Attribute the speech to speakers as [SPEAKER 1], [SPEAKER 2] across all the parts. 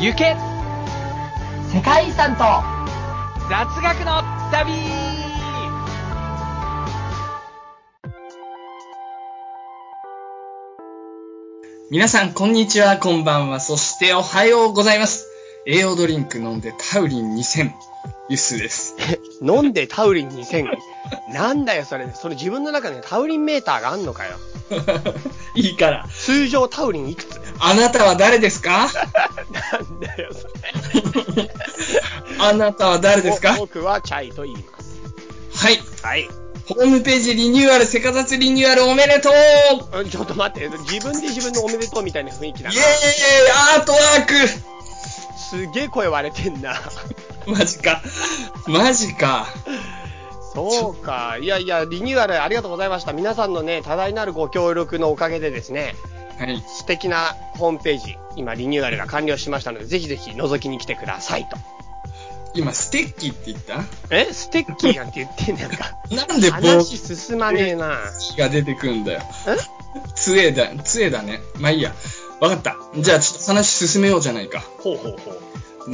[SPEAKER 1] 行け
[SPEAKER 2] 世界遺産と
[SPEAKER 1] 雑学の旅
[SPEAKER 3] 皆さん、こんにちは、こんばんは、そしておはようございます。栄養ドリンク飲んでタウリン2000、ユスです。
[SPEAKER 4] 飲んでタウリン2000。なんだよ、それ。それ自分の中でタウリンメーターがあんのかよ。
[SPEAKER 3] いいから。
[SPEAKER 4] 通常タウリンいくつ
[SPEAKER 3] あなたは誰で すか
[SPEAKER 4] なんだよ、それ。
[SPEAKER 3] あなたは誰ですか
[SPEAKER 4] ぼ僕はチャイと言います。
[SPEAKER 3] はい。
[SPEAKER 4] はい。
[SPEAKER 3] ホームページリニューアル、セカザツリニューアルおめでとう
[SPEAKER 4] ちょっと待って、自分で自分のおめでとうみたいな雰囲気
[SPEAKER 3] イエ
[SPEAKER 4] だ
[SPEAKER 3] ー
[SPEAKER 4] な
[SPEAKER 3] イ。アートワーク
[SPEAKER 4] すげえ声割れてん な。
[SPEAKER 3] マジか。マジか。
[SPEAKER 4] そうか。いやいや、リニューアルありがとうございました。皆さんのね、多大なるご協力のおかげでですね、
[SPEAKER 3] はい。
[SPEAKER 4] 素敵なホームページ、今リニューアルが完了しましたので、ぜひぜひ覗きに来てくださいと。
[SPEAKER 3] 今、ステッキって言った
[SPEAKER 4] えステッキーなんて言ってんなんか。
[SPEAKER 3] なんで棒
[SPEAKER 4] 話進まねえな。
[SPEAKER 3] が出てくんだよ。杖だ、杖だね。まあいいや。わかった。じゃあ、ちょっと話進めようじゃないか。
[SPEAKER 4] ほうほうほう。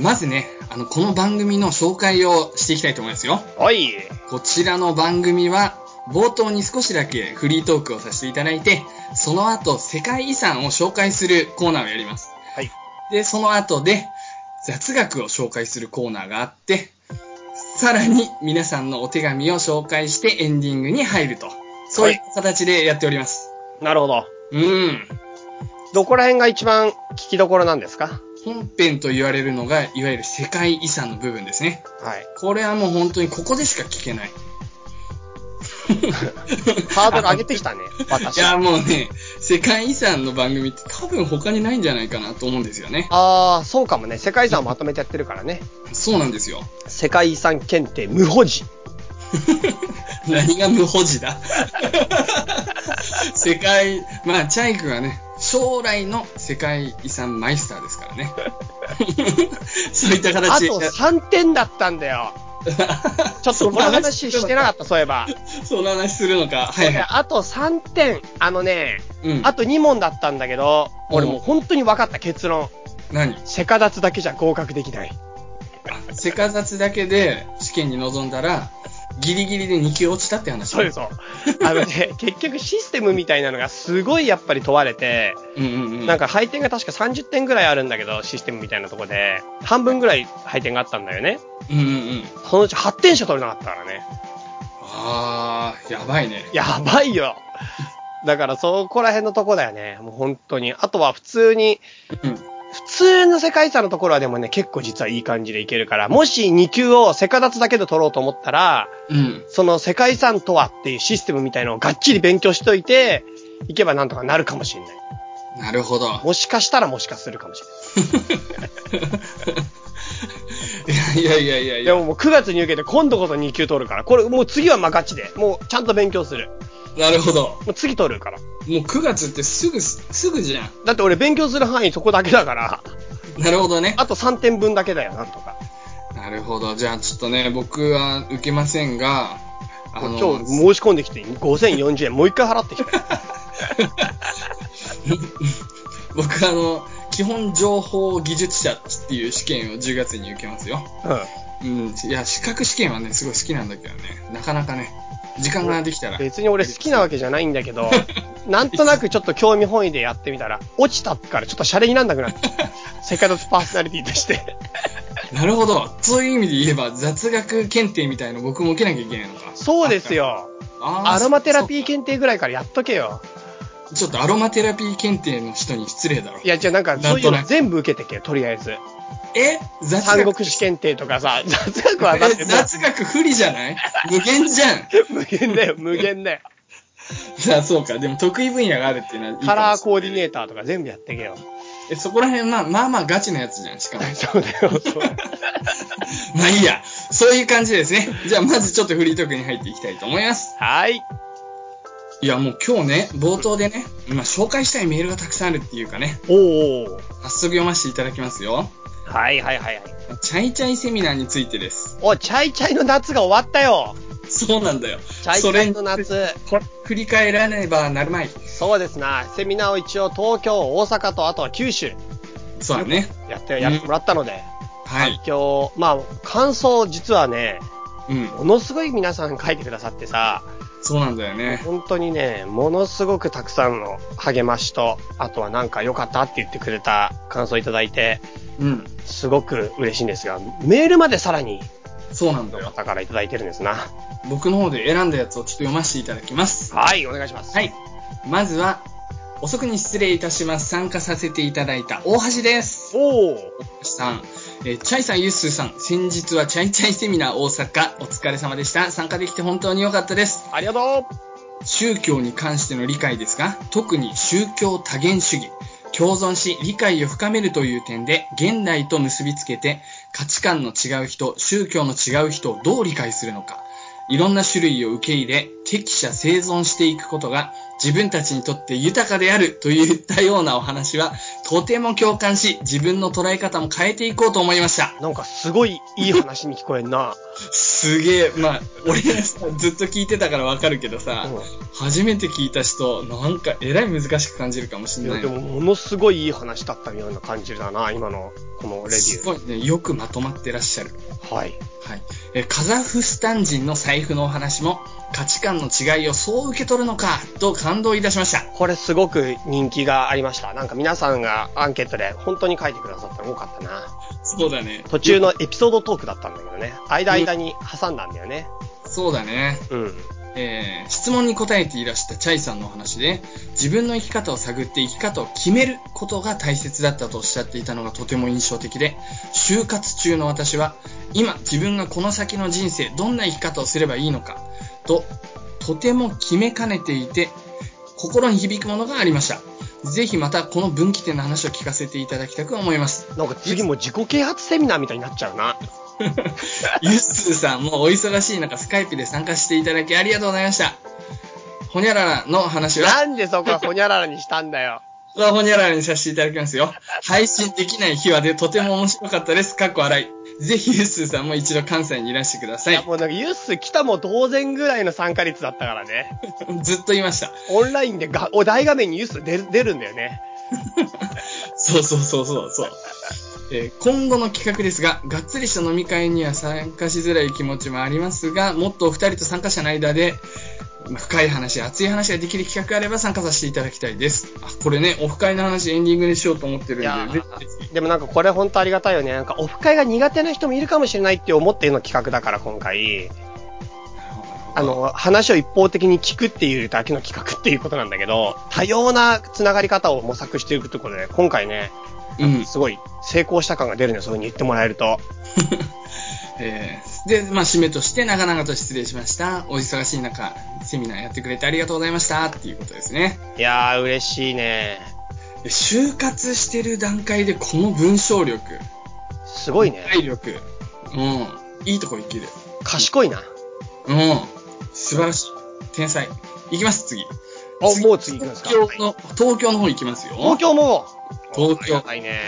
[SPEAKER 3] まずね、あの、この番組の紹介をしていきたいと思いますよ。
[SPEAKER 4] はい。
[SPEAKER 3] こちらの番組は、冒頭に少しだけフリートークをさせていただいて、その後、世界遺産を紹介するコーナーをやります。
[SPEAKER 4] はい。
[SPEAKER 3] で、その後で、雑学を紹介するコーナーがあって、さらに皆さんのお手紙を紹介してエンディングに入ると。そうい
[SPEAKER 4] は
[SPEAKER 3] う形でやっております。
[SPEAKER 4] なるほど。
[SPEAKER 3] うん。
[SPEAKER 4] どこら辺が一番聞きどころなんですか
[SPEAKER 3] 本編と言われるのが、いわゆる世界遺産の部分ですね。
[SPEAKER 4] はい。
[SPEAKER 3] これはもう本当にここでしか聞けない。
[SPEAKER 4] ハードル上げてき たね、
[SPEAKER 3] い
[SPEAKER 4] 私。
[SPEAKER 3] や
[SPEAKER 4] あ
[SPEAKER 3] もうね、世界遺産の番組って多分他にないんじゃないかなと思うんですよね。
[SPEAKER 4] あー、そうかもね。世界遺産をまとめてやってるからね。
[SPEAKER 3] そうなんですよ。
[SPEAKER 4] 世界遺産検定無保持。
[SPEAKER 3] 何が無保持だ 世界、まあ、チャイクはね、将来の世界遺産マイスターですからね。 そういった
[SPEAKER 4] あ
[SPEAKER 3] 形
[SPEAKER 4] と3点だったんだよ。 ちょっとこの話してなかった、そういえば。
[SPEAKER 3] た。その話するのか。はいはい。
[SPEAKER 4] あと3点。あのね、
[SPEAKER 3] うん。
[SPEAKER 4] あと2問だったんだけど、俺もう本当に分かった結論。
[SPEAKER 3] 何
[SPEAKER 4] セカダツだけじゃ合格できない。
[SPEAKER 3] セカザツだけで試験に臨んだら、ギリギリで2級落ちたって話。
[SPEAKER 4] そうです。あのね、結局システムみたいなのがすごいやっぱり問われて、
[SPEAKER 3] うんうんうん。
[SPEAKER 4] なんか配点が確か30点ぐらいあるんだけど、システムみたいなとこで、半分ぐらい配点があったんだよね。
[SPEAKER 3] うんうんうん。
[SPEAKER 4] そのうち8点しか取れなかったからね。
[SPEAKER 3] あー、やばいね。
[SPEAKER 4] やばいよ。だからそこら辺のとこだよね。もう本当に。あとは普通に、
[SPEAKER 3] うん。
[SPEAKER 4] 普通の世界遺産のところはでもね、結構実はいい感じでいけるから、もし2級をセカダツだけで取ろうと思ったら、
[SPEAKER 3] うん。
[SPEAKER 4] その世界遺産とはっていうシステムみたいのをがっちり勉強しといて、いけばなんとかなるかもしれない。
[SPEAKER 3] なるほど。
[SPEAKER 4] もしかしたらもしかするかもしれない
[SPEAKER 3] いやいやいやいやい
[SPEAKER 4] い。で
[SPEAKER 3] や。
[SPEAKER 4] ももう9月に受けて今度こそ2級取るから、これもう次はまあガチで、もうちゃんと勉強する。
[SPEAKER 3] なるほど。
[SPEAKER 4] もう次取るから。
[SPEAKER 3] もう9月ってすぐ、すぐじゃん。
[SPEAKER 4] だって俺勉強する範囲そこだけだから、
[SPEAKER 3] なるほどね。
[SPEAKER 4] あと3点分だけだよ、なんとか。
[SPEAKER 3] なるほど。じゃあちょっとね、僕は受けませんが、あ
[SPEAKER 4] もう
[SPEAKER 3] の、
[SPEAKER 4] 今日申し込んできて5040円もう一回払ってきたよ。
[SPEAKER 3] 僕あの、基本情報技術者っていう試験を10月に受けますよ。うん。いや、資格試験はね、すごい好きなんだけどね。なかなかね、時間ができた
[SPEAKER 4] う
[SPEAKER 3] ら
[SPEAKER 4] ん。。別に俺好きなわけじゃないんだけ ど、なんとなくちょっと興味本位でやってみたら、落ちたからちょっとシャレになんなくなってきた。 セカンドパーソナリティとして。
[SPEAKER 3] なるほど。そういう意味で言えば、雑学検定みたいの僕も受けなきゃいけないのか。
[SPEAKER 4] そうですよ。
[SPEAKER 3] あー。
[SPEAKER 4] アロマテラピー
[SPEAKER 3] そう
[SPEAKER 4] 検定ぐらいからやっとけよ。
[SPEAKER 3] かちょっとアロマテラピー検定の人に失礼だろ。
[SPEAKER 4] いや、じゃあなんか、
[SPEAKER 3] な
[SPEAKER 4] そ
[SPEAKER 3] ん
[SPEAKER 4] ういう
[SPEAKER 3] とな
[SPEAKER 4] の
[SPEAKER 3] く
[SPEAKER 4] 全部受けてけよ、とりあえず。
[SPEAKER 3] え雑
[SPEAKER 4] 三
[SPEAKER 3] 学
[SPEAKER 4] 国試験定とかさ、 雑学はだって
[SPEAKER 3] え
[SPEAKER 4] も
[SPEAKER 3] 雑学不利じゃない無限じゃん。
[SPEAKER 4] う、無限だよ、無限だよ。
[SPEAKER 3] じゃあそうか。でも得意分野があるっていうのはいいかもし
[SPEAKER 4] カ
[SPEAKER 3] れな
[SPEAKER 4] ラ
[SPEAKER 3] い
[SPEAKER 4] ーコーディネーターとか全部やってけよ。
[SPEAKER 3] え、そこら辺、まあ、まあまあガチなやつじゃん、しかも。
[SPEAKER 4] そうだよ、そうだよ。
[SPEAKER 3] まあいいや。そういう感じですね。じゃあまずちょっとフリートークに入っていきたいと思います。
[SPEAKER 4] はい。
[SPEAKER 3] いや、もう今日ね、冒頭でね、今紹介したいメールがたくさんあるっていうかね、
[SPEAKER 4] おお。
[SPEAKER 3] 早速読ませていただきますよ。
[SPEAKER 4] はいはいはいはい。
[SPEAKER 3] チャイチャイセミナーについてです。
[SPEAKER 4] おい、チャイチャイの夏が終わったよ。
[SPEAKER 3] そうなんだよ。
[SPEAKER 4] チャイチャイの夏。
[SPEAKER 3] これ、振り返らねばなるまい。
[SPEAKER 4] そうですな。セミナーを一応東京、大阪と、あとは九州。
[SPEAKER 3] そうだね。
[SPEAKER 4] やって、やってもらったので、
[SPEAKER 3] はい。
[SPEAKER 4] 今日、まあ、感想、実はね、
[SPEAKER 3] うん。
[SPEAKER 4] ものすごい皆さん書いてくださってさ、
[SPEAKER 3] そうなんだよね。
[SPEAKER 4] 本当にね、ものすごくたくさんの励ましと、あとはなんか良かったって言ってくれた感想いただいて、
[SPEAKER 3] うん。
[SPEAKER 4] すごく嬉しいんですが、メールまでさらに
[SPEAKER 3] そうなんだ
[SPEAKER 4] の
[SPEAKER 3] よ。
[SPEAKER 4] 方からいただいてるんですな。
[SPEAKER 3] 僕の方で選んだやつをちょっと読ませていただきます。
[SPEAKER 4] はい、お願いします。
[SPEAKER 3] はい。まずは、遅くに失礼いたします。参加させていただいた大橋です。
[SPEAKER 4] おー、
[SPEAKER 3] さん、えーチャイさん、ユッスーさん、先日はチャイチャイセミナー大阪、お疲れ様でした。参加できて本当に良かったです。
[SPEAKER 4] ありがと
[SPEAKER 3] 宗教に関しての理解ですが、特に宗教多元主義、共存し理解を深めるという点で、現代と結びつけて、価値観の違う人、宗教の違う人をどう理解するのか、いろんな種類を受け入れ、適者生存していくことが、自分たちにとって豊かであるといったようなお話は、とても共感し、自分の捉え方も変えていこうと思いました。
[SPEAKER 4] う。なんかすごいいい話に聞こえんな。
[SPEAKER 3] すげえ、まあ、俺がさずっと聞いてたからわかるけどさ、
[SPEAKER 4] う
[SPEAKER 3] 初めて聞いた人、なんかえらい難しく感じるかもし
[SPEAKER 4] ん、い
[SPEAKER 3] れな
[SPEAKER 4] や
[SPEAKER 3] い
[SPEAKER 4] でも
[SPEAKER 3] な。
[SPEAKER 4] ものすごいいい話だったような感じだな、今のこのレビュ
[SPEAKER 3] す
[SPEAKER 4] ー。
[SPEAKER 3] ごいね、よくまとまってらっしゃる。
[SPEAKER 4] はい。
[SPEAKER 3] はい。えー、カザフスタン人の財布のお話も、価値観の違いをそう受け取るのか、と感動いたしました。
[SPEAKER 4] これすごく人気がありました。なんか皆さんがアンケートで本当に書いてくださったの多かったな。
[SPEAKER 3] そうだね。
[SPEAKER 4] 途中のエピソードトークだったんだけどね。間間に挟んだんだよね。
[SPEAKER 3] そうだね。
[SPEAKER 4] うん。
[SPEAKER 3] えー質問に答えていらしたチャイさんのお話で、自分の生き方を探って生き方を決めることが大切だったとおっしゃっていたのがとても印象的で、就活中の私は、今自分がこの先の人生、どんな生き方をすればいいのか、と、とても決めかねていて、心に響くものがありました。ぜひまたこの分岐点の話を聞かせていただきたく思い ます。
[SPEAKER 4] なんか次も自己啓発セミナーみたいになっちゃうな。
[SPEAKER 3] ゆっすーさんもお忙しい中、スカイプで参加していただきありがとうございました。ほにゃららの話は、
[SPEAKER 4] なんでそこはほにゃららにしたんだ よ。
[SPEAKER 3] スマホにゃららにさせていただきますよ。配信できない日はでとても面白かったです。かっこ笑い。ぜひユッスーさんも一度関西にいらしてくださ
[SPEAKER 4] い
[SPEAKER 3] い
[SPEAKER 4] や。もうなんかユース来たも同然ぐらいの参加率だったからね。
[SPEAKER 3] ずっと言いました。
[SPEAKER 4] オンラインでがお大画面にユース出る出るんだよね。
[SPEAKER 3] そうそうそうそうそう。えー今後の企画ですが、がっつりした飲み会には参加しづらい気持ちもありますが、もっとお二人と参加者の間で、まあ深い話、熱い話ができる企画があれば参加させていただきたいです。あ、これね、オフ会の話エンディングにしようと思ってる
[SPEAKER 4] いや
[SPEAKER 3] んで、ぜひぜひ。
[SPEAKER 4] でもなんかこれ本当ありがたいよね。なんかオフ会が苦手な人もいるかもしれないって思っての企画だから今回。あの、話を一方的に聞くっていうだけの企画っていうことなんだけど、多様な繋がり方を模索していくってことで、今回ね、
[SPEAKER 3] うん。
[SPEAKER 4] すごい成功した感が出るね、そういうふうに言ってもらえると。
[SPEAKER 3] えーで、まあ、締めとして、長々と失礼しました。お忙しい中、セミナーやってくれてありがとうございました。っていうことですね。
[SPEAKER 4] いやー、嬉しいね。
[SPEAKER 3] で就活してる段階で、この文章力、
[SPEAKER 4] すごいね。
[SPEAKER 3] 体力、うん、いいとこ生きる。
[SPEAKER 4] 賢いな。
[SPEAKER 3] うん、素晴らしい。天才。いきます、次。
[SPEAKER 4] あ、もう次行くんですか。
[SPEAKER 3] 東京の、東京の方行きますよ。
[SPEAKER 4] 東京も
[SPEAKER 3] 東京
[SPEAKER 4] はいね。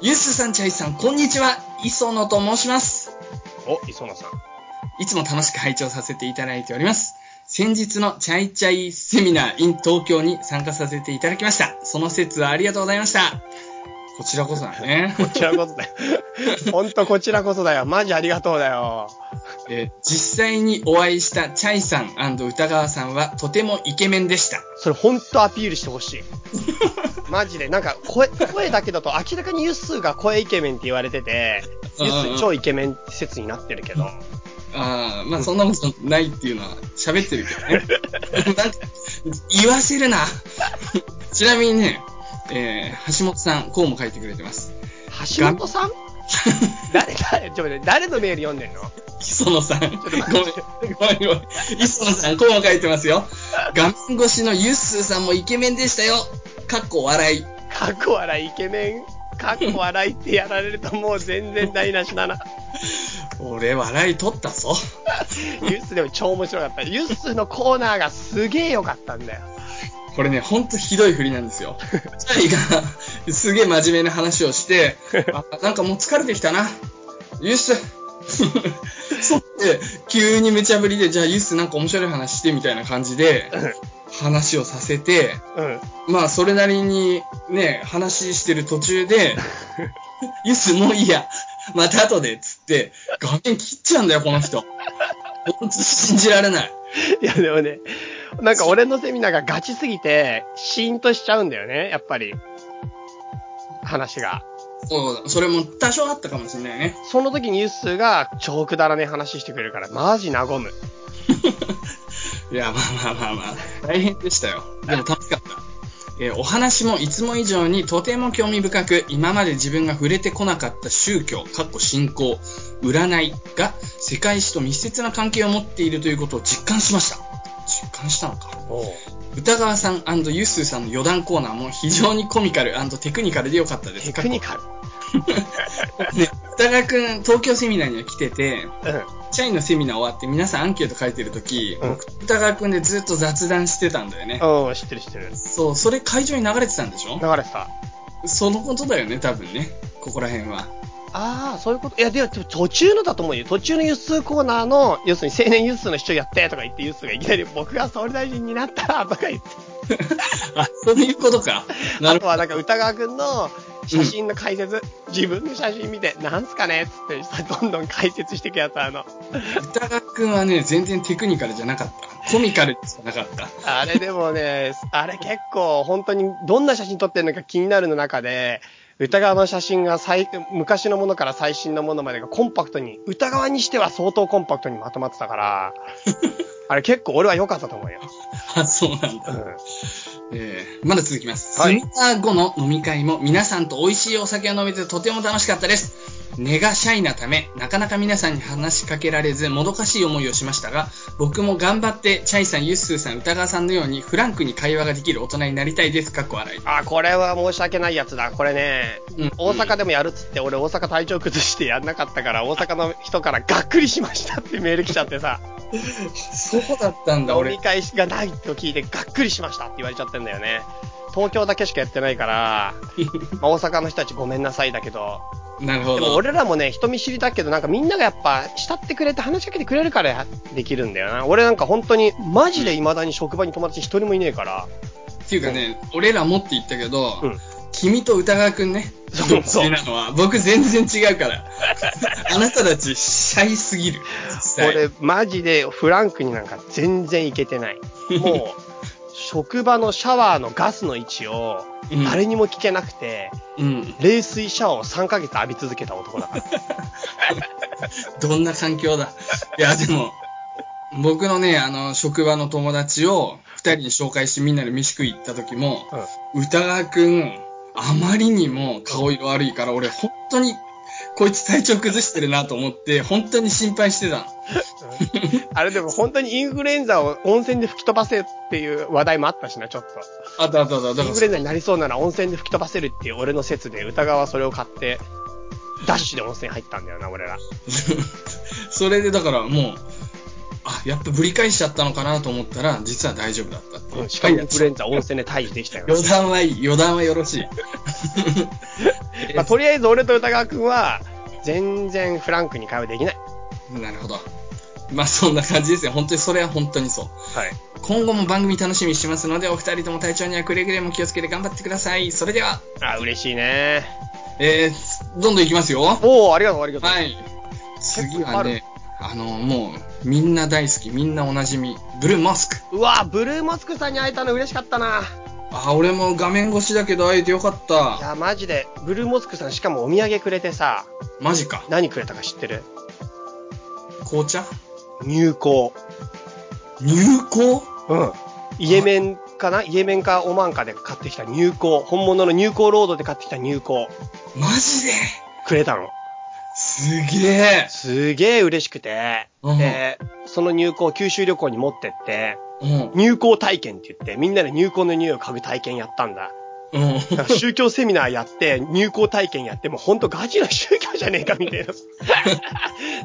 [SPEAKER 3] ゆっすーさん、ちゃいさん、こんにちは。磯野と申します。
[SPEAKER 4] お、磯野さん。
[SPEAKER 3] いつも楽しく拝聴させていただいております。先日のチャイチャイセミナー in 東京に参加させていただきました。その説はありがとうございました。こちらこそだね。
[SPEAKER 4] こちらこ そだよ。ほんとこちらこそだよ。マジありがとうだよ。
[SPEAKER 3] えー実際にお会いしたチャイさん歌川さんはとてもイケメンでした。
[SPEAKER 4] それほんとアピールしてほ しい。マジで、なんか声、声だけだと明らかにユッスーが声イケメンって言われてて、
[SPEAKER 3] うん
[SPEAKER 4] ユ
[SPEAKER 3] うんうん
[SPEAKER 4] ッスー超イケメン説になってるけど、
[SPEAKER 3] ああ、まあそんなことないっていうのは喋ってるけどね。なんか言わせるな。 ちなみにね、えー橋本さん、こうも書いてくれてます。
[SPEAKER 4] 橋本さん誰、誰、ちょ、待って、誰のメール読んでんの
[SPEAKER 3] 磯野さん。ごめん、ごめん、ごめん。磯野さん、こうも書いてますよ。画面越しのユッスーさんもイケメンでしたよ。かっこ笑い。
[SPEAKER 4] かっこ笑いイケメン、かっこ笑いってやられるともう全然台無しだな。
[SPEAKER 3] 俺、笑い取ったぞ。
[SPEAKER 4] ユッスーでも超面白かった。ユッスーのコーナーがすげえ良かったんだよ。
[SPEAKER 3] これね、ほんとひどい振りなんですよ。チャイが、すげえ真面目な話をして、あなんかもう疲れてきたな。ユッス ー。そうって、急に無茶ぶりで、じゃあユッスーなんか面白い話してみたいな感じで、話をさせて、
[SPEAKER 4] うん。
[SPEAKER 3] まあ、それなりにね、話してる途中で、ユスもういいや、また後で、つって、画面切っちゃうんだよ、この人。本当信じられない。
[SPEAKER 4] いや、でもね、なんか俺のセミナーがガチすぎて、シーンとしちゃうんだよね、やっぱり。話が。
[SPEAKER 3] そうだ、それも多少あったかもしれないね。
[SPEAKER 4] その時にユッスーが超くだらねえ話してくれるから、マジ和む。
[SPEAKER 3] いや、まあまあまあまあ、大変でしたよ。でも楽しかった。えーお話もいつも以上にとても興味深く、今まで自分が触れてこなかった宗教、かっこ信仰、占いが世界史と密接な関係を持っているということを実感しました。実感したのか。歌川さんユッスーさんの余談コーナーも非常にコミカルテクニカルで良かったです。
[SPEAKER 4] テクニカル。
[SPEAKER 3] ね、歌川くん、東京セミナーには来てて、
[SPEAKER 4] うん。
[SPEAKER 3] 社員のセミナー終わって皆さんアンケート書いてるとき、
[SPEAKER 4] うん
[SPEAKER 3] 僕歌川くんでずっと雑談してたんだよね。
[SPEAKER 4] うん、知ってる知ってる。
[SPEAKER 3] そう、それ会場に流れてたんでしょ
[SPEAKER 4] 流れてた。
[SPEAKER 3] そのことだよね、多分ね。ここら辺は。
[SPEAKER 4] ああ、そういうこと。いや、でもでも途中のだと思うよ。途中のユッスーコーナーの、要するに青年ユッスーの主張やってとか言って、ユッスーがいきなり僕が総理大臣になったとか言って、
[SPEAKER 3] あ、そういうことか。な
[SPEAKER 4] あ
[SPEAKER 3] るほど。
[SPEAKER 4] とはなんか歌川くんの写真の解 説、自分の写真見て、なんすかねっつってさ、どんどん解説していくやつ、あの、
[SPEAKER 3] 歌川くんはね、全然テクニカルじゃなかった。コミカルじゃなかった。
[SPEAKER 4] あれでもね、あれ結構本当にどんな写真撮ってるのか気になるの中で、歌川の写真が最昔のものから最新のものまでがコンパクトに、歌川にしては相当コンパクトにまとまってた から、あれ結構俺は良かったと思うよ。
[SPEAKER 3] あ、そうなん
[SPEAKER 4] う
[SPEAKER 3] だ。
[SPEAKER 4] ん
[SPEAKER 3] えーまだ続きます。
[SPEAKER 4] はい
[SPEAKER 3] セミナー後の飲み会も皆さんと美味しいお酒を飲めてとても楽しかったです。根がシャイなため、なかなか皆さんに話しかけられず、もどかしい思いをしましたが、僕も頑張って、チャイさん、ユッスーさん、歌川さんのように、フランクに会話ができる大人になりたいです。かっこ笑い。
[SPEAKER 4] あ、これは申し訳ないやつだ。これね、
[SPEAKER 3] うん
[SPEAKER 4] 大阪でもやるっつって、俺大阪体調崩してやんなかったから、大阪の人からがっくりしましたってメール来ちゃってさ、
[SPEAKER 3] そうだったんだ、
[SPEAKER 4] 飲
[SPEAKER 3] 俺
[SPEAKER 4] み。会がないと聞いてがっくりしましたって言われちゃってんだよね。東京だけしかやってないから、まあ大阪の人たちごめんなさいだけど、
[SPEAKER 3] なるほ
[SPEAKER 4] でも
[SPEAKER 3] ど。
[SPEAKER 4] 俺らもね、人見知りだけど、なんかみんながやっぱ慕ってくれて話しかけてくれるからできるんだよな。俺なんか本当に、マジで未だに職場に友達一人もいねえから、
[SPEAKER 3] っていうかね、俺らもって言ったけど、
[SPEAKER 4] うん
[SPEAKER 3] 君と歌川くんね、
[SPEAKER 4] そうそう
[SPEAKER 3] 好きなのは、僕全然違うから。あなたたち、シャイすぎる。実際
[SPEAKER 4] 俺、マジでフランクになんか全然いけて ない。もう、職場のシャワーのガスの位置を
[SPEAKER 3] うん、
[SPEAKER 4] 誰にも聞けなくて、
[SPEAKER 3] うん。
[SPEAKER 4] 冷水シャワーを3ヶ月浴び続けた男 だから。
[SPEAKER 3] どんな環境 だ。いや、でも、僕のね、あの、職場の友達を二人に紹介してみんなで飯食い行った時も、歌川くん、あまりにも顔色悪いから、俺本当に、こいつ体調崩してるなと思って、本当に心配してたの。
[SPEAKER 4] あれでも本当にインフルエンザを温泉で吹き飛ばせっていう話題もあったしな、ちょっと。
[SPEAKER 3] あったあったあった。だ
[SPEAKER 4] イ
[SPEAKER 3] か
[SPEAKER 4] ン
[SPEAKER 3] ら
[SPEAKER 4] フルエンザになりそうなら温泉で吹き飛ばせるっていう俺の説で、歌川はそれを買って、ダッシュで温泉入ったんだよな、俺ら。
[SPEAKER 3] それでだからもう、あ、やっぱぶり返しちゃったのかなと思ったら、実は大丈夫だったっていう。
[SPEAKER 4] しかもイン
[SPEAKER 3] はい
[SPEAKER 4] フルエンザ温泉で退治できたよ。
[SPEAKER 3] 余談はいい。余談はよろしい。
[SPEAKER 4] まあ、とりあえず俺と歌川くんは、全然フランクに会話できない。
[SPEAKER 3] なるほど。まあそんな感じですね。本当にそれは本当にそう。
[SPEAKER 4] はい。
[SPEAKER 3] 今後も番組楽しみにしてますので、お二人とも体調にはくれぐれも気をつけて頑張ってください。それでは、
[SPEAKER 4] あ、嬉しいね。
[SPEAKER 3] えー、どんどんいきますよ。は
[SPEAKER 4] おお、ありがとう、ありがとう。
[SPEAKER 3] い。次はね、あの、もう、みんな大好き、みんなおなじみ、ブルーモスク。
[SPEAKER 4] うわ、ブルーモスクさんに会えたの嬉しかったな。
[SPEAKER 3] あ、俺も画面越しだけど会えてよかっ
[SPEAKER 4] い
[SPEAKER 3] た。
[SPEAKER 4] や、マジで、ブルーモスクさんしかもお土産くれてさ、
[SPEAKER 3] マジか。
[SPEAKER 4] 何くれたか知ってる
[SPEAKER 3] 紅茶
[SPEAKER 4] 入校。
[SPEAKER 3] 入校
[SPEAKER 4] うん。イエメンかなイエメンかオマンかで買ってきた入校。本物の入校ロードで買ってきた入校。
[SPEAKER 3] マジで
[SPEAKER 4] くれたの。
[SPEAKER 3] すげえ。
[SPEAKER 4] すげえ嬉しくて。
[SPEAKER 3] うん
[SPEAKER 4] で、その入校、九州旅行に持ってって、
[SPEAKER 3] うん。
[SPEAKER 4] 入校体験って言って、みんなで入校の匂いを嗅ぐ体験やったん だ。
[SPEAKER 3] うん。
[SPEAKER 4] だから宗教セミナーやって、入校体験やって、もうほんとガチの宗教じゃねえかみたい な。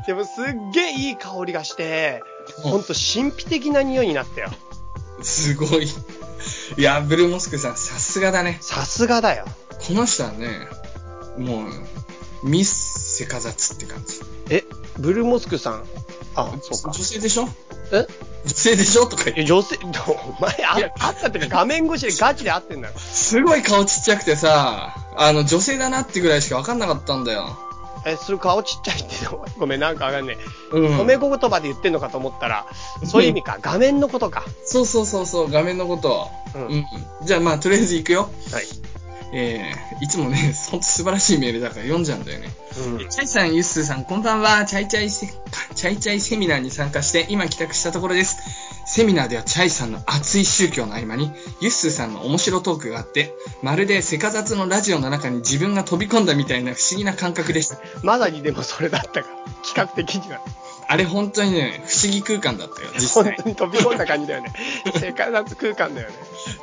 [SPEAKER 4] でもすっげえいい香りがして、ほんと神秘的な匂いになったよ。
[SPEAKER 3] すごい。いや、ブルーモスクさん、さすがだね。
[SPEAKER 4] さすがだよ。
[SPEAKER 3] この人はね、もう、ミスせか雑って感じ。
[SPEAKER 4] え、ブルーモスクさん。あ、そうか
[SPEAKER 3] 女。性でしょ
[SPEAKER 4] え
[SPEAKER 3] 女性でしょとか言っ
[SPEAKER 4] え
[SPEAKER 3] て。
[SPEAKER 4] 女性、お前、あ
[SPEAKER 3] いや
[SPEAKER 4] あったってか画面越しでガチで会ってんだよ。
[SPEAKER 3] すごい顔ちっちゃくてさ、あの、女性だなってぐらいしかわかんなかったんだよ。
[SPEAKER 4] え、それ顔ちっちゃいっての、ごめん、なんかわかんね
[SPEAKER 3] う
[SPEAKER 4] え。
[SPEAKER 3] ん。
[SPEAKER 4] 褒め言葉で言ってんのかと思ったら、そういう意味か、画面のことか。
[SPEAKER 3] そうそうそうそう、画面のこと。
[SPEAKER 4] うん
[SPEAKER 3] うん。じゃあまあ、とりあえず行くよ。
[SPEAKER 4] はい。
[SPEAKER 3] えー、いつもね、ほんと素晴らしいメールだから読んじゃうんだよね。
[SPEAKER 4] うん。
[SPEAKER 3] チャイさん、ユッスーさん、こんばんは。チャイチャイセ、チャイチャイセミナーに参加して、今帰宅したところです。セミナーではチャイさんの熱い宗教の合間に、ユッスーさんの面白トークがあって、まるでセカザツのラジオの中に自分が飛び込んだみたいな不思議な感覚でした。
[SPEAKER 4] まさにでもそれだったから、企画的には。
[SPEAKER 3] あれ本当にね、不思議空間だったよ、実
[SPEAKER 4] 本
[SPEAKER 3] 際
[SPEAKER 4] 当。に飛び込んだ感じだよね。世界夏空間だよね。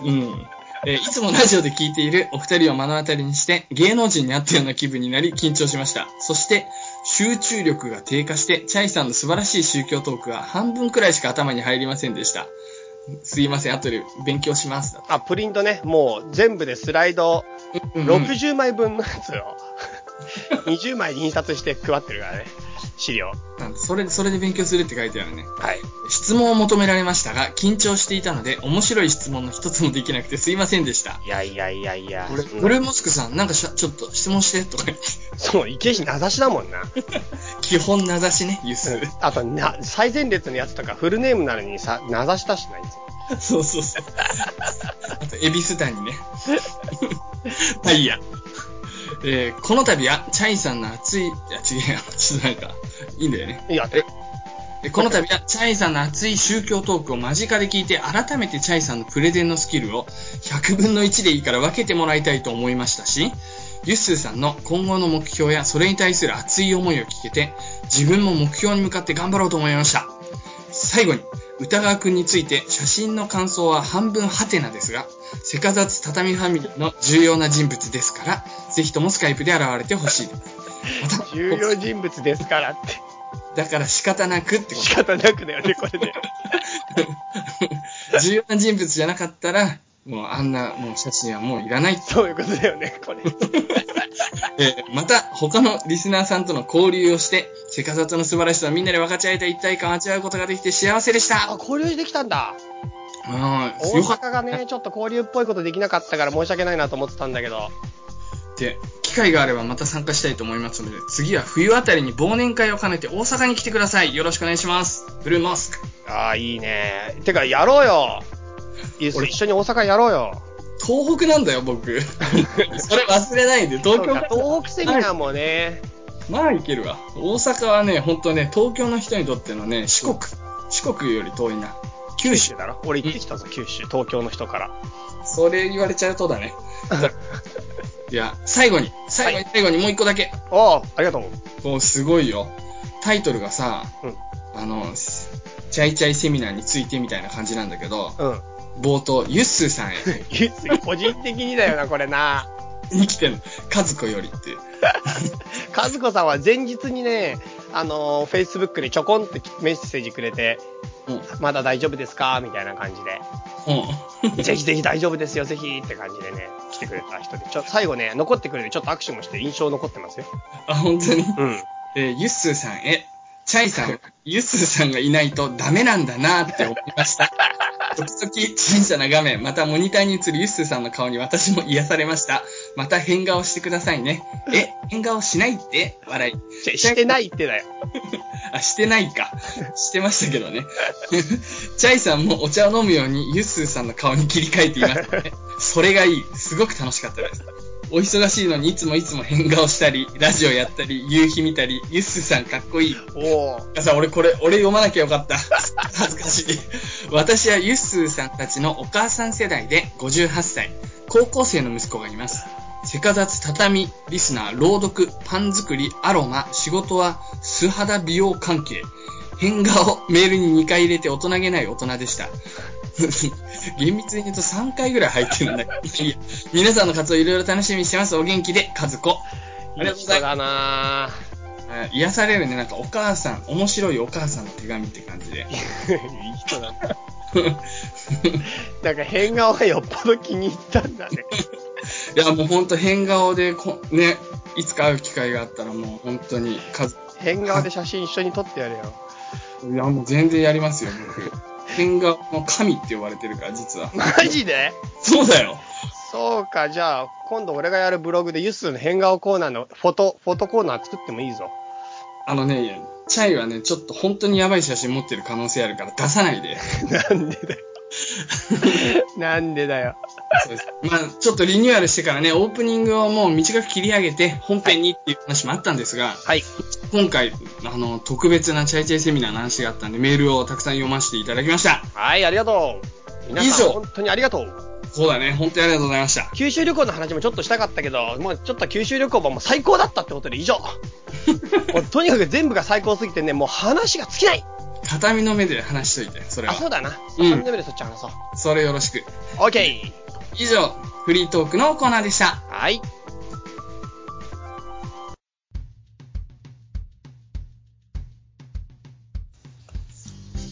[SPEAKER 3] うん。えーいつもラジオで聞いているお二人を目の当たりにして、芸能人に会ったような気分になり緊張しました。そして、集中力が低下して、チャイさんの素晴らしい宗教トークは半分くらいしか頭に入りませんでした。すいません、後で勉強します。
[SPEAKER 4] あ、プリントね、もう全部でスライド
[SPEAKER 3] うんうん
[SPEAKER 4] 60枚分のやつを20枚印刷して配ってるからね、資料。
[SPEAKER 3] なんそれ、それで勉強するって書いてあるね。
[SPEAKER 4] はい。
[SPEAKER 3] 質問を求められましたが、緊張していたので、面白い質問の一つもできなくてすいませんでした。
[SPEAKER 4] いやいやいやいや。
[SPEAKER 3] 俺、
[SPEAKER 4] そんな
[SPEAKER 3] ブルーモスクさん、なんかしゃちょっと質問してとか言って、
[SPEAKER 4] そう、池石名指しだもんな。
[SPEAKER 3] 基本名指しね、ユス。
[SPEAKER 4] あとな、最前列のやつとか、フルネームなのにさ、名指し出してないんですよ。
[SPEAKER 3] そうそうそう。あと、エビス谷ね。まあいいや。えーこの度は、チャイさんの熱い、いや、ちげえよ。ちょっとなんか、いいんだよね。
[SPEAKER 4] いや、
[SPEAKER 3] えこの度は、チャイさんの熱い宗教トークを間近で聞いて、改めてチャイさんのプレゼンのスキルを、100分の1でいいから分けてもらいたいと思いましたし、ユッスーさんの今後の目標やそれに対する熱い思いを聞けて、自分も目標に向かって頑張ろうと思いました。最後に、歌川くんについて写真の感想は半分ハテナですが、セカザツ畳ファミリーの重要な人物ですから、ぜひともスカイプで現れてほしいです。また、
[SPEAKER 4] 重要人物ですからって、
[SPEAKER 3] だから仕方なくってこと
[SPEAKER 4] 仕方なくだよね、これで。
[SPEAKER 3] 重要な人物じゃなかったら、もうあんなもう写真はもういらない。
[SPEAKER 4] そういうことだよね、これ。
[SPEAKER 3] えーまた、他のリスナーさんとの交流をして、セカサトの素晴らしさをみんなで分かち合えた一体感を味わうことができて幸せでした。
[SPEAKER 4] あ、交流できたんだ。
[SPEAKER 3] うん、
[SPEAKER 4] 大
[SPEAKER 3] よかっ
[SPEAKER 4] 阪がね、ちょっと交流っぽいことできなかったから申し訳ないなと思ってたんだけど。
[SPEAKER 3] て、機会があればまた参加したいと思いますので、次は冬あたりに忘年会を兼ねて大阪に来てください。よろしくお願いします。ブルーモスク。
[SPEAKER 4] ああ、いいね。てか、やろうよ。いっす
[SPEAKER 3] 俺
[SPEAKER 4] 一緒に大阪やろうよ。
[SPEAKER 3] 東北なんだよ、僕。 それ忘れないで、東京
[SPEAKER 4] そうか東北セミナーもね、
[SPEAKER 3] まあいけるわ。大阪はね、ほんとね、東京の人にとってのね、四国、四国より遠いな。九州。
[SPEAKER 4] だろ俺行ってきたぞ、九州、東京の人から。
[SPEAKER 3] それ言われちゃうと だね。いや、最後に、最後に、最後にもう一個だけ。
[SPEAKER 4] ああ、ありがとう。
[SPEAKER 3] もうすごいよ。タイトルがさ、
[SPEAKER 4] うん
[SPEAKER 3] あの、チャイチャイセミナーについてみたいな感じなんだけど、
[SPEAKER 4] うん。
[SPEAKER 3] 冒頭、ユッスーさんへ、
[SPEAKER 4] いいっすよ個人的に だよな、これな。
[SPEAKER 3] に来てんの。カズコよりっていう。
[SPEAKER 4] 和子さんは前日にね、あのー、Facebook にちょこんってメッセージくれて、
[SPEAKER 3] うん。うん。
[SPEAKER 4] まだ大丈夫ですかみたいな感じで、ぜひぜひ大丈夫ですよ、ぜひって感じでね、来てくれた人で、ちょ最後ね、残ってくれて、ちょっと握手もして印象残ってますよ。
[SPEAKER 3] あ、本当に。
[SPEAKER 4] うん。
[SPEAKER 3] えーユッスーさんへ、チャイさん、ユッスーさんがいないとダメなんだなって思いました。時々小さな画面、またモニターに映るユッスーさんの顔に私も癒されました。また変顔してくださいね。え、変顔しないって笑い。
[SPEAKER 4] ししてないってだよ。
[SPEAKER 3] あ、してないか。してましたけどね。 チャイさんもお茶を飲むようにユッスーさんの顔に切り替えています、ね。それがいい。すごく楽しかったです。お忙しいのにいつもいつも変顔したり、ラジオやったり、夕日見たり、ユッスーさんかっこいい。
[SPEAKER 4] おお。
[SPEAKER 3] さ俺これ、俺読まなきゃよかった。 恥ずかしい。私はユッスーさんたちのお母さん世代で58歳、高校生の息子がいます。せかざつ畳、リスナー、朗読、パン作り、アロマ、仕事は素肌美容関係。変顔、メールに2回入れて大人げない大人でした。 厳密に言うと3回ぐらい入ってるんだけど、いや皆さんの活動いろいろ楽しみにしてます。お元気で、和子。ありがとうございます
[SPEAKER 4] 人だな
[SPEAKER 3] えー癒されるね、なんかお母さん、面白いお母さんの手紙って感じで。
[SPEAKER 4] ぁいい人だな なんか変顔がよっぽど気に入ったんだね。
[SPEAKER 3] いや、もうほんと変顔でこ、ね、いつか会う機会があったらもう本当に数、
[SPEAKER 4] 変顔で写真一緒に撮ってやれよ。
[SPEAKER 3] いやもう全然やりますよ、僕。変顔の神って呼ばれてるから、実は。
[SPEAKER 4] マジで
[SPEAKER 3] そうだよ。
[SPEAKER 4] そうか、じゃあ、今度俺がやるブログでユッスーの変顔コーナーのフォト、フォトコーナー作ってもいいぞ。
[SPEAKER 3] あのね、チャイはね、ちょっと本当にやばい写真持ってる可能性あるから出さないで。
[SPEAKER 4] なんでだよ。 なんでだよ。
[SPEAKER 3] そうですまあ、ちょっとリニューアルしてからね、オープニングをもう短く切り上げて、本編にっていう話もあったんですが、
[SPEAKER 4] はい。
[SPEAKER 3] 今回、あの、特別なチャイチャイセミナーの話があったんで、メールをたくさん読ませていただきました。
[SPEAKER 4] はい、ありがとう。皆さ
[SPEAKER 3] 以
[SPEAKER 4] ん、
[SPEAKER 3] 上
[SPEAKER 4] 本当にありがとう。
[SPEAKER 3] そうだね、本当にありがとうございました。
[SPEAKER 4] 九州旅行の話もちょっとしたかったけど、もうちょっと九州旅行ももう最高だったってことで 以上。もうとにかく全部が最高すぎてね、もう話が尽きない。
[SPEAKER 3] 畳の目で話しといて、それ
[SPEAKER 4] あ、そう
[SPEAKER 3] は。
[SPEAKER 4] だな。
[SPEAKER 3] うん
[SPEAKER 4] 3年目でそっち話そう。
[SPEAKER 3] それよろしく。
[SPEAKER 4] OK!
[SPEAKER 3] 以上、フリートークのコーナーでした。
[SPEAKER 4] はい。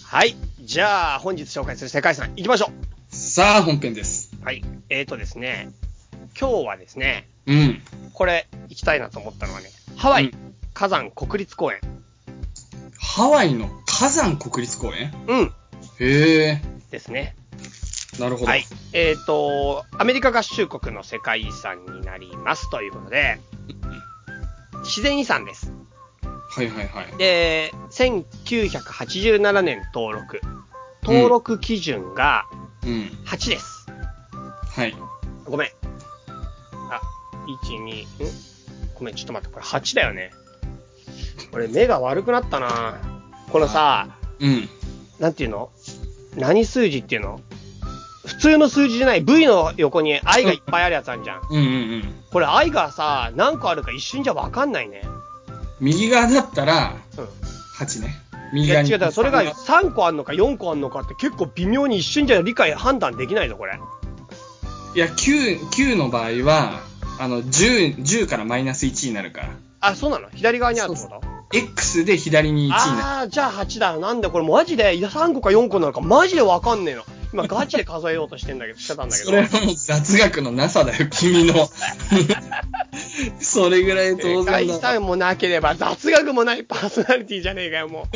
[SPEAKER 4] はい。じゃあ、本日紹介する世界遺産、行きましょ
[SPEAKER 3] さあ、本編です。
[SPEAKER 4] う。はい。えーとですね、今日はですね、
[SPEAKER 3] うん。
[SPEAKER 4] これ、行きたいなと思ったのはね、ハワ
[SPEAKER 3] う
[SPEAKER 4] イ、
[SPEAKER 3] ん
[SPEAKER 4] 火山国立公園。
[SPEAKER 3] ハワイの火山国立公園
[SPEAKER 4] うん。
[SPEAKER 3] へえ、
[SPEAKER 4] ですね。
[SPEAKER 3] なるほど。
[SPEAKER 4] はい。えーと、アメリカ合衆国の世界遺産になりますということで、自然遺産です。
[SPEAKER 3] はいはいはい。
[SPEAKER 4] で、1987年登録。登録基準が
[SPEAKER 3] うん。
[SPEAKER 4] 8です。
[SPEAKER 3] はい。
[SPEAKER 4] ごめん。あ、1、2、んごめん、ちょっと待って、これ8だよね。俺、目が悪くなったなこのさ、
[SPEAKER 3] うん。
[SPEAKER 4] なんていうの何数字っていうの普通の数字じゃない V の横に愛がいっぱいあるやつあるじゃん。
[SPEAKER 3] うんうんうん。
[SPEAKER 4] これ愛がさ、何個あるか一瞬じゃわかんないね。
[SPEAKER 3] 右側だったら、
[SPEAKER 4] うん。
[SPEAKER 3] 8ね。
[SPEAKER 4] い
[SPEAKER 3] 右側
[SPEAKER 4] や違
[SPEAKER 3] に。
[SPEAKER 4] う、だからそれが3個あんのか4個あんのかって結構微妙に一瞬じゃ理解、判断できないぞ、これ。
[SPEAKER 3] いや、9、9の場合は、あの、10、10からマイナス1になるから。
[SPEAKER 4] あ、そうなの左側にあるってこと
[SPEAKER 3] X で左に1になる。
[SPEAKER 4] ああー、じゃあ8だよ。なんでこれマジでいや3個か4個なのかマジでわかんねえの。今ガチで数えようとしてんだけど、してたんだけ
[SPEAKER 3] そ
[SPEAKER 4] ど。
[SPEAKER 3] れはもう雑学のなさだよ、君の。 それぐらい当
[SPEAKER 4] 世界遺
[SPEAKER 3] 然だ。
[SPEAKER 4] 産もなければ雑学もないパーソナリティじゃねえかよ、も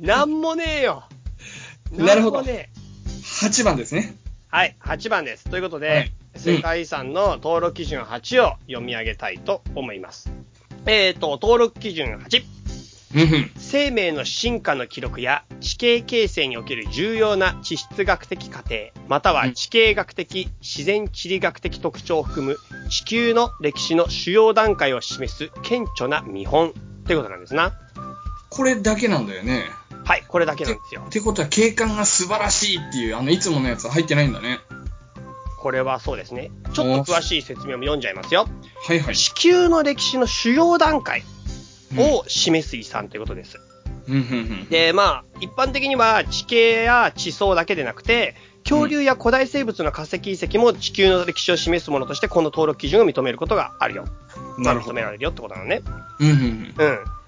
[SPEAKER 4] う。なんもねえよ。
[SPEAKER 3] なるほど
[SPEAKER 4] なんもねえ
[SPEAKER 3] 8番ですね。
[SPEAKER 4] はい、8番です。ということで、
[SPEAKER 3] はい
[SPEAKER 4] 世界遺産の登録基準8を読み上げたいと思います。えっ、ー、と、登録基準8。
[SPEAKER 3] うんうん。
[SPEAKER 4] 生命の進化の記録や地形形成における重要な地質学的過程、または地形学的、自然地理学的特徴を含む地球の歴史の主要段階を示す顕著な見本ということなんですな。
[SPEAKER 3] これだけなんだよね。
[SPEAKER 4] はい、これだけなんですよ
[SPEAKER 3] っ。てことは景観が素晴らしいっていう、あの、いつものやつは入ってないんだね。
[SPEAKER 4] これはそうですね。ちょっと詳しい説明も読んじゃいますよ。
[SPEAKER 3] はいはい。
[SPEAKER 4] 地球の歴史の主要段階を示す遺産ということです。
[SPEAKER 3] うんうんうん。
[SPEAKER 4] で、まあ、一般的には地形や地層だけでなくて、恐竜や古代生物の化石遺跡も地球の歴史を示すものとして、この登録基準を認めることがあるよ。まあ、認められるよってことなのね。
[SPEAKER 3] うんうんうん。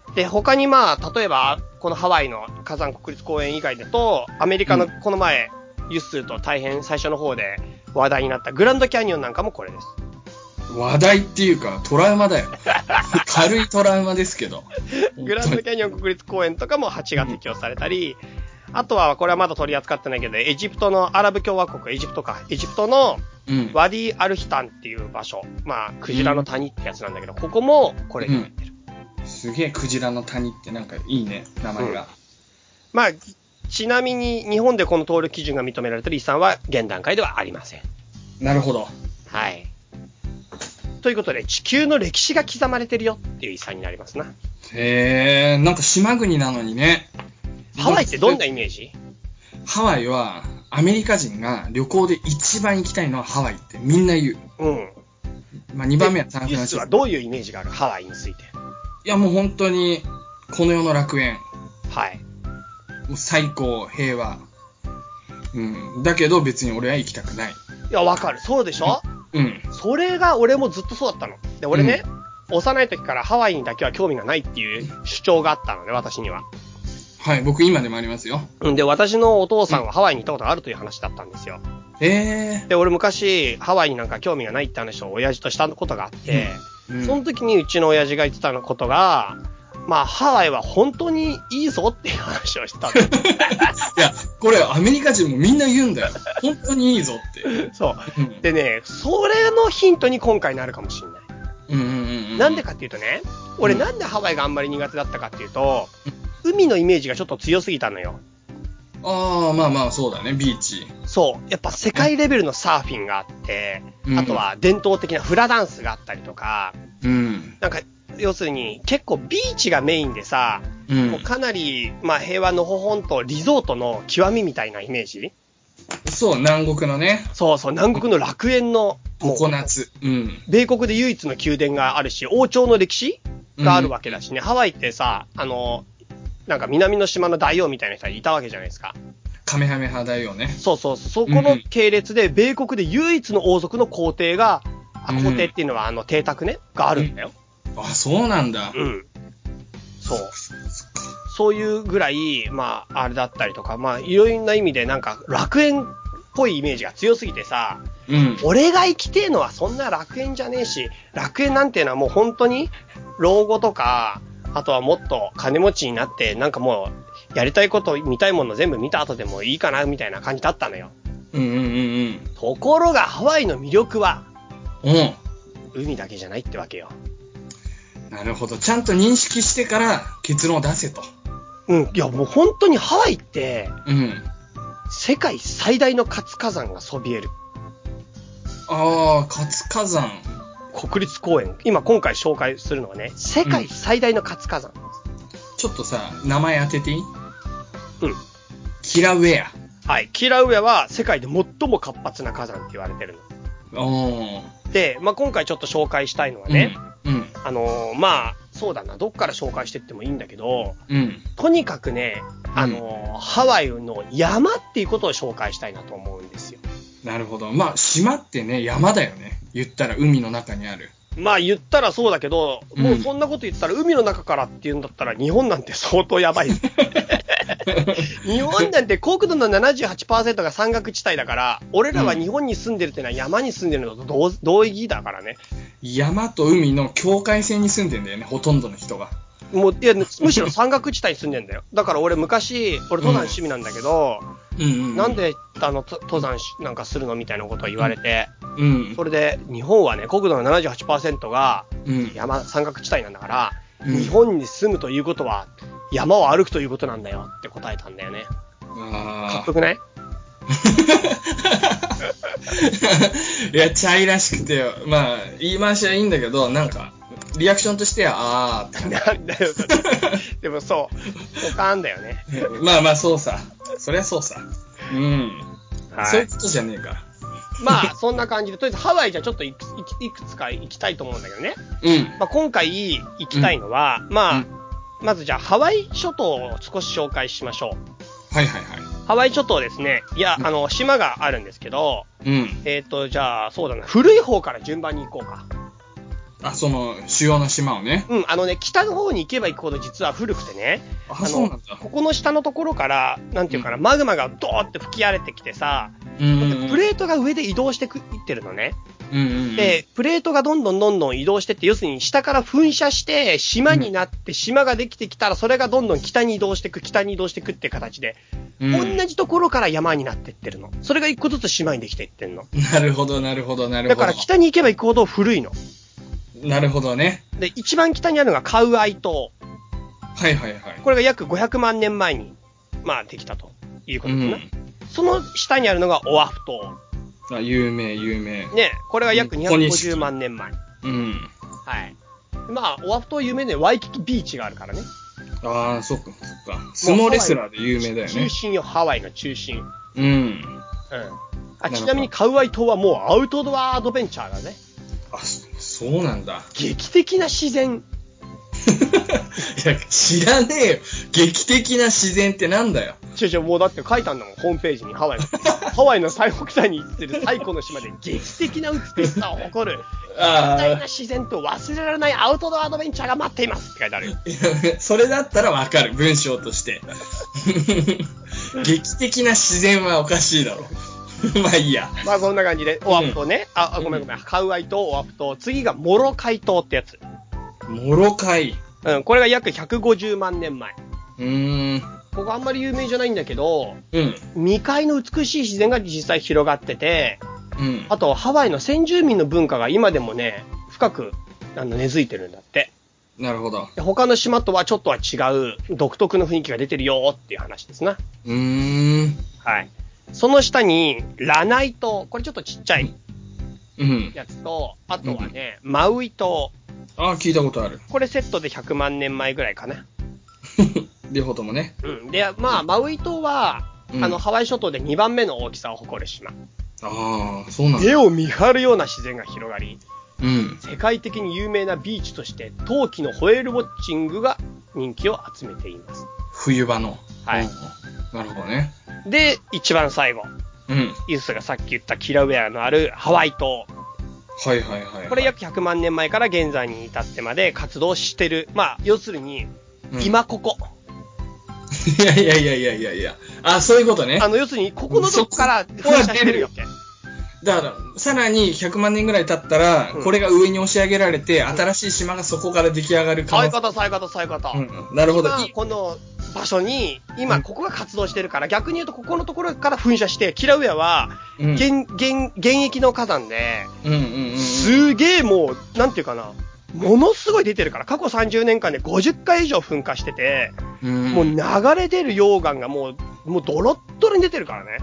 [SPEAKER 4] うん。で、他にまあ、例えば、このハワイの火山国立公園以外だと、アメリカの
[SPEAKER 3] う
[SPEAKER 4] この前、ユッスーと大変最初の方で話題になったグランドキャニオンなんかもこれです。
[SPEAKER 3] 話題っていうか、トラウマだよ。 軽いトラウマですけど。
[SPEAKER 4] グランドキャニオン国立公園とかも8が適用されたり、あとはこれはまだ取り扱ってないけど、エジプトのアラブ共和国、エジプトか、エジプトの
[SPEAKER 3] うん。
[SPEAKER 4] ワディ・アルヒタンっていう場所、まあ、クジラの谷ってやつなんだけど、ここもこれに入ってる。
[SPEAKER 3] すげえ、クジラの谷ってなんかいいね、名前が。
[SPEAKER 4] まあ、ちなみに日本でこの登録基準が認められてる遺産は現段階ではありません。
[SPEAKER 3] なるほど。
[SPEAKER 4] はい。ということで、地球の歴史が刻まれてるよっていう遺産になりますな。
[SPEAKER 3] へえ、なんか島国なのにね。
[SPEAKER 4] ハワイってどんなイメージ
[SPEAKER 3] ハワイは、アメリカ人が旅行で一番行きたいのはハワイってみんな言う。
[SPEAKER 4] うん。
[SPEAKER 3] まあ、2番目はサンフ
[SPEAKER 4] ユ
[SPEAKER 3] ラ
[SPEAKER 4] ー
[SPEAKER 3] ンシ
[SPEAKER 4] ス
[SPEAKER 3] ス
[SPEAKER 4] は
[SPEAKER 3] コ。
[SPEAKER 4] どういうイメージがあるハワイについて。
[SPEAKER 3] いや、もう本当に、この世の楽園。
[SPEAKER 4] はい。
[SPEAKER 3] もう最高、平和。うん。だけど別に俺は行きたくない。
[SPEAKER 4] いや、わかる。そうでしょ
[SPEAKER 3] うん。
[SPEAKER 4] それが俺もずっとそうだったの。で、俺ね、幼い時からハワイにだけは興味がないっていう主張があったのね、私には。
[SPEAKER 3] はい、僕今でもありますよ。
[SPEAKER 4] うんで、私のお父さんはハワイに行ったことがあるという話だったんですよ。
[SPEAKER 3] ええ
[SPEAKER 4] で、俺昔、ハワイになんか興味がないって話を親父としたことがあって、
[SPEAKER 3] うん
[SPEAKER 4] その時にうちの親父が言ってたのことが、まあ、ハワイは本当にいいぞっていう話をしてたんだ
[SPEAKER 3] いや、これアメリカ人もみんな言うんだよ。本当にいいぞって。
[SPEAKER 4] そうう。
[SPEAKER 3] ん
[SPEAKER 4] でね、それのヒントに今回なるかもしれない。
[SPEAKER 3] うんうんうんう
[SPEAKER 4] なんでかっていうとね、俺なんでハワイがあんまり苦手だったかっていうと、海のイメージがちょっと強すぎたのよ。
[SPEAKER 3] ああ、まあまあ、そうだね、ビーチ。
[SPEAKER 4] そう。やっぱ世界レベルのサーフィンがあって、
[SPEAKER 3] うん
[SPEAKER 4] あとは伝統的なフラダンスがあったりとか、
[SPEAKER 3] うん。
[SPEAKER 4] なんか、要するに結構ビーチがメインでさ、
[SPEAKER 3] うん
[SPEAKER 4] もう。かなり、まあ、平和のほほんとリゾートの極みみたいなイメージ
[SPEAKER 3] そう、南国のね、
[SPEAKER 4] そうそう、南国の楽園の、も
[SPEAKER 3] コ
[SPEAKER 4] う
[SPEAKER 3] コナッツ。うん。
[SPEAKER 4] 米国で唯一の宮殿があるし、王朝の歴史があるわけだしね、ハワイってさ、あの、なんか南の島の大王みたいな人がいたわけじゃないですか。
[SPEAKER 3] カメハメ派だよね。
[SPEAKER 4] そうそう、そこの系列で、米国で唯一の王族の皇帝が、あ
[SPEAKER 3] うん
[SPEAKER 4] 皇帝っていうのはあの邸宅ね、があるんだよ。
[SPEAKER 3] あ、そうなんだ。
[SPEAKER 4] うん。そう。そういうぐらい、まあ、あれだったりとか、まあ、いろんな意味で、なんか、楽園っぽいイメージが強すぎてさ、
[SPEAKER 3] うん。
[SPEAKER 4] 俺が生きてえのはそんな楽園じゃねえし、楽園なんていうのはもう本当に、老後とか、あとはもっと金持ちになって、なんかもう、やりたいこと、見たいもの全部見た後でもいいかな、みたいな感じだったのよ。
[SPEAKER 3] うんうんうん
[SPEAKER 4] ところが、ハワイの魅力は、
[SPEAKER 3] うん。うん。
[SPEAKER 4] 海だけじゃないってわけよ。
[SPEAKER 3] なるほど。ちゃんと認識してから結論を出せと。
[SPEAKER 4] うん、いやもう本当にハワイって、
[SPEAKER 3] うん。
[SPEAKER 4] 世界最大の活火山がそびえる
[SPEAKER 3] ああ、活火山。
[SPEAKER 4] 国立公園、今今回紹介するのはね、世界最大の活火山。
[SPEAKER 3] ちょっとさ、名前当てていい
[SPEAKER 4] うん。
[SPEAKER 3] キラウェア。
[SPEAKER 4] はい。キラウエは世界で最も活発な火山って言われてる
[SPEAKER 3] おー。
[SPEAKER 4] の。で、まあ、今回ちょっと紹介したいのはね、
[SPEAKER 3] うん。
[SPEAKER 4] あのーまあ、そうだな、どっから紹介してってもいいんだけど、
[SPEAKER 3] うん。
[SPEAKER 4] とにかくね、あのーハワイの山っていうことを紹介したいなと思うんですよ。
[SPEAKER 3] なるほど。まあ、島ってね、山だよね。言ったら海の中にある。
[SPEAKER 4] まあ言ったらそうだけど、もううんそんなこと言ったら海の中からっていうんだったら日本なんて相当やばい。日本なんて国土の78%が山岳地帯だから、俺らは日本に住んでるってのは山に住んでるのと同同意義だからね。
[SPEAKER 3] 山と海の境界線に住んでんだよね、ほとんどの人が。
[SPEAKER 4] もう、いや、むしろ山岳地帯に住んでんだよ。だから俺昔、俺登山趣味なんだけど、
[SPEAKER 3] うんうん。
[SPEAKER 4] なんで、あの、と登山しなんかするのみたいなことを言われて、
[SPEAKER 3] うん
[SPEAKER 4] そ。れで、日本はね、国土の78%が
[SPEAKER 3] うん。
[SPEAKER 4] 山、山岳地帯なんだから、
[SPEAKER 3] うん
[SPEAKER 4] 日本に住むということは、山を歩くということなんだよって答えたんだよね。かっ
[SPEAKER 3] あ
[SPEAKER 4] こよくない
[SPEAKER 3] ー いや、チャイらしくてよ。まあ、言い回しはいいんだけど、なんか、リアクションとしては、あーって 感じ
[SPEAKER 4] なんだよ、それ でもそう、他あんだよね。
[SPEAKER 3] まあまあ、そうさ。そりゃそうさ。うん。そういう。ことじゃねえか。
[SPEAKER 4] まあ、そんな感じで、とりあえずハワイじゃちょっといくいくいくつか行きたいと思うんだけどね。
[SPEAKER 3] うん。
[SPEAKER 4] まあ、今回行きたいのは、まあ、
[SPEAKER 3] うん
[SPEAKER 4] まずじゃあハワイ諸島を少し紹介しましょう。
[SPEAKER 3] はいはいは
[SPEAKER 4] ハワイ諸島ですね。いや、あの、島があるんですけど、
[SPEAKER 3] い。うん。
[SPEAKER 4] えっ、と、じゃあ、そうだな。古い方から順番に行こうか。
[SPEAKER 3] あ、その、主要な島をね。
[SPEAKER 4] うん、あのね、北の方に行けば行くほど実は古くてね、
[SPEAKER 3] あ、
[SPEAKER 4] の
[SPEAKER 3] そうなんだ。
[SPEAKER 4] ここの下のところから、なんていうかな、マグマがドーって吹き荒れてきてさ、
[SPEAKER 3] うんうんうん。
[SPEAKER 4] プレートが上で移動してくいってるのね。
[SPEAKER 3] うんうんうん。
[SPEAKER 4] で、プレートがどんどんどんどん移動してって、要するに下から噴射して、島になって、島ができてきたら、それがどんどん北に移動してく、北に移動してくって形で、
[SPEAKER 3] うん
[SPEAKER 4] 同じところから山になってってるの。それが一個ずつ島にできていってんの。
[SPEAKER 3] なるほど、なるほど、なる
[SPEAKER 4] だ
[SPEAKER 3] ほど。
[SPEAKER 4] から北に行けば行くほど古いの。
[SPEAKER 3] なるほどね。
[SPEAKER 4] で、一番北にあるのがカウアイ島。
[SPEAKER 3] はいはいはい。
[SPEAKER 4] これが約500万年前に、まあ、できたということですね。その下にあるのがオアフ島。
[SPEAKER 3] うん。あ、有名、有名。
[SPEAKER 4] ね、これが約
[SPEAKER 3] うん小西
[SPEAKER 4] 250万年前。
[SPEAKER 3] うん。
[SPEAKER 4] はい。まあ、オアフ島有名でワイキキビーチがあるからね。
[SPEAKER 3] ああ、そっか、そっか。相撲レスラーで有名だよね
[SPEAKER 4] 中。心よ、ハワイの中心。うん。
[SPEAKER 3] うん。な
[SPEAKER 4] あ
[SPEAKER 3] るほど
[SPEAKER 4] ちなみにカウアイ島はもうアウトドアアドベンチャーがね、
[SPEAKER 3] あ、そそうなんだ。
[SPEAKER 4] 劇的な自然。
[SPEAKER 3] いや、知らねえよ。劇的な自然ってなんだよ。
[SPEAKER 4] ちょちょ、もうだって書いたんだもん、ホームページにハ ワイの。ハワイの最北端に位置する最古の島で劇的な美しさ を誇る、
[SPEAKER 3] あー
[SPEAKER 4] 巨大な自然と忘れられないアウトドアアドベンチャーが待っていますって書いてあるよ。
[SPEAKER 3] いや それだったらわかる、 文章として。劇的な自然はおかしいだろ。 まあいいや。
[SPEAKER 4] まあそんな感じで、オアフとね、あ、あごめんごめん、カウアイとオアフと、次がモロカイ島ってやつ。
[SPEAKER 3] もろかい。
[SPEAKER 4] うん、これが約150万年前。
[SPEAKER 3] うーん。
[SPEAKER 4] ここあんまり有名じゃないんだけど、
[SPEAKER 3] うん。
[SPEAKER 4] 未開の美しい自然が実際広がってて、
[SPEAKER 3] うん。
[SPEAKER 4] あとハワイの先住民の文化が今でもね、深くあの根付いてるんだって。
[SPEAKER 3] なるほど。
[SPEAKER 4] で他の島とはちょっとは違う独特の雰囲気が出てるよっていう話ですな。
[SPEAKER 3] うーん。
[SPEAKER 4] はい。その下に、ラナイ島。これちょっとちっちゃい
[SPEAKER 3] うん。
[SPEAKER 4] やつと、あとはね、マウイ島。
[SPEAKER 3] ああ、聞いたことある。
[SPEAKER 4] これセットで100万年前ぐらいかな。
[SPEAKER 3] 両方ともね。
[SPEAKER 4] うん。で、まあ、マウイ島は、
[SPEAKER 3] うん
[SPEAKER 4] あの、ハワイ諸島で2番目の大きさを誇る島。
[SPEAKER 3] ああ、そうなんだ。
[SPEAKER 4] 目を見張るような自然が広がり、
[SPEAKER 3] うん。
[SPEAKER 4] 世界的に有名なビーチとして、冬季のホエールウォッチングが人気を集めています。
[SPEAKER 3] 冬場の。
[SPEAKER 4] はい
[SPEAKER 3] うん。なるほどね。
[SPEAKER 4] で、一番最後。
[SPEAKER 3] うん。
[SPEAKER 4] イースがさっき言ったキラウェアのあるハワイ島。
[SPEAKER 3] はいはいはいはい。
[SPEAKER 4] これ約100万年前から現在に至ってまで活動してる。まあ、要するに、
[SPEAKER 3] うん
[SPEAKER 4] 今ここ。
[SPEAKER 3] いやいやいやいやいやいや。あ、そういうことね
[SPEAKER 4] あ。の、要するに、ここのとこから
[SPEAKER 3] そ
[SPEAKER 4] 噴
[SPEAKER 3] こは
[SPEAKER 4] 射してるよって。
[SPEAKER 3] だから、さらに100万年ぐらい経ったら、
[SPEAKER 4] うん
[SPEAKER 3] これが上に押し上げられて、新しい島がそこから出来上がる可
[SPEAKER 4] そういう
[SPEAKER 3] 能
[SPEAKER 4] こと、そういうこと、そういうこと。
[SPEAKER 3] うん、なるほど。
[SPEAKER 4] 今、
[SPEAKER 3] い
[SPEAKER 4] この場所に、
[SPEAKER 3] う
[SPEAKER 4] 今、
[SPEAKER 3] ん
[SPEAKER 4] ここが活動してるから、逆に言うと、ここのところから噴射して、キラウェアは、
[SPEAKER 3] うん
[SPEAKER 4] 現、現、現役の火山で、
[SPEAKER 3] うんうんうんうん。
[SPEAKER 4] すげえもう、なんていうかな、ものすごい出てるから、過去30年間で50回以上噴火してて、
[SPEAKER 3] うん
[SPEAKER 4] もう流れ出る溶岩がもう、もうドロッドロに出てるからね。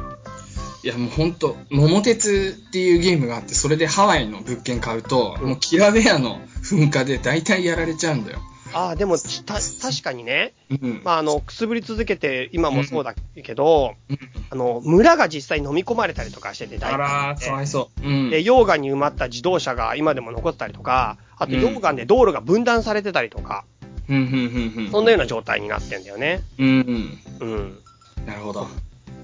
[SPEAKER 3] いやもうほんと、桃鉄っていうゲームがあって、それでハワイの物件買うと、
[SPEAKER 4] うん
[SPEAKER 3] もうキラウェアの噴火で大体やられちゃうんだよ。
[SPEAKER 4] ああ、でも、た、確かにね、
[SPEAKER 3] うん。
[SPEAKER 4] まあ、あの、くすぶり続けて、今もそうだけど、
[SPEAKER 3] うん
[SPEAKER 4] あの、村が実際飲み込まれたりとかしてて、大
[SPEAKER 3] あらー、かわいそう。うん。
[SPEAKER 4] で、溶岩に埋まった自動車が今でも残ったりとか、あと
[SPEAKER 3] うん
[SPEAKER 4] 溶岩で道路が分断されてたりとか、
[SPEAKER 3] うん、うん、うん、うん。
[SPEAKER 4] そんなような状態になってんだよね。
[SPEAKER 3] うん、うん。
[SPEAKER 4] うん。
[SPEAKER 3] なるほど。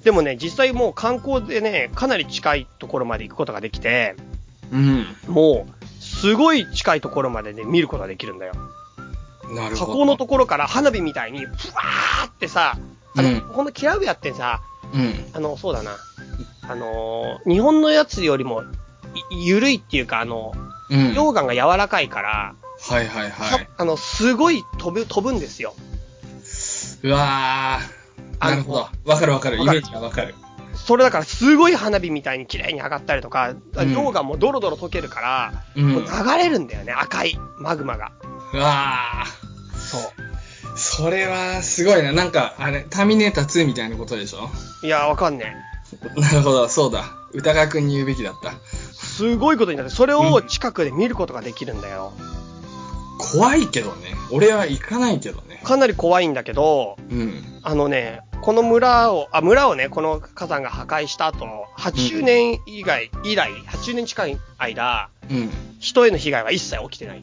[SPEAKER 4] でもね、実際もう観光でね、かなり近いところまで行くことができて、
[SPEAKER 3] うん。
[SPEAKER 4] もう、すごい近いところまでね、見ることができるんだよ。
[SPEAKER 3] なる
[SPEAKER 4] 河
[SPEAKER 3] ほど。
[SPEAKER 4] 口のところから花火みたいに、ふわーってさ、あの、
[SPEAKER 3] うん
[SPEAKER 4] このキラウやってさ、
[SPEAKER 3] うん。
[SPEAKER 4] あの、そうだな、あのー日本のやつよりも、い緩いっていうか、あの、
[SPEAKER 3] うん。
[SPEAKER 4] 溶岩が柔らかいから、
[SPEAKER 3] はいはいはい
[SPEAKER 4] さ。あの、すごい飛ぶ、飛ぶんですよ。
[SPEAKER 3] うわー。
[SPEAKER 4] あの
[SPEAKER 3] なるほど。わかるわかる。イ
[SPEAKER 4] わか
[SPEAKER 3] メ
[SPEAKER 4] る
[SPEAKER 3] ージがわかる。
[SPEAKER 4] それだから、すごい花火みたいに綺麗に上がったりとか、溶岩もドロドロ溶けるから、
[SPEAKER 3] うん。
[SPEAKER 4] もう
[SPEAKER 3] う
[SPEAKER 4] 流れるんだよね、赤いマグマが。
[SPEAKER 3] わ
[SPEAKER 4] そう。
[SPEAKER 3] ー。それはすごいな。なんか、あれ、ターミネーター2みたいなことでしょ
[SPEAKER 4] いや、わかんね
[SPEAKER 3] なるほど、そうだ。歌川くんに言うべきだった。
[SPEAKER 4] え。すごいことになって、それを近くで見ることができるんだよ。
[SPEAKER 3] 怖いけどね。俺は行かないけどね。
[SPEAKER 4] かなり怖いんだけど、
[SPEAKER 3] うん。
[SPEAKER 4] あのね、この村を、あ、村をね、この火山が破壊した後、80年以外、以来、80年近い間、
[SPEAKER 3] う
[SPEAKER 4] 人への被害は一切起きてない。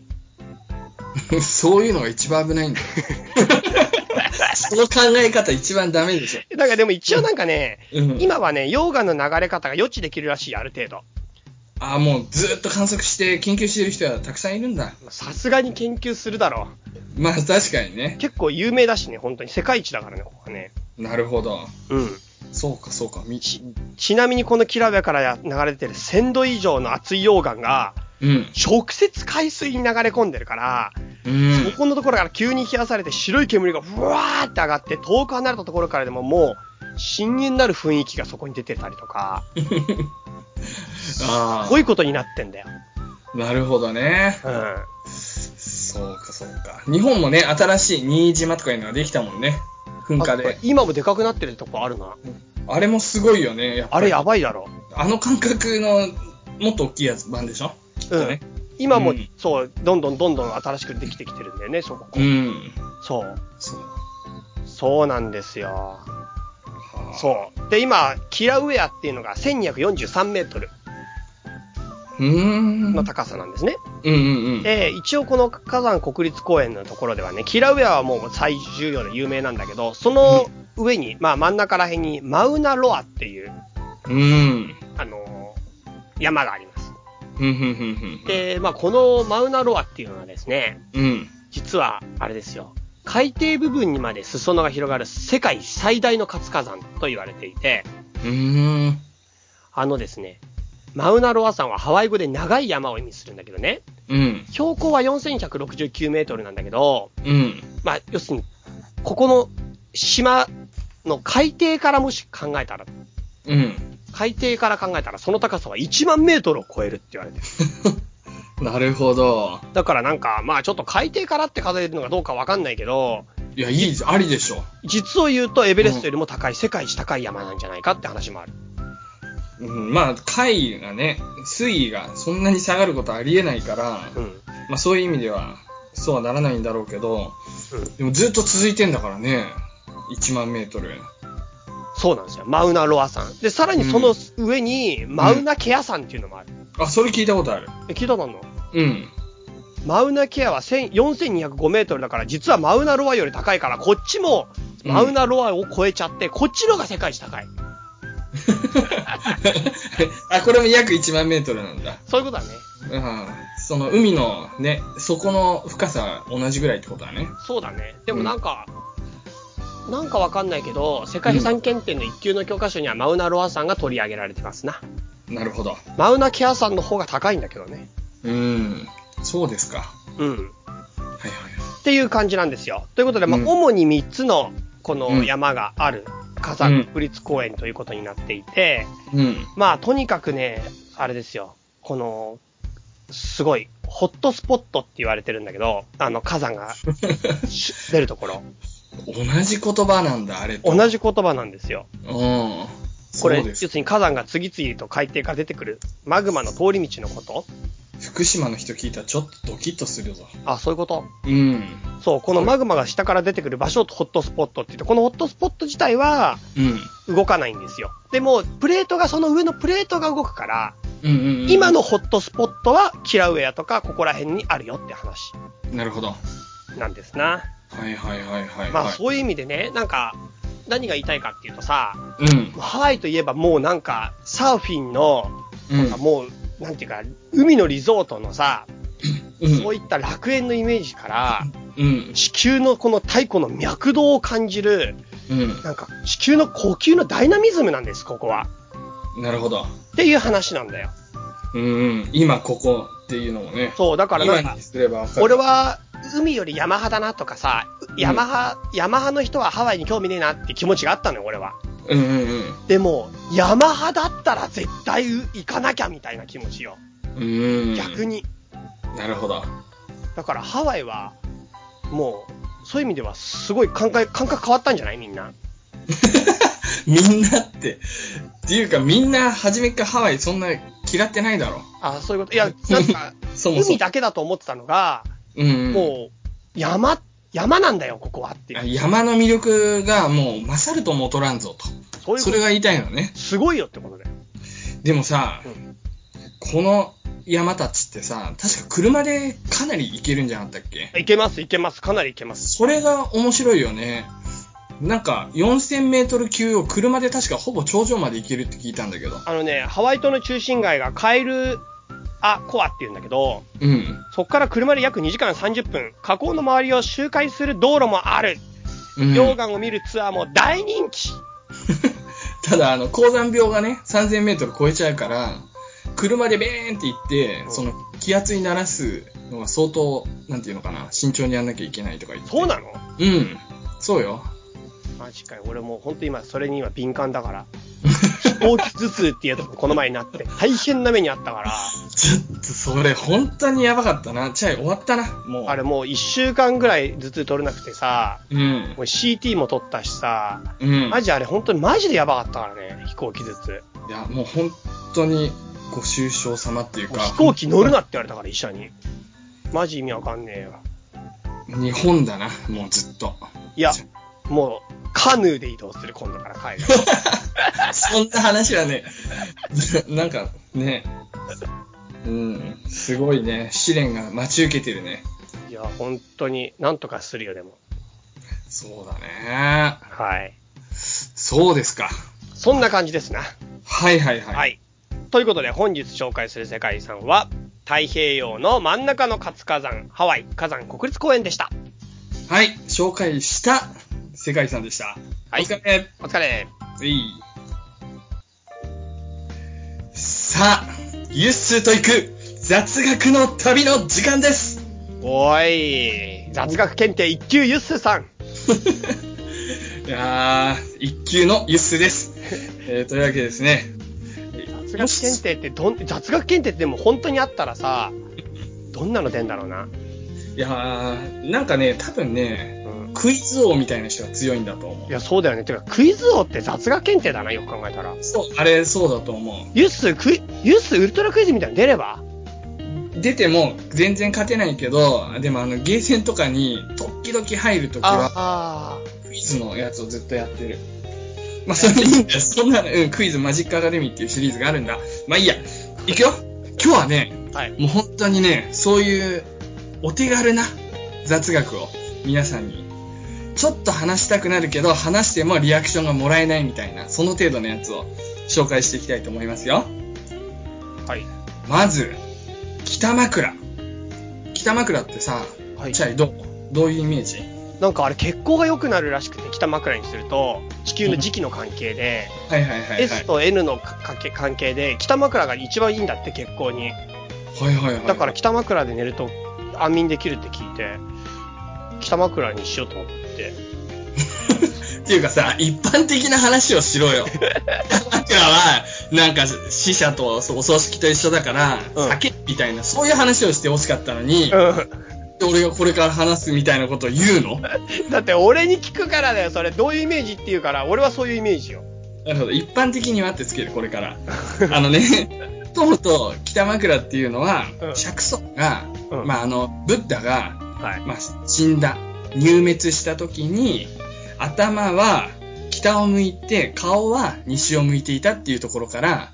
[SPEAKER 3] ん。 そういうのが一番危ないんだよ。 その考え方一番ダメでしょ。
[SPEAKER 4] なんかでも一応なんかね、
[SPEAKER 3] うん。
[SPEAKER 4] 今はね、溶岩の流れ方が予知できるらしいよ、ある程度。
[SPEAKER 3] ああ、もうずっと観測して研究してる人はたくさんいるんだ。
[SPEAKER 4] さすがに研究するだろ
[SPEAKER 3] まあ確かにね
[SPEAKER 4] う。。結構有名だしね、本当に。世界一だからね、ここはね。
[SPEAKER 3] なるほど。
[SPEAKER 4] うん。
[SPEAKER 3] そうかそうか。み
[SPEAKER 4] ち、ちなみにこのキラベから流れてる1000度以上の熱い溶岩が、
[SPEAKER 3] うん。
[SPEAKER 4] 直接海水に流れ込んでるから、
[SPEAKER 3] うん。
[SPEAKER 4] そこのところから急に冷やされて白い煙がふわーって上がって、遠く離れたところからでももう、深淵なる雰囲気がそこに出てたりとか、
[SPEAKER 3] あ
[SPEAKER 4] すご
[SPEAKER 3] あ
[SPEAKER 4] いことになってんだよ。
[SPEAKER 3] なるほどね。
[SPEAKER 4] うん。
[SPEAKER 3] そうかそうか。日本もね、新しい新島とかいうのができたもんね。噴火
[SPEAKER 4] あ
[SPEAKER 3] で。
[SPEAKER 4] 今もでかくなってるとこあるな。
[SPEAKER 3] あれもすごいよね。やっぱ
[SPEAKER 4] あ
[SPEAKER 3] り
[SPEAKER 4] れやばいだろ。
[SPEAKER 3] あの感覚のもっと大きいやつ版でしょきっとね。
[SPEAKER 4] 今も、
[SPEAKER 3] うん
[SPEAKER 4] そう、どんどんどんどん新しくできてきてるんだよね、そこ。
[SPEAKER 3] うん。
[SPEAKER 4] そう。
[SPEAKER 3] そう。
[SPEAKER 4] そうなんですよ。
[SPEAKER 3] はあ
[SPEAKER 4] そう。で、今、キラウェアっていうのが1243メートル
[SPEAKER 3] う。うーん。
[SPEAKER 4] の高さなんですね。
[SPEAKER 3] うんうんうん。
[SPEAKER 4] で、一応この火山国立公園のところではね、キラウェアはもう最重要で有名なんだけど、その上に、まあ真ん中ら辺にマウナロアっていう、
[SPEAKER 3] うん。
[SPEAKER 4] あのー山があります。
[SPEAKER 3] うんうんうん
[SPEAKER 4] で、まあこのマウナロアっていうのはですね、
[SPEAKER 3] うん。うん。
[SPEAKER 4] 実は、あれですよ。海底部分にまで裾野が広がる世界最大の活火山と言われていて、
[SPEAKER 3] うーん。
[SPEAKER 4] あのですね、マウナロア山はハワイ語で長い山を意味するんだけどね、
[SPEAKER 3] うん。
[SPEAKER 4] 標高は4169メートルなんだけど、
[SPEAKER 3] うん。
[SPEAKER 4] まあ、要するに、ここの島の海底からもし考えたら、
[SPEAKER 3] うん。
[SPEAKER 4] 海底から考えたら、その高さは1万メートルを超えるって言われてる。
[SPEAKER 3] なるほど。
[SPEAKER 4] だからなんか、まあちょっと海底からって数えるのかどうかわかんないけど、
[SPEAKER 3] いや、いいじゃん。ありでしょ。
[SPEAKER 4] 実を言うとエベレストよりも高い、世界一高い山なんじゃないかって話もある。
[SPEAKER 3] うん。まあ、海がね、水位がそんなに下がることはありえないから、
[SPEAKER 4] うん。うん。
[SPEAKER 3] まあそういう意味では、そうはならないんだろうけど、でもずっと続いてんだからね。1万メートル。
[SPEAKER 4] そうなんですよ。マウナロア山。で、さらにその上に、マウナケア山っていうのもある。
[SPEAKER 3] あ、それ聞いたことある。
[SPEAKER 4] え、聞いたことあるの
[SPEAKER 3] うん。
[SPEAKER 4] マウナケアは1000 4205メートルだから、実はマウナロアより高いから、こっちもマウナロアを超えちゃって、こっちのが世界一高い。
[SPEAKER 3] あ、これも約1万メートルなんだ。
[SPEAKER 4] そういうことだね。
[SPEAKER 3] うん。その海のね、底の深さ同じぐらいってことだね。
[SPEAKER 4] そうだね。でもなんか、なんかわかんないけど、世界遺産検定の一級の教科書にはマウナロア山が取り上げられてますな。
[SPEAKER 3] なるほど。
[SPEAKER 4] マウナケア山の方が高いんだけどね。
[SPEAKER 3] うん。そうですか。
[SPEAKER 4] うん。
[SPEAKER 3] はいは
[SPEAKER 4] っていう感じなんですよ。ということで、まあ
[SPEAKER 3] うん
[SPEAKER 4] 主に3つのこ
[SPEAKER 3] う
[SPEAKER 4] の
[SPEAKER 3] ん
[SPEAKER 4] 山がある火山国立公園ということになっていて、
[SPEAKER 3] い。うん。
[SPEAKER 4] まあとにかくね、あれですよ、この、すごい、ホットスポットって言われてるんだけど、あの火山 がし出るところ、
[SPEAKER 3] 同じ言葉なんだ、あれと。
[SPEAKER 4] 同じ言葉なんですよ。
[SPEAKER 3] うん。
[SPEAKER 4] これ、
[SPEAKER 3] そう
[SPEAKER 4] 要
[SPEAKER 3] です
[SPEAKER 4] するに火山が次々と海底から出てくる、マグマの通り道のこと
[SPEAKER 3] 福島の人聞いたらちょっとドキッとするぞ。
[SPEAKER 4] あ、そういうこと
[SPEAKER 3] うん。
[SPEAKER 4] そう、このマグマが下から出てくる場所をホットスポットって言って、このホットスポット自体は、
[SPEAKER 3] うん。
[SPEAKER 4] 動かないんですよ。でも、プレートが、その上のプレートが動くから、
[SPEAKER 3] うんうん、うん。
[SPEAKER 4] 今。のホットスポットはキラウエアとかここら辺にあるよって話
[SPEAKER 3] なるほど。は
[SPEAKER 4] なんですな。
[SPEAKER 3] いはいはいはい。
[SPEAKER 4] まあ、
[SPEAKER 3] はい
[SPEAKER 4] そういう意味でね、なんか、何が言いたいかっていうとさ、
[SPEAKER 3] うん。
[SPEAKER 4] ハワイといえばもうなんか、サーフィンの、
[SPEAKER 3] うん。
[SPEAKER 4] もう、なんていうか、海のリゾートのさ、
[SPEAKER 3] うん
[SPEAKER 4] そういった楽園のイメージから、
[SPEAKER 3] うん。
[SPEAKER 4] 地球のこの太古の脈動を感じる、
[SPEAKER 3] う
[SPEAKER 4] なんか、地球の呼吸のダイナミズムなんです、ここは。
[SPEAKER 3] ん。なるほど。
[SPEAKER 4] っていう話なんだよ。
[SPEAKER 3] うんうん。今ここっていうのもね。
[SPEAKER 4] そう、だからなん
[SPEAKER 3] 今
[SPEAKER 4] か
[SPEAKER 3] に、すればわかる。
[SPEAKER 4] 俺は海より山派だなとかさ、山派、山派の人はハワイに興味ねえなって気持ちがあったのよ、俺は。
[SPEAKER 3] うんうんうん。
[SPEAKER 4] でも、山派だったら絶対行かなきゃみたいな気持ちよ。
[SPEAKER 3] うーん。
[SPEAKER 4] 逆に。
[SPEAKER 3] なるほど。
[SPEAKER 4] だからハワイは、もう、そういう意味ではすごい感覚、感覚変わったんじゃないみんな。
[SPEAKER 3] みんなって。っていうかみんな初めっからハワイそんな嫌ってないだろ。
[SPEAKER 4] あそういうこと。いや、なんか、
[SPEAKER 3] そもそも。
[SPEAKER 4] 海だけだと思ってたのが、
[SPEAKER 3] うんうん。
[SPEAKER 4] もう、山、山なんだよ、ここはっていう。
[SPEAKER 3] 山の魅力がもう勝るとも劣らんぞと。
[SPEAKER 4] そういう
[SPEAKER 3] そ
[SPEAKER 4] こ
[SPEAKER 3] れ
[SPEAKER 4] と。
[SPEAKER 3] が言いたいのね。
[SPEAKER 4] すごいよってことだよ。
[SPEAKER 3] でもさ、
[SPEAKER 4] うん
[SPEAKER 3] この山たちってさ、確か車でかなり行けるんじゃなかったっけ
[SPEAKER 4] いけます、いけます、かなりいけます。
[SPEAKER 3] それが面白いよね。なんか4000メートル級を車で確かほぼ頂上まで行けるって聞いたんだけど。
[SPEAKER 4] あのね、ハワイ島の中心街がカエルアコアっていうんだけど、
[SPEAKER 3] うん。
[SPEAKER 4] そこから車で約2時間30分、河口の周りを周回する道路もある、
[SPEAKER 3] うん、
[SPEAKER 4] 溶岩を見るツアーも大人気、
[SPEAKER 3] ただ、あの、高山病がね、3000メートル超えちゃうから、車でベーンって行って、
[SPEAKER 4] うん
[SPEAKER 3] その、気圧に慣らすのが相当、なんていうのかな、慎重にやんなきゃいけないとか言って。
[SPEAKER 4] そうなの
[SPEAKER 3] うん。そうよ。
[SPEAKER 4] マジかよ、俺もう本当今、それに今敏感だ から、飛行機頭痛っていうやつもこの前になって、大変な目にあったから、
[SPEAKER 3] ちょっと、それ、本当にやばかったな。チャイ終わったな、もう。
[SPEAKER 4] あれもう1週間ぐらい頭痛取れなくてさ、
[SPEAKER 3] うん。
[SPEAKER 4] もう CT も取ったしさ、
[SPEAKER 3] うん。
[SPEAKER 4] マジあれ本当にマジでやばかったからね、飛行機頭痛。
[SPEAKER 3] いや、もう本当に、ご愁傷様っていう
[SPEAKER 4] もう
[SPEAKER 3] か。
[SPEAKER 4] 飛行機乗るなって言われたから、医者に。マジ意味わかんねえよ。
[SPEAKER 3] 日本だな、もうずっと。
[SPEAKER 4] いや、もう、カヌーで移動する、今度から海外。
[SPEAKER 3] そんな話はね、ななんかね、うん、すごいね、試練が待ち受けてるね。
[SPEAKER 4] いや、本当に、なんとかするよ、でも。
[SPEAKER 3] そうだね。
[SPEAKER 4] はい。
[SPEAKER 3] そうですか。
[SPEAKER 4] そんな感じですな。
[SPEAKER 3] はいはいはい。
[SPEAKER 4] はい。ということで、本日紹介する世界遺産は、太平洋の真ん中の活火山、ハワイ火山国立公園でした。
[SPEAKER 3] はい、紹介した世界遺産でした。
[SPEAKER 4] はい
[SPEAKER 3] お疲れ。
[SPEAKER 4] お疲れ。
[SPEAKER 3] ういさあ、ユッスーと行く雑学の旅の時間です。
[SPEAKER 4] おい、雑学検定一級ユッスーさん。
[SPEAKER 3] いやー、一級のユッスーです。えー、というわけでですね。
[SPEAKER 4] 雑学検定ってどん、雑学検定ってでも本当にあったらさ、どんなの出んだろうな。
[SPEAKER 3] いやー、なんかね、多分ね、
[SPEAKER 4] うん。
[SPEAKER 3] クイズ王みたいな人が強いんだと思
[SPEAKER 4] いや、そうだよね。てか、クイズ王って雑学検定だな、よく考えたら。
[SPEAKER 3] う。そう、あれ、そうだと思う。
[SPEAKER 4] ユッスークイ、ユッスーウルトラクイズみたいなの出れば
[SPEAKER 3] 出ても全然勝てないけど、でもあの、ゲーセンとかに、時々入るときは、
[SPEAKER 4] ああ。
[SPEAKER 3] クイズのやつをずっとやってる。まあ、それでいいんだよ。そんなの、うん、クイズマジックアカデミーっていうシリーズがあるんだ。まあいいや。行くよ。今日はね、
[SPEAKER 4] はい。
[SPEAKER 3] もう本当にね、そういうお手軽な雑学を皆さんに、ちょっと話したくなるけど、話してもリアクションがもらえないみたいな、その程度のやつを紹介していきたいと思いますよ。
[SPEAKER 4] はい。
[SPEAKER 3] まず、北枕。北枕ってさ、
[SPEAKER 4] はい
[SPEAKER 3] チャイどうどういうイメージ
[SPEAKER 4] なんかあれ血行が良くなるらしくて北枕にすると地球の時期の関係で、
[SPEAKER 3] はいはいはいはい。
[SPEAKER 4] S と N のかかけ関係で北枕が一番いいんだって血行に
[SPEAKER 3] はいはいはい。
[SPEAKER 4] だから北枕で寝ると安眠できるって聞いて北枕にしようと思って
[SPEAKER 3] っていうかさ、一般的な話をしろよ。枕は、なんか死者とそうお葬式と一緒だから、
[SPEAKER 4] うん
[SPEAKER 3] 酒みたいな、そういう話をしてほしかったのに、
[SPEAKER 4] う
[SPEAKER 3] 俺がこれから話すみたいなことを言うの
[SPEAKER 4] んだ って俺に聞くからだよそれどういうイメージっていうから俺はそういうイメージよ
[SPEAKER 3] なるほど、一般的にはってつける、これから。あのね、ともと北枕っていうのは、
[SPEAKER 4] うん
[SPEAKER 3] 釈尊が、
[SPEAKER 4] うん
[SPEAKER 3] まああの、ブッダが、
[SPEAKER 4] はい
[SPEAKER 3] まあ、死んだ、入滅した時に、頭は北を向いて、顔は西を向いていたっていうところから、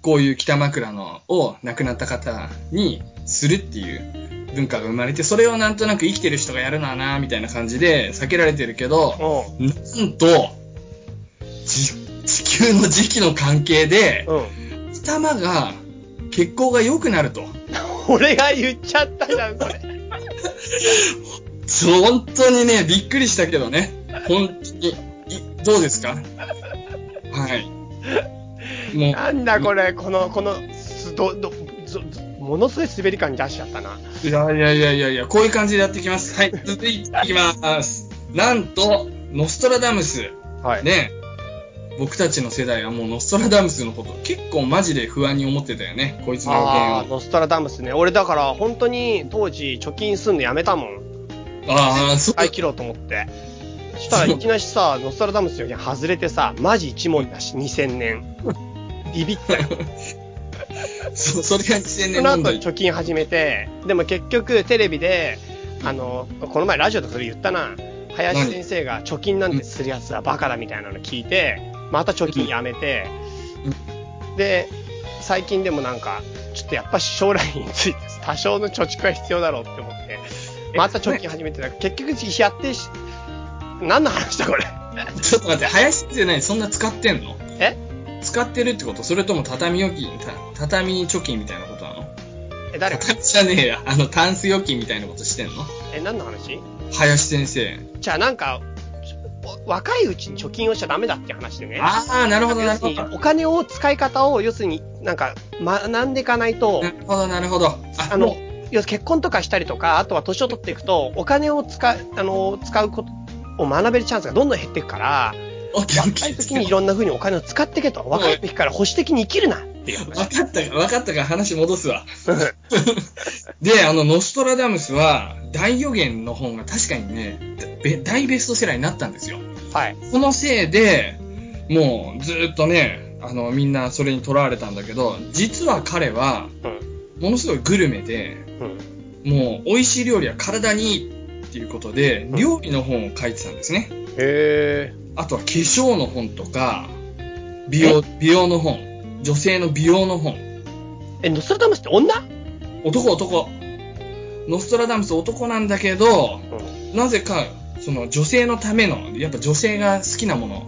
[SPEAKER 3] こういう北枕のを亡くなった方にするっていう文化が生まれて、それをなんとなく生きてる人がやるのはな、みたいな感じで避けられてるけど、
[SPEAKER 4] う
[SPEAKER 3] なんと、じ地球の時期の関係で、
[SPEAKER 4] んうん
[SPEAKER 3] 頭が血行が良くなると。
[SPEAKER 4] 俺が言っちゃったじゃんそれ
[SPEAKER 3] そう本当にね、びっくりしたけどね。本当に。いどうですかはい。もう、
[SPEAKER 4] なんだこれこのこのすどどぞぞものすごい滑り感出しちゃったない
[SPEAKER 3] やいやいやいやいや、こういう感じでやっていきます。はい、続いていきます。なんと、ノストラダムス。
[SPEAKER 4] はい
[SPEAKER 3] ね。僕たちの世代はもうノストラダムスのこと、結構マジで不安に思ってたよね。こいつの予言
[SPEAKER 4] あ
[SPEAKER 3] を
[SPEAKER 4] あ。ノストラダムスね俺だから本当に当時貯金すんのやめたもん
[SPEAKER 3] ああ、そう
[SPEAKER 4] 買い切ろうと思ってそしたらいきなりさノストラダムスより外れてさマジ一問だし2000年ビビったよ
[SPEAKER 3] そそれが2000
[SPEAKER 4] そ
[SPEAKER 3] 年
[SPEAKER 4] の
[SPEAKER 3] 問
[SPEAKER 4] 後
[SPEAKER 3] 題。
[SPEAKER 4] 貯金始めてでも結局テレビであのこの前ラジオとかで言ったな林先生が貯金なんてするやつはバカだみたいなの聞いてまた貯金やめてで最近でもなんかちょっとやっぱ将来について多少の貯蓄は必要だろうって思ってまた貯金始めてなんか結局やってし何の話だこれ
[SPEAKER 3] ちょっと待って、林って何そんな使ってんの
[SPEAKER 4] え
[SPEAKER 3] 使ってるってことそれとも畳預金、た畳貯金みたいなことなの
[SPEAKER 4] え、誰
[SPEAKER 3] 畳じゃねえや。あの、タンス預金みたいなことしてんの
[SPEAKER 4] え、何の話
[SPEAKER 3] 林先生。
[SPEAKER 4] じゃあなんか、お若いうちに貯金をしちゃダメだって話でね。
[SPEAKER 3] ああ、なるほど、な
[SPEAKER 4] 要
[SPEAKER 3] る
[SPEAKER 4] す
[SPEAKER 3] ほ
[SPEAKER 4] るに
[SPEAKER 3] ど。な
[SPEAKER 4] お金を使い方を、要するになんか学んでいかないと、
[SPEAKER 3] るほど、なるほど。あ、
[SPEAKER 4] あの
[SPEAKER 3] も、
[SPEAKER 4] 要するに結婚とかしたりとか、あとは年を取っていくと、お金を使う、あの、使うことを学べるチャンスがどんどん減っていくから、
[SPEAKER 3] う、OK
[SPEAKER 4] 若い時にいろんな風にお金を使ってけと。若い時から保守的に生きるなっていう話。
[SPEAKER 3] 分かったか、分かったか、話戻すわ。 で、あの、ノストラダムスは、大予言の本が確かにね、べ大ベストセラーになったんですよ。
[SPEAKER 4] はい。
[SPEAKER 3] そのせいで、もうずーっとね、あの、みんなそれに囚われたんだけど、実は彼は、
[SPEAKER 4] うん。
[SPEAKER 3] ものすごいグルメで、
[SPEAKER 4] うん。
[SPEAKER 3] もう美味しい料理は体にいいっていうことで、
[SPEAKER 4] うん
[SPEAKER 3] 料理の本を書いてたんですね。
[SPEAKER 4] へ
[SPEAKER 3] あとは化粧の本とか、美容、美容の本、女性の美容の本、
[SPEAKER 4] え、ノストラダムスって女
[SPEAKER 3] 男男。ノストラダムス男なんだけど、なぜか、その女性のための、やっぱ女性が好きなもの、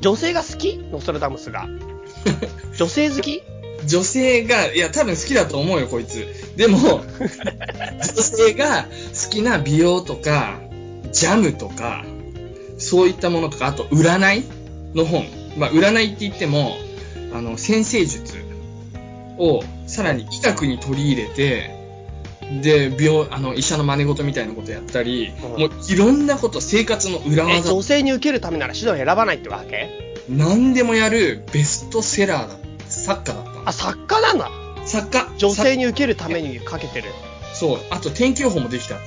[SPEAKER 4] 女性が好きノストラダムスが。 女性好き
[SPEAKER 3] 女性が、いや、多分好きだと思うよ、こいつ。で も、女性が好きな美容とか、ジャムとか、そういったものとか、あと、占いの本。まあ、占いって言っても、あの、先生術。をさらに医学に取り入れて、で、病、あの、医者の真似事みたいなことやったり、
[SPEAKER 4] うん
[SPEAKER 3] もういろんなこと、生活の裏
[SPEAKER 4] え
[SPEAKER 3] 技
[SPEAKER 4] 女、性に受けるためなら手段選ばないってわけ
[SPEAKER 3] 何でもやるベストセラーだ、作家だったん
[SPEAKER 4] あ、
[SPEAKER 3] で
[SPEAKER 4] 作家なんだ。
[SPEAKER 3] す。作家。
[SPEAKER 4] 女性
[SPEAKER 3] に。
[SPEAKER 4] に受けるためにかけてる。
[SPEAKER 3] そう。あと、天気予報もできたって。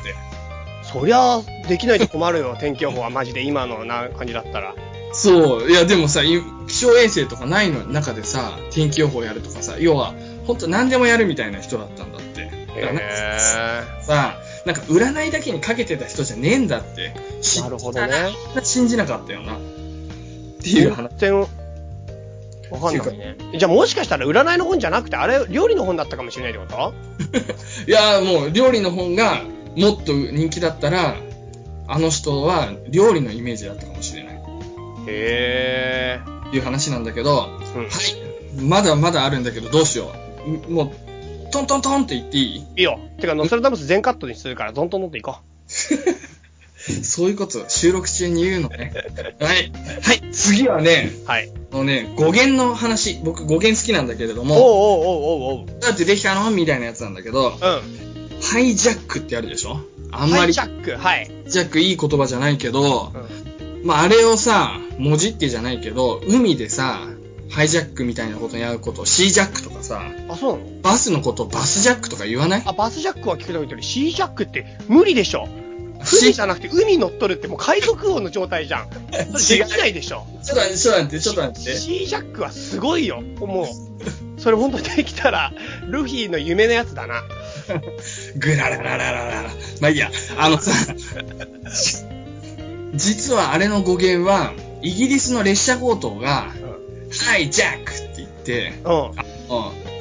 [SPEAKER 4] そりゃ、できないと困るよ。天気予報はマジで今のな感じだったら。
[SPEAKER 3] そう。いや、でもさ、い気象衛星とかないの中でさ、天気予報やるとかさ、要は、ほんと何でもやるみたいな人だったんだって。だからなんか
[SPEAKER 4] へ
[SPEAKER 3] さ、なんか占いだけにかけてた人じゃねえんだって。
[SPEAKER 4] ー。なるほどね。
[SPEAKER 3] ど。信じなかったよな。っていう話。
[SPEAKER 4] 全然、わかんないね。じゃあもしかしたら占いの本じゃなくて、あれ、料理の本だったかもしれないってこと
[SPEAKER 3] いや、もう料理の本がもっと人気だったら、あの人は料理のイメージだったかもしれない。っ
[SPEAKER 4] へえ。
[SPEAKER 3] ていう話なんだけど、
[SPEAKER 4] うん。
[SPEAKER 3] はい。まだまだあるんだけど、どうしよう。んもう、トントントンって言っていい
[SPEAKER 4] いいよ。てか、ノストラダムス全カットにするから、どんどんどんどんいこ
[SPEAKER 3] そういうこと、収録中に言うのね。はい。はい、次はね、
[SPEAKER 4] う。はい。
[SPEAKER 3] あのね、語源の話。僕、語源好きなんだけれど
[SPEAKER 4] お
[SPEAKER 3] も、
[SPEAKER 4] うおうおうおうおう。
[SPEAKER 3] どうやってできたのみたいなやつなんだけど、
[SPEAKER 4] う
[SPEAKER 3] ハイジャックってあるでしょあん
[SPEAKER 4] ん。
[SPEAKER 3] ま
[SPEAKER 4] ハ
[SPEAKER 3] り、
[SPEAKER 4] イ
[SPEAKER 3] ジ
[SPEAKER 4] ジ
[SPEAKER 3] ャ
[SPEAKER 4] ャック、はい。
[SPEAKER 3] ックいい言葉じゃないけど
[SPEAKER 4] う、ん
[SPEAKER 3] まあ、あれをさ、文字ってじゃないけど、海でさ、ハイジャックみたいなことに合うことをシージャックとかさ、
[SPEAKER 4] あ、そうなの
[SPEAKER 3] バスのことをバスジャックとか言わない
[SPEAKER 4] あ、バスジャックは聞くときり、シージャックって無理でしょ。
[SPEAKER 3] シ
[SPEAKER 4] 船
[SPEAKER 3] ー
[SPEAKER 4] じゃなくて海乗っとるってもう海賊王の状態 じゃん。それできないでしょ。
[SPEAKER 3] ちょっと待って、ちょっと待って、ちょっと待って。
[SPEAKER 4] シージャックはすごいよ。もう。それ本当にできたら、ルフィの夢のやつだな。
[SPEAKER 3] ぐららららららら。まあいいや、あの さ、実はあれの語源は、イギリスの列車強盗が、ハイジャックって言って、
[SPEAKER 4] う
[SPEAKER 3] うん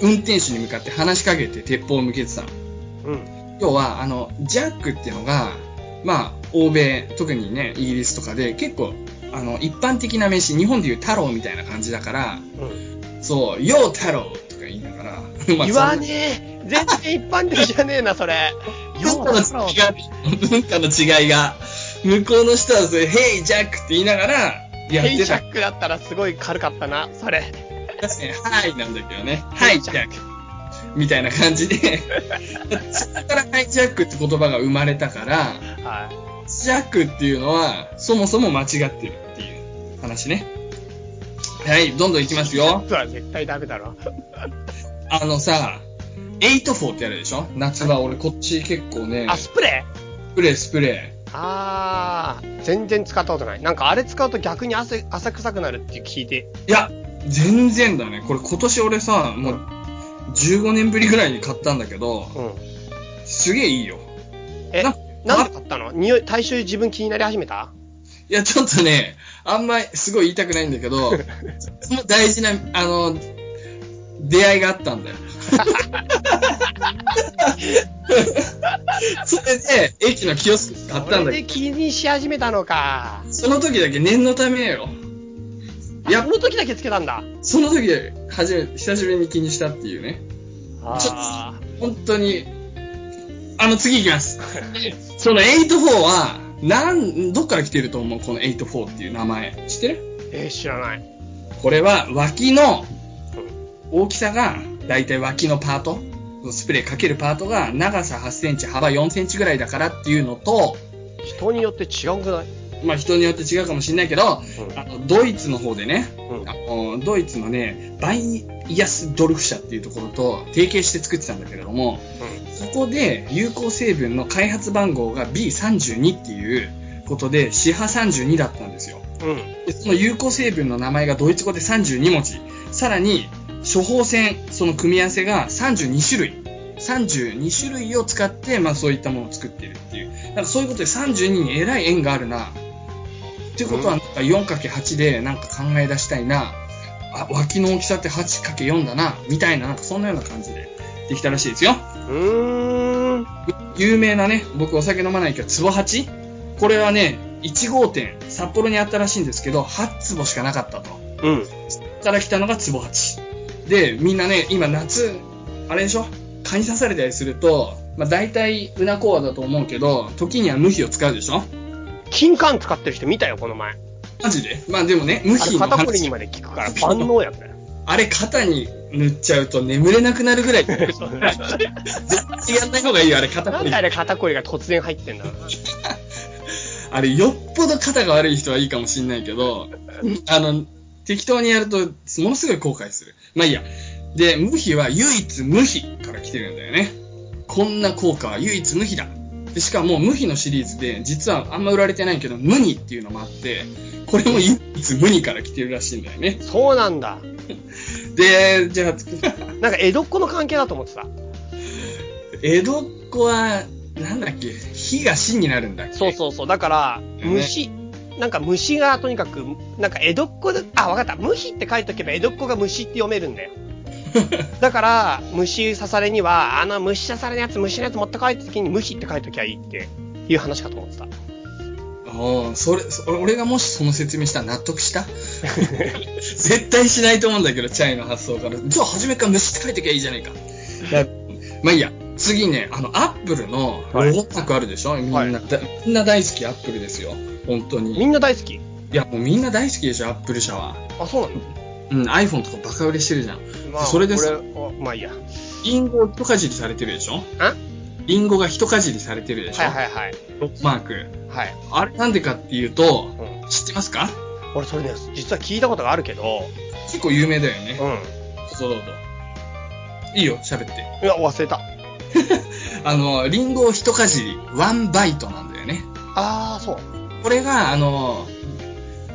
[SPEAKER 3] 運転手に向かって話しかけて鉄砲を向けてたの。
[SPEAKER 4] ん。うん。
[SPEAKER 3] 要は、あの、ジャックっていうのが、まあ、欧米、特にね、イギリスとかで、結構、あの、一般的な名詞、日本でいう太郎みたいな感じだから、
[SPEAKER 4] うん。
[SPEAKER 3] そう、よう太郎とか言いながら、 まあ
[SPEAKER 4] 言わねえ。全然一般的じゃねえな、それ。
[SPEAKER 3] 文化の違い、文化の違いが、向こうの人はそれ、ヘイジャックって言いながら、やっ
[SPEAKER 4] ヘイ
[SPEAKER 3] て
[SPEAKER 4] ジ
[SPEAKER 3] た
[SPEAKER 4] ャ。ックだったらすごい軽かったな、それ。
[SPEAKER 3] 確かに、はいなんだけどね。はい、ジャック。みたいな感じで、そこからハイジャックって言葉が生まれたから、
[SPEAKER 4] は
[SPEAKER 3] ジャックっていうのは、そもそも間違ってるっていう話ね。はい、どんどんいきますよ
[SPEAKER 4] い。。は絶対ダメだろ。
[SPEAKER 3] あのさ、84ってやるでしょ夏場、俺こっち結構ね、
[SPEAKER 4] あ、スプレー
[SPEAKER 3] スプレースプレ
[SPEAKER 4] あー、全然使ったことない。なんかあれ使うと逆に汗、汗臭くなるって聞いて。
[SPEAKER 3] ー。いや、全然だね。これ今年俺さ、もう15年ぶりぐらいに買ったんだけど、
[SPEAKER 4] うん。
[SPEAKER 3] すげえいいよ。
[SPEAKER 4] え
[SPEAKER 3] な、
[SPEAKER 4] なんで買ったの匂い、大衆自分気になり始めた
[SPEAKER 3] いや、ちょっとね、あんまりすごい言いたくないんだけど、その大事な、あの、出会いがあったんだよ。それで、駅のキオスク買ったん
[SPEAKER 4] そ
[SPEAKER 3] だ
[SPEAKER 4] れで
[SPEAKER 3] けど、
[SPEAKER 4] 気にし始めたのか。
[SPEAKER 3] その時だけ念のためよ。いや
[SPEAKER 4] この時だけつけたんだ。
[SPEAKER 3] その時で初め、久しぶりに気にしたっていうね。
[SPEAKER 4] あ
[SPEAKER 3] 本当に、あの、次いきます。その84は、なん、どっから来てると思うこの84っていう名前。知ってる
[SPEAKER 4] ーえー、知らない。
[SPEAKER 3] これは脇の大きさがだいたい脇のパートスプレーかけるパートが長さ8センチ幅4センチぐらいだからっていうのと
[SPEAKER 4] 人によって違うくない
[SPEAKER 3] まあ人によって違うかもしれないけど
[SPEAKER 4] うん
[SPEAKER 3] あのドイツの方でね
[SPEAKER 4] うん
[SPEAKER 3] あのドイツのねバイアスドルフ社っていうところと提携して作ってたんだけれどもそこで有効成分の開発番号が B32 っていうことで四波32だったんですよ
[SPEAKER 4] うん。うん。
[SPEAKER 3] でその有効成分の名前がドイツ語で32文字。さらに、処方箋、その組み合わせが32種類。32種類を使って、まあそういったものを作っているっていう。なんかそういうことで32にえらい縁があるな。ってことは、なんか 4×8 でなんか考え出したいな。あ、脇の大きさって 8×4 だな。みたいな、なんかそんなような感じでできたらしいですよ。
[SPEAKER 4] うーん。
[SPEAKER 3] 有名なね、僕お酒飲まないけど、壺八これはね、1号店、札幌にあったらしいんですけど、8壺しかなかったと。
[SPEAKER 4] うん。
[SPEAKER 3] から来たのが壺八で、みんなね、今夏、あれでしょ蚊に刺されたりすると、まあ大体、うなこわだと思うけど、時には無比を使うでしょ
[SPEAKER 4] 金管使ってる人見たよ、この前。あ
[SPEAKER 3] マジでまあでもね、無
[SPEAKER 4] れ
[SPEAKER 3] 比の
[SPEAKER 4] 肩こりに
[SPEAKER 3] 話。
[SPEAKER 4] まで効くから万能薬だよ。
[SPEAKER 3] あれ、肩に塗っちゃうと眠れなくなるぐらい。絶 対やんない方がいいよ、あれ、肩
[SPEAKER 4] な
[SPEAKER 3] こ
[SPEAKER 4] ん
[SPEAKER 3] り
[SPEAKER 4] で。あれ肩こりが突然入ってんだろうな。
[SPEAKER 3] あれ、よっぽど肩が悪い人はいいかもしんないけど、あの、適当にやると、ものすごい後悔する。まあいいや。で、無比は唯一無比から来てるんだよね。こんな効果は唯一無比だ。でしかも無比のシリーズで、実はあんま売られてないけど、無二っていうのもあって、これも唯一無二から来てるらしいんだよね。
[SPEAKER 4] そうなんだ。
[SPEAKER 3] で、じゃあ、
[SPEAKER 4] なんか江戸っ子の関係だと思ってた。
[SPEAKER 3] 江戸っ子は、なんだっけ、火が死になるんだっけ
[SPEAKER 4] そうそうそう。だから、
[SPEAKER 3] ね
[SPEAKER 4] 虫、なんか虫がとにかく、なんか江戸っ子で、あ、わかった。無比って書いとけば江戸っ子が虫って読めるんだ よ。だから、虫刺されには、あの虫刺されのやつ、虫のやつ持って帰った時に無比って書いときゃいいっていう話かと思ってた。
[SPEAKER 3] ああ、それ、そ俺がもしその説明したら納得した 絶対しないと思うんだけど、チャイの発想から。じゃあ、初めから虫って書いてきゃいいじゃないか。まあいいや。次ね、あの、アップルのロゴマークあるでしょ、みんな、
[SPEAKER 4] はい
[SPEAKER 3] だみんな大好きアップルですよ。本当に。
[SPEAKER 4] み
[SPEAKER 3] い
[SPEAKER 4] んな大好き。
[SPEAKER 3] や、もうみんな大好きでしょ、アップル社は。
[SPEAKER 4] あ、そうなんだ。
[SPEAKER 3] うん、iPhone とかバカ売れしてるじゃん。
[SPEAKER 4] まあ、
[SPEAKER 3] それでさ
[SPEAKER 4] 俺はまあいいや。ん
[SPEAKER 3] リンゴ一かじりされてるでしょ
[SPEAKER 4] はい
[SPEAKER 3] リンゴが一かじりされてるでしょ
[SPEAKER 4] はいはい。
[SPEAKER 3] ロゴマーク。
[SPEAKER 4] はい。
[SPEAKER 3] あれなんでかっていうと、
[SPEAKER 4] うん。
[SPEAKER 3] 知ってますか
[SPEAKER 4] 俺それね、実は聞いたことがあるけど、
[SPEAKER 3] 結構有名だよね。
[SPEAKER 4] うん。
[SPEAKER 3] そうどうぞ。いいよ、喋って。
[SPEAKER 4] いや、忘れた。
[SPEAKER 3] あの、リンゴを一かじり、ワンバイトなんだよね。
[SPEAKER 4] ああ、そう。
[SPEAKER 3] これが、あの、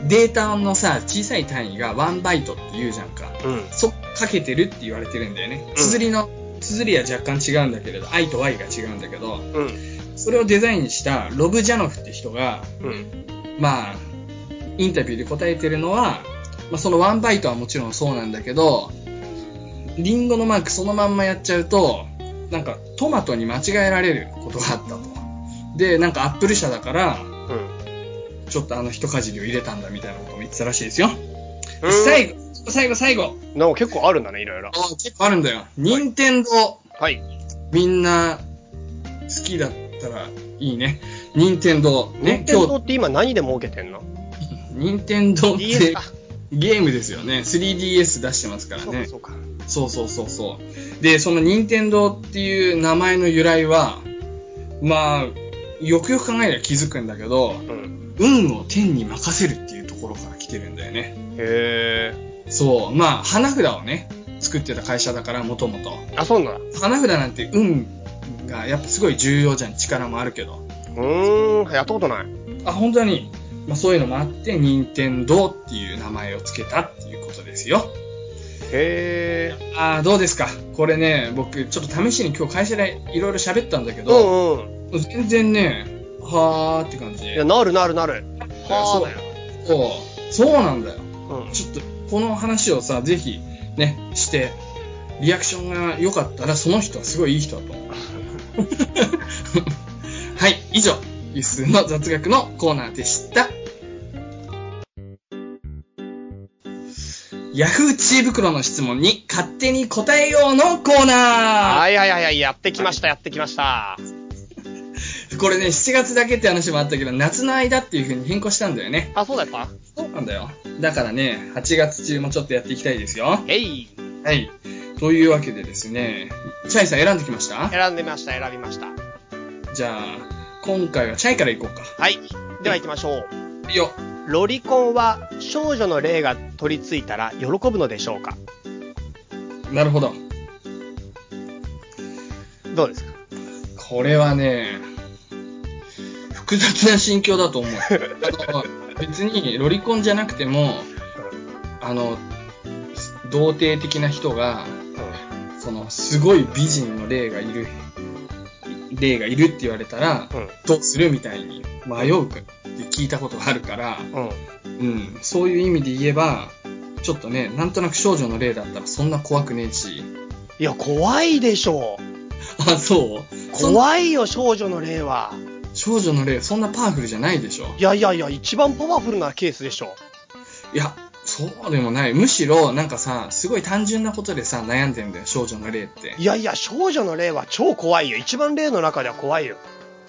[SPEAKER 3] データのさ、小さい単位がワンバイトって言うじゃんか。
[SPEAKER 4] うん。
[SPEAKER 3] そっかけてるって言われてるんだよね。
[SPEAKER 4] ん
[SPEAKER 3] 綴りの、綴りは若干違うんだけれど、I と Y が違うんだけど、
[SPEAKER 4] うん。
[SPEAKER 3] それをデザインしたロブ・ジャノフって人が、
[SPEAKER 4] うん。
[SPEAKER 3] まあ、インタビューで答えてるのは、まあ、そのワンバイトはもちろんそうなんだけど、リンゴのマークそのまんまやっちゃうと、なんかトマトに間違えられることがあったと。で、なんかアップル社だから、
[SPEAKER 4] うん。
[SPEAKER 3] ちょっとあの一かじりを入れたんだみたいなことも言ってたらしいですよ。
[SPEAKER 4] うん
[SPEAKER 3] 最後、最後、最後。
[SPEAKER 4] なんか結構あるんだね、いろいろ
[SPEAKER 3] あ。結構あるんだよ。任天堂。
[SPEAKER 4] はい。
[SPEAKER 3] みんな、好きだったらいいね。任天堂。ね、
[SPEAKER 4] 任天
[SPEAKER 3] 今
[SPEAKER 4] 堂
[SPEAKER 3] 日、
[SPEAKER 4] って今何で儲けてんの
[SPEAKER 3] 任天堂って
[SPEAKER 4] ?DS か。
[SPEAKER 3] ゲームですよね。3DS 出してますから
[SPEAKER 4] そうか
[SPEAKER 3] ね。
[SPEAKER 4] そうか。
[SPEAKER 3] そうそうそうそう。で、その任天堂っていう名前の由来は、まあ、よくよく考えれば気づくんだけど、
[SPEAKER 4] うん。
[SPEAKER 3] 運を天に任せるっていうところから来てるんだよね。
[SPEAKER 4] へえ。
[SPEAKER 3] そう。まあ、花札をね、作ってた会社だから、もともと。
[SPEAKER 4] あ、そうなんだ。
[SPEAKER 3] 花札なんて運がやっぱすごい重要じゃん。力もあるけど。
[SPEAKER 4] うーん。やったことない。
[SPEAKER 3] あ、本当に、まあそういうのもあって、任天堂っていう名前を付けたっていうことですよ。
[SPEAKER 4] へえ。
[SPEAKER 3] あーどうですかこれね、僕、ちょっと試しに今日会社でいろいろ喋ったんだけ
[SPEAKER 4] う
[SPEAKER 3] ど、
[SPEAKER 4] んうん。
[SPEAKER 3] 全然ね、はーって感じ
[SPEAKER 4] いや、なるなるなる。
[SPEAKER 3] そ
[SPEAKER 4] は
[SPEAKER 3] う
[SPEAKER 4] ーだよ。
[SPEAKER 3] そう、そうなんだよ。
[SPEAKER 4] うん。
[SPEAKER 3] ちょっと、この話をさ、ぜひ、ね、して、リアクションが良かったら、その人はすごいいい人だと 思う。はい、以上、ゆすの雑学のコーナーでした。ヤフー知恵袋の質問に勝手に答えようのコーナー
[SPEAKER 4] はいはいはいはい。やってきました、やってきました。
[SPEAKER 3] これね、7月だけって話もあったけど、夏の間っていう風に変更したんだよね。
[SPEAKER 4] あ、そうだった
[SPEAKER 3] そうなんだよ。だからね、8月中もちょっとやっていきたいですよ。
[SPEAKER 4] えい。
[SPEAKER 3] はい。というわけでですね、チャイさん選んできました
[SPEAKER 4] 選んでみました、選びました。
[SPEAKER 3] じゃあ、今回はチャイからいこうか。
[SPEAKER 4] はい。では行きましょう。
[SPEAKER 3] いいよ。
[SPEAKER 4] ロリコンは少女の霊が取り付いたら喜ぶのでしょうか
[SPEAKER 3] なるほど。
[SPEAKER 4] どうですか
[SPEAKER 3] これはね、複雑な心境だ と思う。あの別にロリコンじゃなくても、あの、童貞的な人が、その、すごい美人の霊がいる、霊がいるって言われたら、
[SPEAKER 4] うん。
[SPEAKER 3] どうするみたいに迷うかって聞いたことがあるから、
[SPEAKER 4] うん。
[SPEAKER 3] うん、そういう意味で言えば、ちょっとね、なんとなく少女の霊だったらそんな怖くねえし、
[SPEAKER 4] いや、怖いでしょう。
[SPEAKER 3] あ、そうそん
[SPEAKER 4] 怖いよ、少女の霊は。
[SPEAKER 3] 少女の霊、そんなパワフルじゃないでしょ。
[SPEAKER 4] いやいやいや、一番パワフルなケースでしょ。
[SPEAKER 3] いや、そうでもない。むしろ、なんかさ、すごい単純なことでさ、悩んでんだよ、少女の霊って。
[SPEAKER 4] いやいや、少女の霊は超怖いよ。一番霊の中では怖いよ。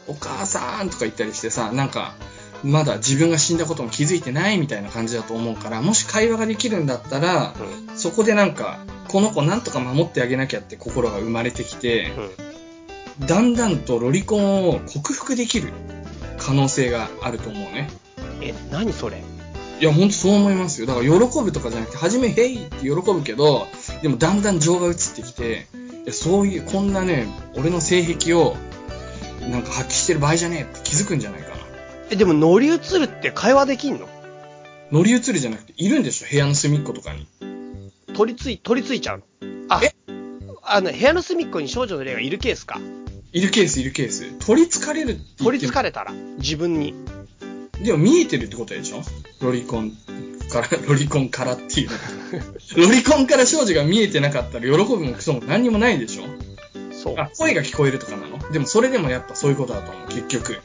[SPEAKER 3] お母さんとか言ったりしてさ、なんか、まだ自分が死んだことも気づいてないみたいな感じだと思うから、もし会話ができるんだったら、そこでなんか、この子なんとか守ってあげなきゃって心が生まれてきて、
[SPEAKER 4] うん。
[SPEAKER 3] だんだんとロリコンを克服できる可能性があると思うね。
[SPEAKER 4] え、何それ
[SPEAKER 3] いや、ほんとそう思いますよ。だから、喜ぶとかじゃなくて、初め、ヘイって喜ぶけど、でも、だんだん情が移ってきて、いやそういう、こんなね、俺の性癖を、なんか発揮してる場合じゃねえって気づくんじゃないかな。
[SPEAKER 4] え、でも乗り移るって会話できんの
[SPEAKER 3] 乗り移るじゃなくて、いるんでしょ部屋の隅っことかに。
[SPEAKER 4] 取りつい、取りついちゃうのあ、
[SPEAKER 3] え
[SPEAKER 4] あの、部屋の隅っこに少女の霊がいるケースか。
[SPEAKER 3] いるケース、いるケース。取り憑かれるって言っても
[SPEAKER 4] 取りつかれたら、自分に。
[SPEAKER 3] でも見えてるってことでしょロリコンから、ロリコンからっていうのがロリコンから少女が見えてなかったら喜ぶもクソも何にもないでしょ
[SPEAKER 4] そう。
[SPEAKER 3] あ、声が聞こえるとかなのでもそれでもやっぱそういうことだと思う、結局。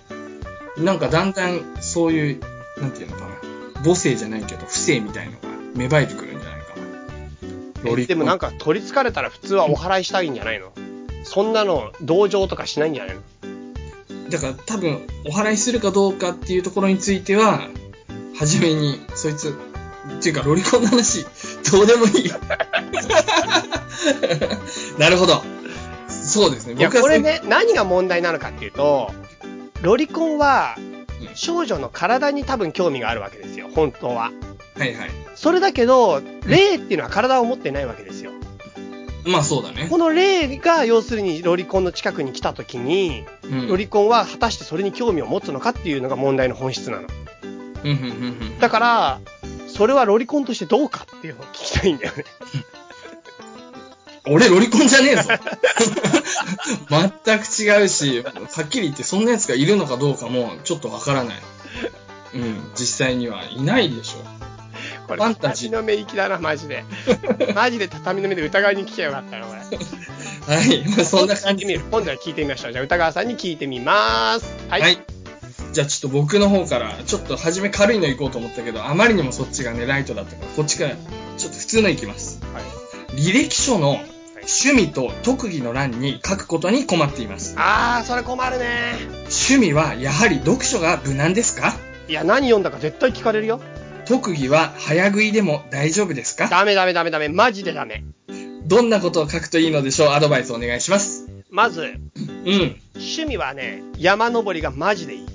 [SPEAKER 3] なんかだんだんそういう、なんていうのかな。母性じゃないけど、不性みたいのが芽生えてくるんじゃないかな。ロリコン。
[SPEAKER 4] でもなん
[SPEAKER 3] か。
[SPEAKER 4] か取りつかれたら普通はお祓いしたいんじゃないのそんなの同情とかしないんじゃないの
[SPEAKER 3] だから多分、お祓いするかどうかっていうところについては、初めに、そいつ、っていうかロリコンの話、どうでも いい。なるほど。そうですね。
[SPEAKER 4] いや、
[SPEAKER 3] 僕は
[SPEAKER 4] こ
[SPEAKER 3] そ
[SPEAKER 4] れ
[SPEAKER 3] う
[SPEAKER 4] ね、何が問題なのかっていうと、ロリコンは
[SPEAKER 3] う、ん
[SPEAKER 4] 少女の体に多分興味があるわけですよ、本当は。
[SPEAKER 3] はいはい。
[SPEAKER 4] それだけど、霊っていうのは体を持ってないわけですよ。
[SPEAKER 3] まあそうだね
[SPEAKER 4] こ。の霊が、要するにロリコンの近くに来た時に、
[SPEAKER 3] うん。
[SPEAKER 4] ロリコンは果たしてそれに興味を持つのかっていうのが問題の本質なの。
[SPEAKER 3] うんうんうんうん。
[SPEAKER 4] だから、それはロリコンとしてどうかっていうのを聞きたいんだよね。
[SPEAKER 3] 俺ロリコンじゃねえぞ。全く違うし、はっきり言ってそんな奴がいるのかどうかもちょっとわからない。うん、実際にはいないでしょ。
[SPEAKER 4] これ、
[SPEAKER 3] ファンタジー
[SPEAKER 4] 畳の目行きだな、マジ で。マジで畳の目で疑いに聞きゃよかったな、これ。
[SPEAKER 3] はい、まあそんな感じ
[SPEAKER 4] 今今度は聞いてみましょう。じゃあ、歌川さんに聞いてみます。はい。
[SPEAKER 3] はい。じゃあちょっと僕の方から、ちょっと初め軽いの行こうと思ったけど、あまりにもそっちがね、ライトだったから、こっちから、ちょっと普通の行きます。
[SPEAKER 4] はい
[SPEAKER 3] 履歴書の趣味と特技の欄に書くことに困っています。
[SPEAKER 4] あー、それ困るね。
[SPEAKER 3] 趣味はやはり読書が無難ですか
[SPEAKER 4] いや、何読んだか絶対聞かれるよ。
[SPEAKER 3] 特技は早食いでも大丈夫ですか
[SPEAKER 4] ダメダメダメダメ。マジでダメ。
[SPEAKER 3] どんなことを書くといいのでしょうアドバイスお願いします。
[SPEAKER 4] まず、
[SPEAKER 3] うん。
[SPEAKER 4] 趣味はね、山登りがマジでいい。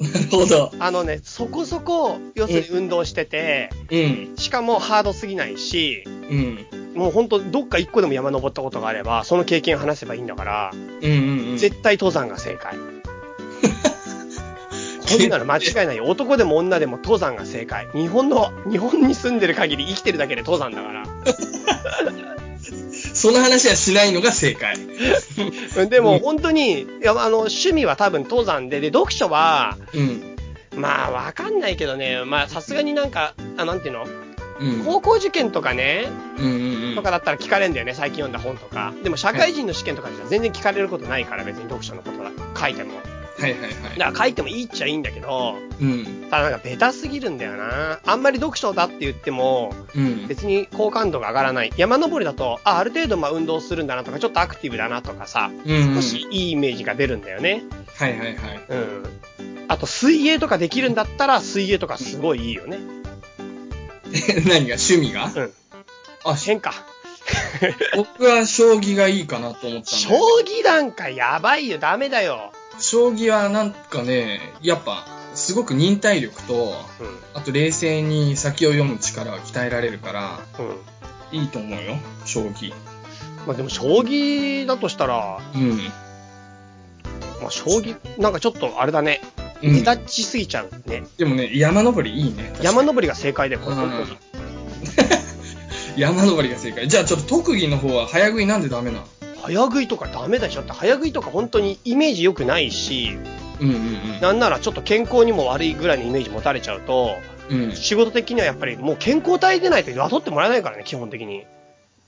[SPEAKER 3] なるほど。
[SPEAKER 4] あのね、そこそこ、要するに運動してて、
[SPEAKER 3] うん。
[SPEAKER 4] しかもハードすぎないし、
[SPEAKER 3] うん。
[SPEAKER 4] もうほんとどっか一個でも山登ったことがあれば、その経験を話せばいいんだから、
[SPEAKER 3] うんうんうん。
[SPEAKER 4] 絶対登山が正 解。こんなの間違いないよ。男でも女でも登山が正解。日本の、日本に住んでる限り生きてるだけで登山 だから。
[SPEAKER 3] その話はしないのが正解。
[SPEAKER 4] でも本当に、いや、あの、趣味は多分登山で、で、読書は、
[SPEAKER 3] うん。
[SPEAKER 4] まあわかんないけどね、まあさすがになんか、あ、なんていうの
[SPEAKER 3] うん。
[SPEAKER 4] 高校受験とかね、
[SPEAKER 3] うんうんう
[SPEAKER 4] と
[SPEAKER 3] ん
[SPEAKER 4] か。だったら聞かれるんだよね、最近読んだ本とか。でも社会人の試験とかじゃ全然聞かれることないから、別に読書のことだ書いても。
[SPEAKER 3] はいはいはい。
[SPEAKER 4] だから書いてもいいっちゃいいんだけど、
[SPEAKER 3] うん。
[SPEAKER 4] ただなんかベタすぎるんだよな。あんまり読書だって言っても、
[SPEAKER 3] うん。
[SPEAKER 4] 別に好感度が上がらない。山登りだと、あ、ある程度まあ運動するんだなとか、ちょっとアクティブだなとかさ、
[SPEAKER 3] うん。
[SPEAKER 4] 少しいいイメージが出るんだよね。
[SPEAKER 3] はいはいはい。
[SPEAKER 4] うん。あと、水泳とかできるんだったら、水泳とかすごいいいよね。
[SPEAKER 3] え何が趣味が
[SPEAKER 4] うん。
[SPEAKER 3] あ、し
[SPEAKER 4] 変か。
[SPEAKER 3] 僕は将棋がいいかなと思ったん
[SPEAKER 4] 将
[SPEAKER 3] だよ
[SPEAKER 4] 棋なんかやばいよ、ダメだよ。
[SPEAKER 3] 将棋はなんかね、やっぱ、すごく忍耐力と、
[SPEAKER 4] う
[SPEAKER 3] あと冷静に先を読む力は鍛えられるから、
[SPEAKER 4] ん。うん。
[SPEAKER 3] いいと思うよ、将棋。
[SPEAKER 4] まあでも、将棋だとしたら、
[SPEAKER 3] うん。
[SPEAKER 4] まあ将棋、なんかちょっとあれだね。
[SPEAKER 3] うん
[SPEAKER 4] 目立ちすぎちゃうね。
[SPEAKER 3] でもね、山登りいいね。
[SPEAKER 4] 山登りが正解だよ、これ、
[SPEAKER 3] うん
[SPEAKER 4] 本当に。
[SPEAKER 3] 山登りが正解。じゃあちょっと特技の方は早食いなんでダメなの
[SPEAKER 4] 早食いとかダメでしょって、早食いとか本当にイメージ良くないし、
[SPEAKER 3] うんうん
[SPEAKER 4] なんならちょっと健康にも悪いぐらいのイメージ持たれちゃうと、
[SPEAKER 3] うん。うん。
[SPEAKER 4] 仕事的にはやっぱりもう健康体でないと雇ってもらえないからね、基本的に。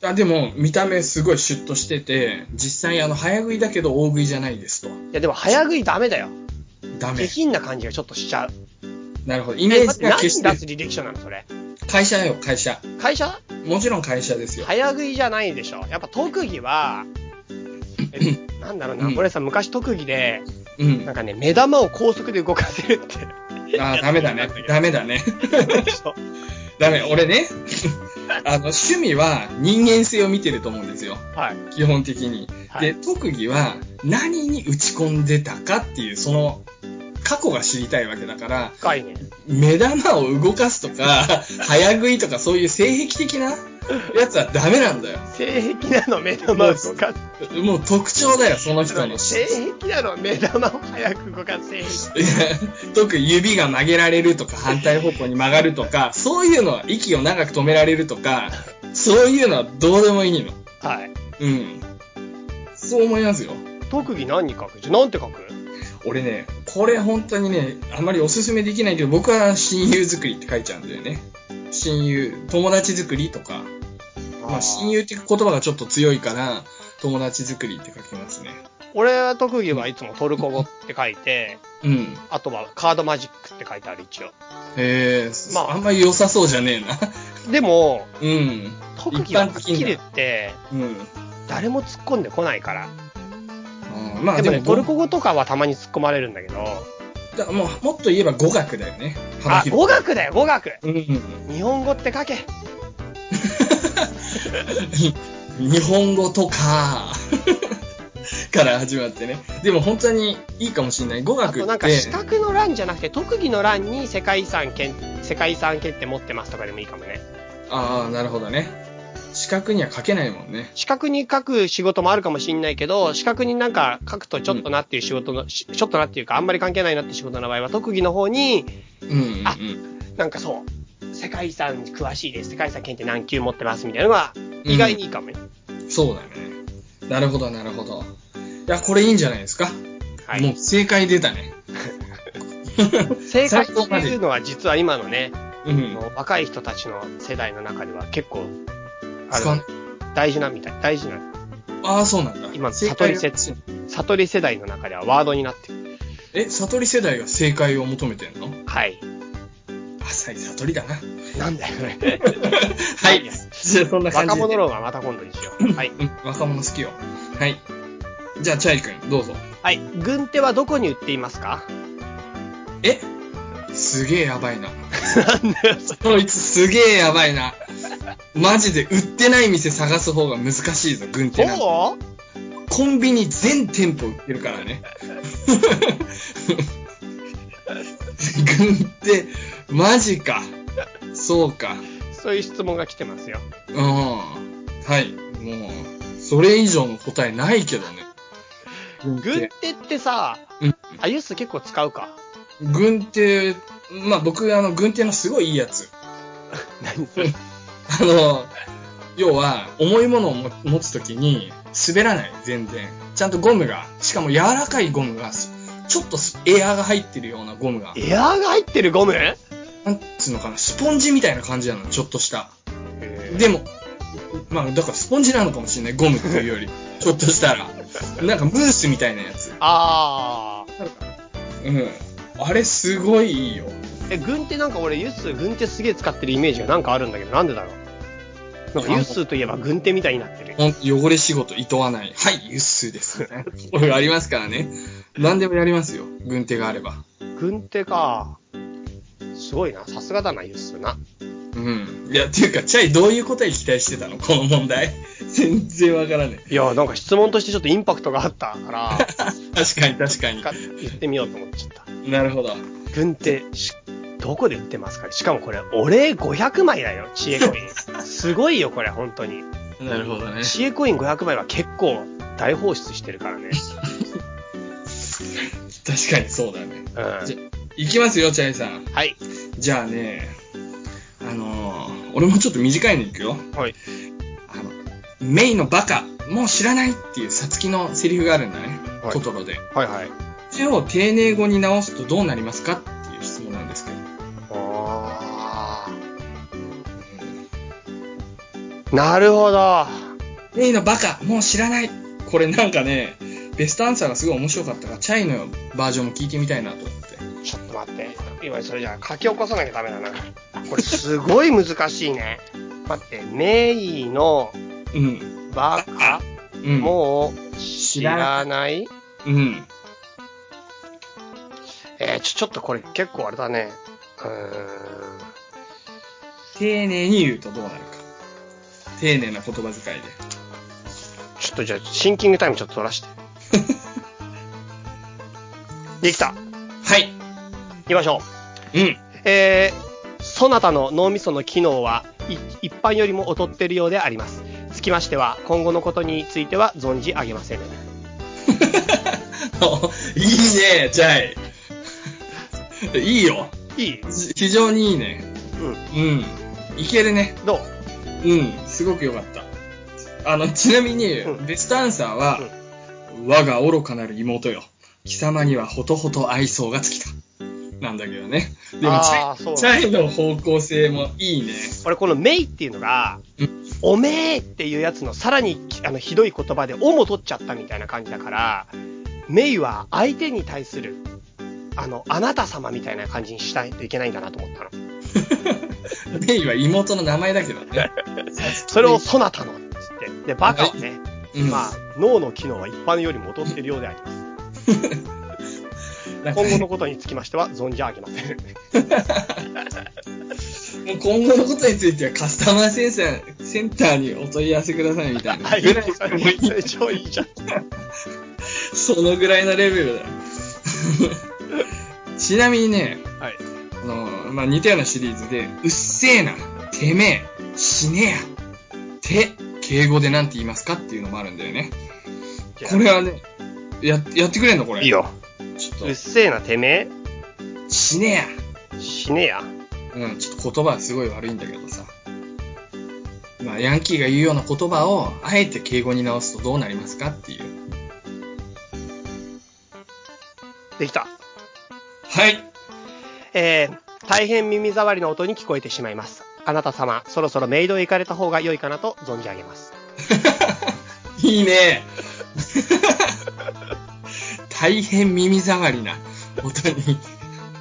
[SPEAKER 3] あでも、見た目すごいシュッとしてて、実際あの、早食いだけど大食いじゃないですと。
[SPEAKER 4] いやでも早食いダメだよ。
[SPEAKER 3] ダ
[SPEAKER 4] 下
[SPEAKER 3] メ。
[SPEAKER 4] 品な感じがちょっとしちゃう。
[SPEAKER 3] なるほど。イメー
[SPEAKER 4] だっ
[SPEAKER 3] ジ
[SPEAKER 4] て
[SPEAKER 3] が
[SPEAKER 4] 何
[SPEAKER 3] 決
[SPEAKER 4] 出
[SPEAKER 3] し
[SPEAKER 4] す
[SPEAKER 3] て、
[SPEAKER 4] 履歴書なのそれ。
[SPEAKER 3] 会社よ、会社。
[SPEAKER 4] 会社
[SPEAKER 3] もちろん会社ですよ。
[SPEAKER 4] 早食いじゃないでしょ。やっぱ特技は、えなんだろうな、
[SPEAKER 3] うん
[SPEAKER 4] これさ、昔特技で、
[SPEAKER 3] うん
[SPEAKER 4] なん。かね、目玉を高速で動かせるって。
[SPEAKER 3] あーダメだね。ダメだね。
[SPEAKER 4] そう
[SPEAKER 3] ダメ。俺ね、あの、趣味は人間性を見てると思うんですよ。
[SPEAKER 4] はい。
[SPEAKER 3] 基本的に。
[SPEAKER 4] は
[SPEAKER 3] で、
[SPEAKER 4] い。
[SPEAKER 3] 特技は何に打ち込んでたかっていう、その過去が知りたいわけだから、
[SPEAKER 4] 深いね。
[SPEAKER 3] 目玉を動かすとか、早食いとかそういう性癖的なやつはダメなんだよ。
[SPEAKER 4] 性癖なの目玉を動かす。
[SPEAKER 3] もう特徴だよ、その人の。
[SPEAKER 4] 性癖なの目玉を早く動かす性癖。
[SPEAKER 3] いや 特に指が曲げられるとか反対方向に曲がるとか、そういうのは息を長く止められるとか、そういうのはどうでもいいの。
[SPEAKER 4] はい。
[SPEAKER 3] うん。そう思いますよ。
[SPEAKER 4] 特技何に書くじゃ、なんて書く
[SPEAKER 3] 俺ね、これ本当にね、あんまりおすすめできないけど、僕は親友作りって書いちゃうんだよね。親友、友達作りとか。まあ親友って言葉がちょっと強いから、友達作りって書きますね。
[SPEAKER 4] 俺は特技はいつもトルコ語って書いて、
[SPEAKER 3] うん。
[SPEAKER 4] あとはカードマジックって書いてある一応。
[SPEAKER 3] へえ、
[SPEAKER 4] ま
[SPEAKER 3] ま
[SPEAKER 4] あ
[SPEAKER 3] あ、あんまり良さそうじゃねえな。
[SPEAKER 4] でも、
[SPEAKER 3] うん。
[SPEAKER 4] 特技は
[SPEAKER 3] 一般
[SPEAKER 4] ス
[SPEAKER 3] 的には
[SPEAKER 4] キルって
[SPEAKER 3] うん。
[SPEAKER 4] 誰も突っ込んでこないから。
[SPEAKER 3] うんまあ
[SPEAKER 4] で
[SPEAKER 3] で
[SPEAKER 4] も
[SPEAKER 3] も
[SPEAKER 4] ね、トルコ語とかはたまに突っ込まれるんだけど、
[SPEAKER 3] だもうもっと言えば語学だよね。
[SPEAKER 4] あ、語
[SPEAKER 3] 学
[SPEAKER 4] 学だよ、語学
[SPEAKER 3] うん うんうん。
[SPEAKER 4] 日本語って書け
[SPEAKER 3] 日本語とか、 から始まってね。でも本当にいいかもしれない。語
[SPEAKER 4] あ
[SPEAKER 3] 学
[SPEAKER 4] と
[SPEAKER 3] っ
[SPEAKER 4] なんか
[SPEAKER 3] て
[SPEAKER 4] 資、格の欄じゃなくて特技の欄に世界遺産検世界遺産検定持ってますとかでもいいかもね。
[SPEAKER 3] ああ、なるほどね。資格には書けないもんね。
[SPEAKER 4] 資格に書く仕事もあるかもしんないけど、資格になんか書くとちょっとなっていう仕事の、しちょっとなっていうかあんまり関係ないなって仕事の場合は特技の方に、
[SPEAKER 3] うんうんうん。
[SPEAKER 4] あなんかそう、世界遺産詳しいです、世界遺産検定何級持ってますみたいなのが意外にいいかもね。
[SPEAKER 3] そうだね。なるほど、なるほど。いや、これいいんじゃないですか。
[SPEAKER 4] は
[SPEAKER 3] もう
[SPEAKER 4] い。
[SPEAKER 3] 正解出たね。
[SPEAKER 4] 正解
[SPEAKER 3] 最後
[SPEAKER 4] って
[SPEAKER 3] ま
[SPEAKER 4] い
[SPEAKER 3] で
[SPEAKER 4] うのは実は今のね、
[SPEAKER 3] う
[SPEAKER 4] あ
[SPEAKER 3] ん。
[SPEAKER 4] の若い人たちの世代の中では結構、あ
[SPEAKER 3] 使わ
[SPEAKER 4] の
[SPEAKER 3] ない
[SPEAKER 4] 大事なみたい、大事な、
[SPEAKER 3] ああ、そうなんだ。
[SPEAKER 4] 今
[SPEAKER 3] 正解を
[SPEAKER 4] 悟り説悟り世代の中ではワードになってる。
[SPEAKER 3] え、悟り世代が正解を求めてんの
[SPEAKER 4] はい。
[SPEAKER 3] 浅い悟りだ な。
[SPEAKER 4] なんだよね。
[SPEAKER 3] はい。じゃあそんな感じ
[SPEAKER 4] 若
[SPEAKER 3] で。
[SPEAKER 4] 者論はまた今度にしよう。はい。
[SPEAKER 3] うん、若者好きよ。はい。じゃあ、チャイ君、どうぞ。
[SPEAKER 4] はい。軍手はどこに売っていますか
[SPEAKER 3] えすげえやばいな。
[SPEAKER 4] なんだよ、それ
[SPEAKER 3] こいつすげえやばいな。マジで売ってない店探す方が難しいぞ、軍手なんて。
[SPEAKER 4] そう
[SPEAKER 3] コンビニ全店舗売ってるからね。 軍手、マジか。そうか。
[SPEAKER 4] そういう質問が来てますよ。
[SPEAKER 3] うん。はい。もう、それ以上の答えないけどね。
[SPEAKER 4] 軍手ってさ、
[SPEAKER 3] うん
[SPEAKER 4] あ、ユース結構使うか。
[SPEAKER 3] 軍手、まあ僕、あの、軍手のすごいいいやつ。
[SPEAKER 4] 何それ
[SPEAKER 3] あの、要は、重いものをも持つときに、滑らない、全然。ちゃんとゴムが、しかも柔らかいゴムが、すちょっとすエアーが入ってるようなゴムが、
[SPEAKER 4] エアーが入ってるゴム
[SPEAKER 3] なんつうのかな、スポンジみたいな感じなの、ちょっとした。でも、まあ、だからスポンジなのかもしれない、ゴムっていうより。 ちょっとしたら。なんかムースみたいなやつ。
[SPEAKER 4] あー。
[SPEAKER 3] うん。あれ、すごいいいよ。
[SPEAKER 4] え、軍手なんか俺、ユース軍手すげえ使ってるイメージがなんかあるんだけど、なんでだろう。なんかユースといえば軍手みたいになってる。
[SPEAKER 3] ほんと汚れ仕事、いとわない。はい、ユッスー です。これがありますからね。何でもやりますよ。軍手があれば。
[SPEAKER 4] 軍手か。すごいな。さすがだな、ユースな。
[SPEAKER 3] うん。いや、っていうか、チャイどういう答え期待してたのこの問題。全然わからね
[SPEAKER 4] いや、なんか質問としてちょっとインパクトがあったから、
[SPEAKER 3] え。 確かに確かに
[SPEAKER 4] か。言ってみようと思っちゃった。
[SPEAKER 3] なるほど。
[SPEAKER 4] 軍手、しどこで売ってますかしかもこれ、お礼500枚だよ、知恵コ イン。すごいよ、これ、本当に。
[SPEAKER 3] なるほどね。
[SPEAKER 4] 知恵コイン500枚は結構大放出してるか らね。
[SPEAKER 3] 確かにそうだね。じゃ
[SPEAKER 4] う
[SPEAKER 3] いきますよ、チャイさん。
[SPEAKER 4] ん。はい。
[SPEAKER 3] じゃあね、あのー俺もちょっと短いのいくよ。
[SPEAKER 4] はい。
[SPEAKER 3] あの、メイのバカ、もう知らないっていうさつきのセリフがあるんだね。
[SPEAKER 4] はい
[SPEAKER 3] トトロで。
[SPEAKER 4] はいはい。
[SPEAKER 3] それを丁寧語に直すとどうなりますかっていう質問なんですけど。
[SPEAKER 4] あ
[SPEAKER 3] うん
[SPEAKER 4] ーなるほど。
[SPEAKER 3] メイのバカ、もう知らない。これなんかね、ベストアンサーがすごい面白かったから、チャイのバージョンも聞いてみたいなと思って。
[SPEAKER 4] ちょっと待って。今それじゃあ書き起こさなきゃダメだな。これすごい難しいね。待って、メイの
[SPEAKER 3] うん。
[SPEAKER 4] バカ、
[SPEAKER 3] うん。
[SPEAKER 4] もう知らない
[SPEAKER 3] うん。
[SPEAKER 4] えー、ちょ、ちょっとこれ結構あれだね。うーん。
[SPEAKER 3] 丁寧に言うとどうなるか。丁寧な言葉遣いで。
[SPEAKER 4] ちょっとじゃあ、シンキングタイムちょっと取 らして。できた。
[SPEAKER 3] はい。
[SPEAKER 4] 行きましょう。
[SPEAKER 3] うん。
[SPEAKER 4] えーそなたの脳みその機能はい一般よりも劣っているようであります。つきましては、今後のことについては存じ上げません。
[SPEAKER 3] いいね、チャイ。いいよ。
[SPEAKER 4] いい
[SPEAKER 3] 非常にいいね。
[SPEAKER 4] うん。
[SPEAKER 3] うん。いけるね。
[SPEAKER 4] どう
[SPEAKER 3] うん。すごくよかった。あの、ちなみに、
[SPEAKER 4] うん
[SPEAKER 3] ベストアンサーは、我が愚かなる妹よ。貴様にはほとほと愛想が尽きた。なんだけどね。でもチ
[SPEAKER 4] あーそう
[SPEAKER 3] ャイ、チャイの方向性もいいね。
[SPEAKER 4] 俺、このメイっていうのが
[SPEAKER 3] うん、
[SPEAKER 4] おめえっていうやつのさらにあのひどい言葉で、おも取っちゃったみたいな感じだから、メイは相手に対する、あの、あなた様みたいな感じにしないといけないんだなと思ったの。
[SPEAKER 3] メイは妹の名前だけど ね。
[SPEAKER 4] それをそなたの、つって。で、バカはね、
[SPEAKER 3] うん。
[SPEAKER 4] まあ、脳の機能は一般よりも劣っているようであります。
[SPEAKER 3] なんか
[SPEAKER 4] 今後のことにつきましては存じ上げません。
[SPEAKER 3] もう今後のことについてはカスタマーセンサーセンターにお問い合わせくださいみたいな。
[SPEAKER 4] はい、
[SPEAKER 3] ぐらい
[SPEAKER 4] それそれ超いいじゃん。
[SPEAKER 3] そのぐらいのレベルだ。 ちなみにね、
[SPEAKER 4] はい。
[SPEAKER 3] あのまあ、似たようなシリーズで、うっせえな、てめえ、死ねや、て、敬語でなんて言いますかっていうのもあるんだよね。これはね、や、やってくれんのこれ。
[SPEAKER 4] いい。よ。
[SPEAKER 3] ちょっ
[SPEAKER 4] うっせえな、てめ
[SPEAKER 3] と、死ね
[SPEAKER 4] え。死ねや。
[SPEAKER 3] や。うん、ちょっと言葉はすごい悪いんだけどさ。まあ、ヤンキーが言うような言葉を、あえて敬語に直すとどうなりますかっていう。
[SPEAKER 4] できた。
[SPEAKER 3] はい。
[SPEAKER 4] えー、大変耳障りな音に聞こえてしまいます。あなた様、そろそろメイドへ行かれた方が良いかなと存じ上げます。
[SPEAKER 3] いいね。 大変耳障りな音に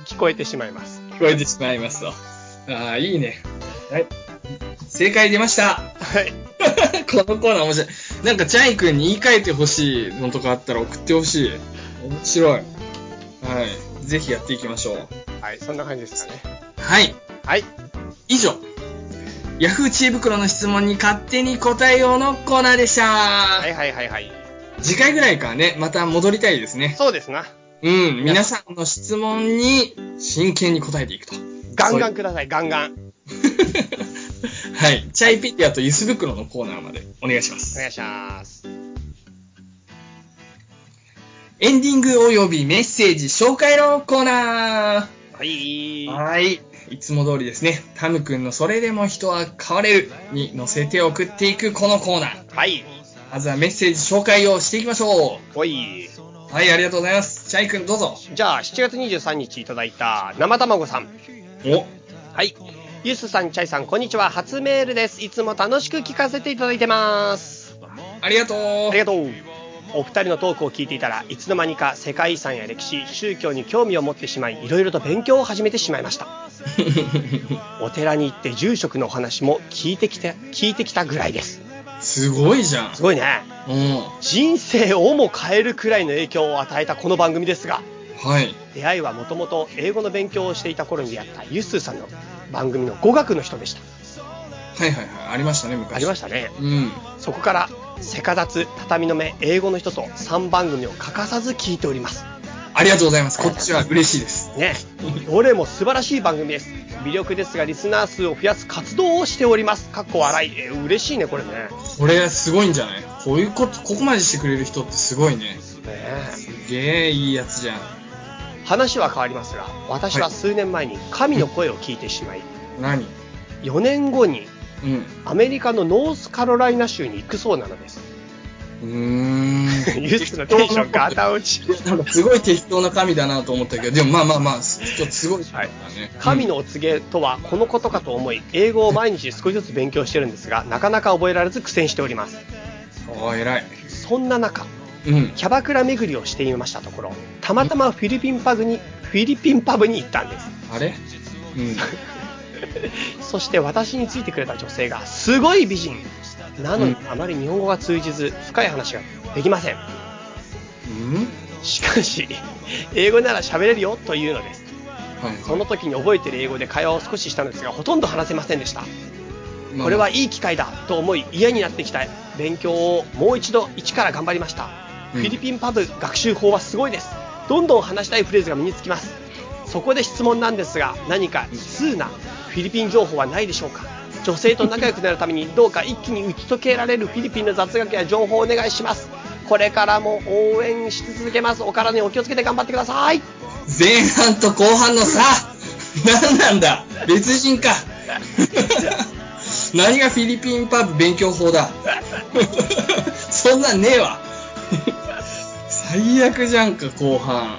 [SPEAKER 3] 聞
[SPEAKER 4] 聞こえてしまいます。
[SPEAKER 3] こえてしまいますと。ああ、いいね。はい。正解出ました。
[SPEAKER 4] はい。
[SPEAKER 3] このコーナー面白い。なんか、チャイ君に言い換えてほしいのとかあったら送ってほしい。面白い。はい。ぜひやっていきましょう。
[SPEAKER 4] はい、そんな感じですかね。
[SPEAKER 3] はい。
[SPEAKER 4] はい。
[SPEAKER 3] 以上。ヤフー知恵袋の質問に勝手に答えようのコーナーでした。
[SPEAKER 4] はいはいはいはい。
[SPEAKER 3] 次回ぐらいからね、また戻りたいですね。
[SPEAKER 4] そうですな。
[SPEAKER 3] うん、皆さんの質問に真剣に答えていくと。
[SPEAKER 4] ガンガ
[SPEAKER 3] そうい
[SPEAKER 4] ンください、ガンガン。
[SPEAKER 3] う はい。チャイピディアとユス袋のコーナーまでお願いしま
[SPEAKER 4] お願
[SPEAKER 3] す。
[SPEAKER 4] いします。
[SPEAKER 3] エンディングおよびメッセージ紹介のコーナ
[SPEAKER 4] はい
[SPEAKER 3] ー。。はい。いつも通りですね。タム君のそれでも人は変われるに乗せて送っていくこのコーナー。
[SPEAKER 4] はい。
[SPEAKER 3] まずはメッセージ紹介をしていきましょ
[SPEAKER 4] ほい。
[SPEAKER 3] う。はい、ありがとうございます。チャイ君どうぞ。
[SPEAKER 4] じゃあ、7月23日いただいた生卵さん。
[SPEAKER 3] お、
[SPEAKER 4] はい。ゆすさん、チャイさん、こんにちは。初メールです。いつも楽しく聞かせていただいてます。
[SPEAKER 3] ありがとう。
[SPEAKER 4] ありがとう。お二人のトークを聞いていたらいつの間にか世界遺産や歴史宗教に興味を持ってしまいいろいろと勉強を始めてしまいましたお寺に行って住職のお話も聞いてきて聞いてきたぐらいです
[SPEAKER 3] すごいじゃん。
[SPEAKER 4] すごいね
[SPEAKER 3] うん。
[SPEAKER 4] 人生をも変えるくらいの影響を与えたこの番組ですが
[SPEAKER 3] はい。
[SPEAKER 4] 出会いはもともと英語の勉強をしていた頃に出会ったユッスーさんの番組の語学の人でした
[SPEAKER 3] はいはいはい。ありましたね、昔。
[SPEAKER 4] ありましたね
[SPEAKER 3] うん。
[SPEAKER 4] そこから「せかだつ畳の目英語の人」と3番組を欠かさず聞いております
[SPEAKER 3] ありがとうございます。こっちは嬉しいです。
[SPEAKER 4] ねどれも素晴らしい番組です魅力ですがリスナー数を増やす活動をしておりますかっこ笑いえー嬉しいねこれねね
[SPEAKER 3] これすごいんじゃないこういうこと、ここまでしてくれる人ってすごいね。
[SPEAKER 4] え
[SPEAKER 3] すげえいいやつじゃん。
[SPEAKER 4] 話は変わりますが私は数年前に神の声を聞いてしまい
[SPEAKER 3] 何
[SPEAKER 4] 4年後に
[SPEAKER 3] うん。う
[SPEAKER 4] アメリカのノースカロライナ州に行くそうなのです
[SPEAKER 3] ーん。
[SPEAKER 4] ユッスーのテンションガタ落ち
[SPEAKER 3] なんかすごい適当な神だなと思ったけど、でもまあまあまあ、すちょっとすごい人だね。
[SPEAKER 4] 神のお告げとはこのことかと思い英語を毎日少しずつ勉強してるんですがなかなか覚えられず苦戦しております
[SPEAKER 3] うん。おー、偉い。
[SPEAKER 4] そんな中
[SPEAKER 3] うん。
[SPEAKER 4] キャバクラ巡りをしていましたところたまたまフィリピンパブにフィリピンパブに行ったんです
[SPEAKER 3] あれうん。
[SPEAKER 4] そして私についてくれた女性がすごい美人なのに
[SPEAKER 3] う
[SPEAKER 4] あまり日本語が通じず深い話ができません
[SPEAKER 3] うん
[SPEAKER 4] しかし英語なら喋れるよというのです
[SPEAKER 3] はい。
[SPEAKER 4] その時に覚えてる英語で会話を少ししたのですがほとんど話せませんでした
[SPEAKER 3] まあ
[SPEAKER 4] これはいい機会だと思い嫌になってきた勉強をもう一度一から頑張りました、
[SPEAKER 3] うん
[SPEAKER 4] フィリピンパブ学習法はすごいですどんどん話したいフレーズが身につきますそこで質問なんですが何か奇数なフィリピン情報はないでしょうか女性と仲良くなるためにどうか一気に打ち解けられるフィリピンの雑学や情報をお願いしますこれからも応援し続けますお体にお気をつけて頑張ってください
[SPEAKER 3] 前半と後半の差 何なんだ別人か 何がフィリピンパブ勉強法だ そんなんねえわ 最悪じゃんか後半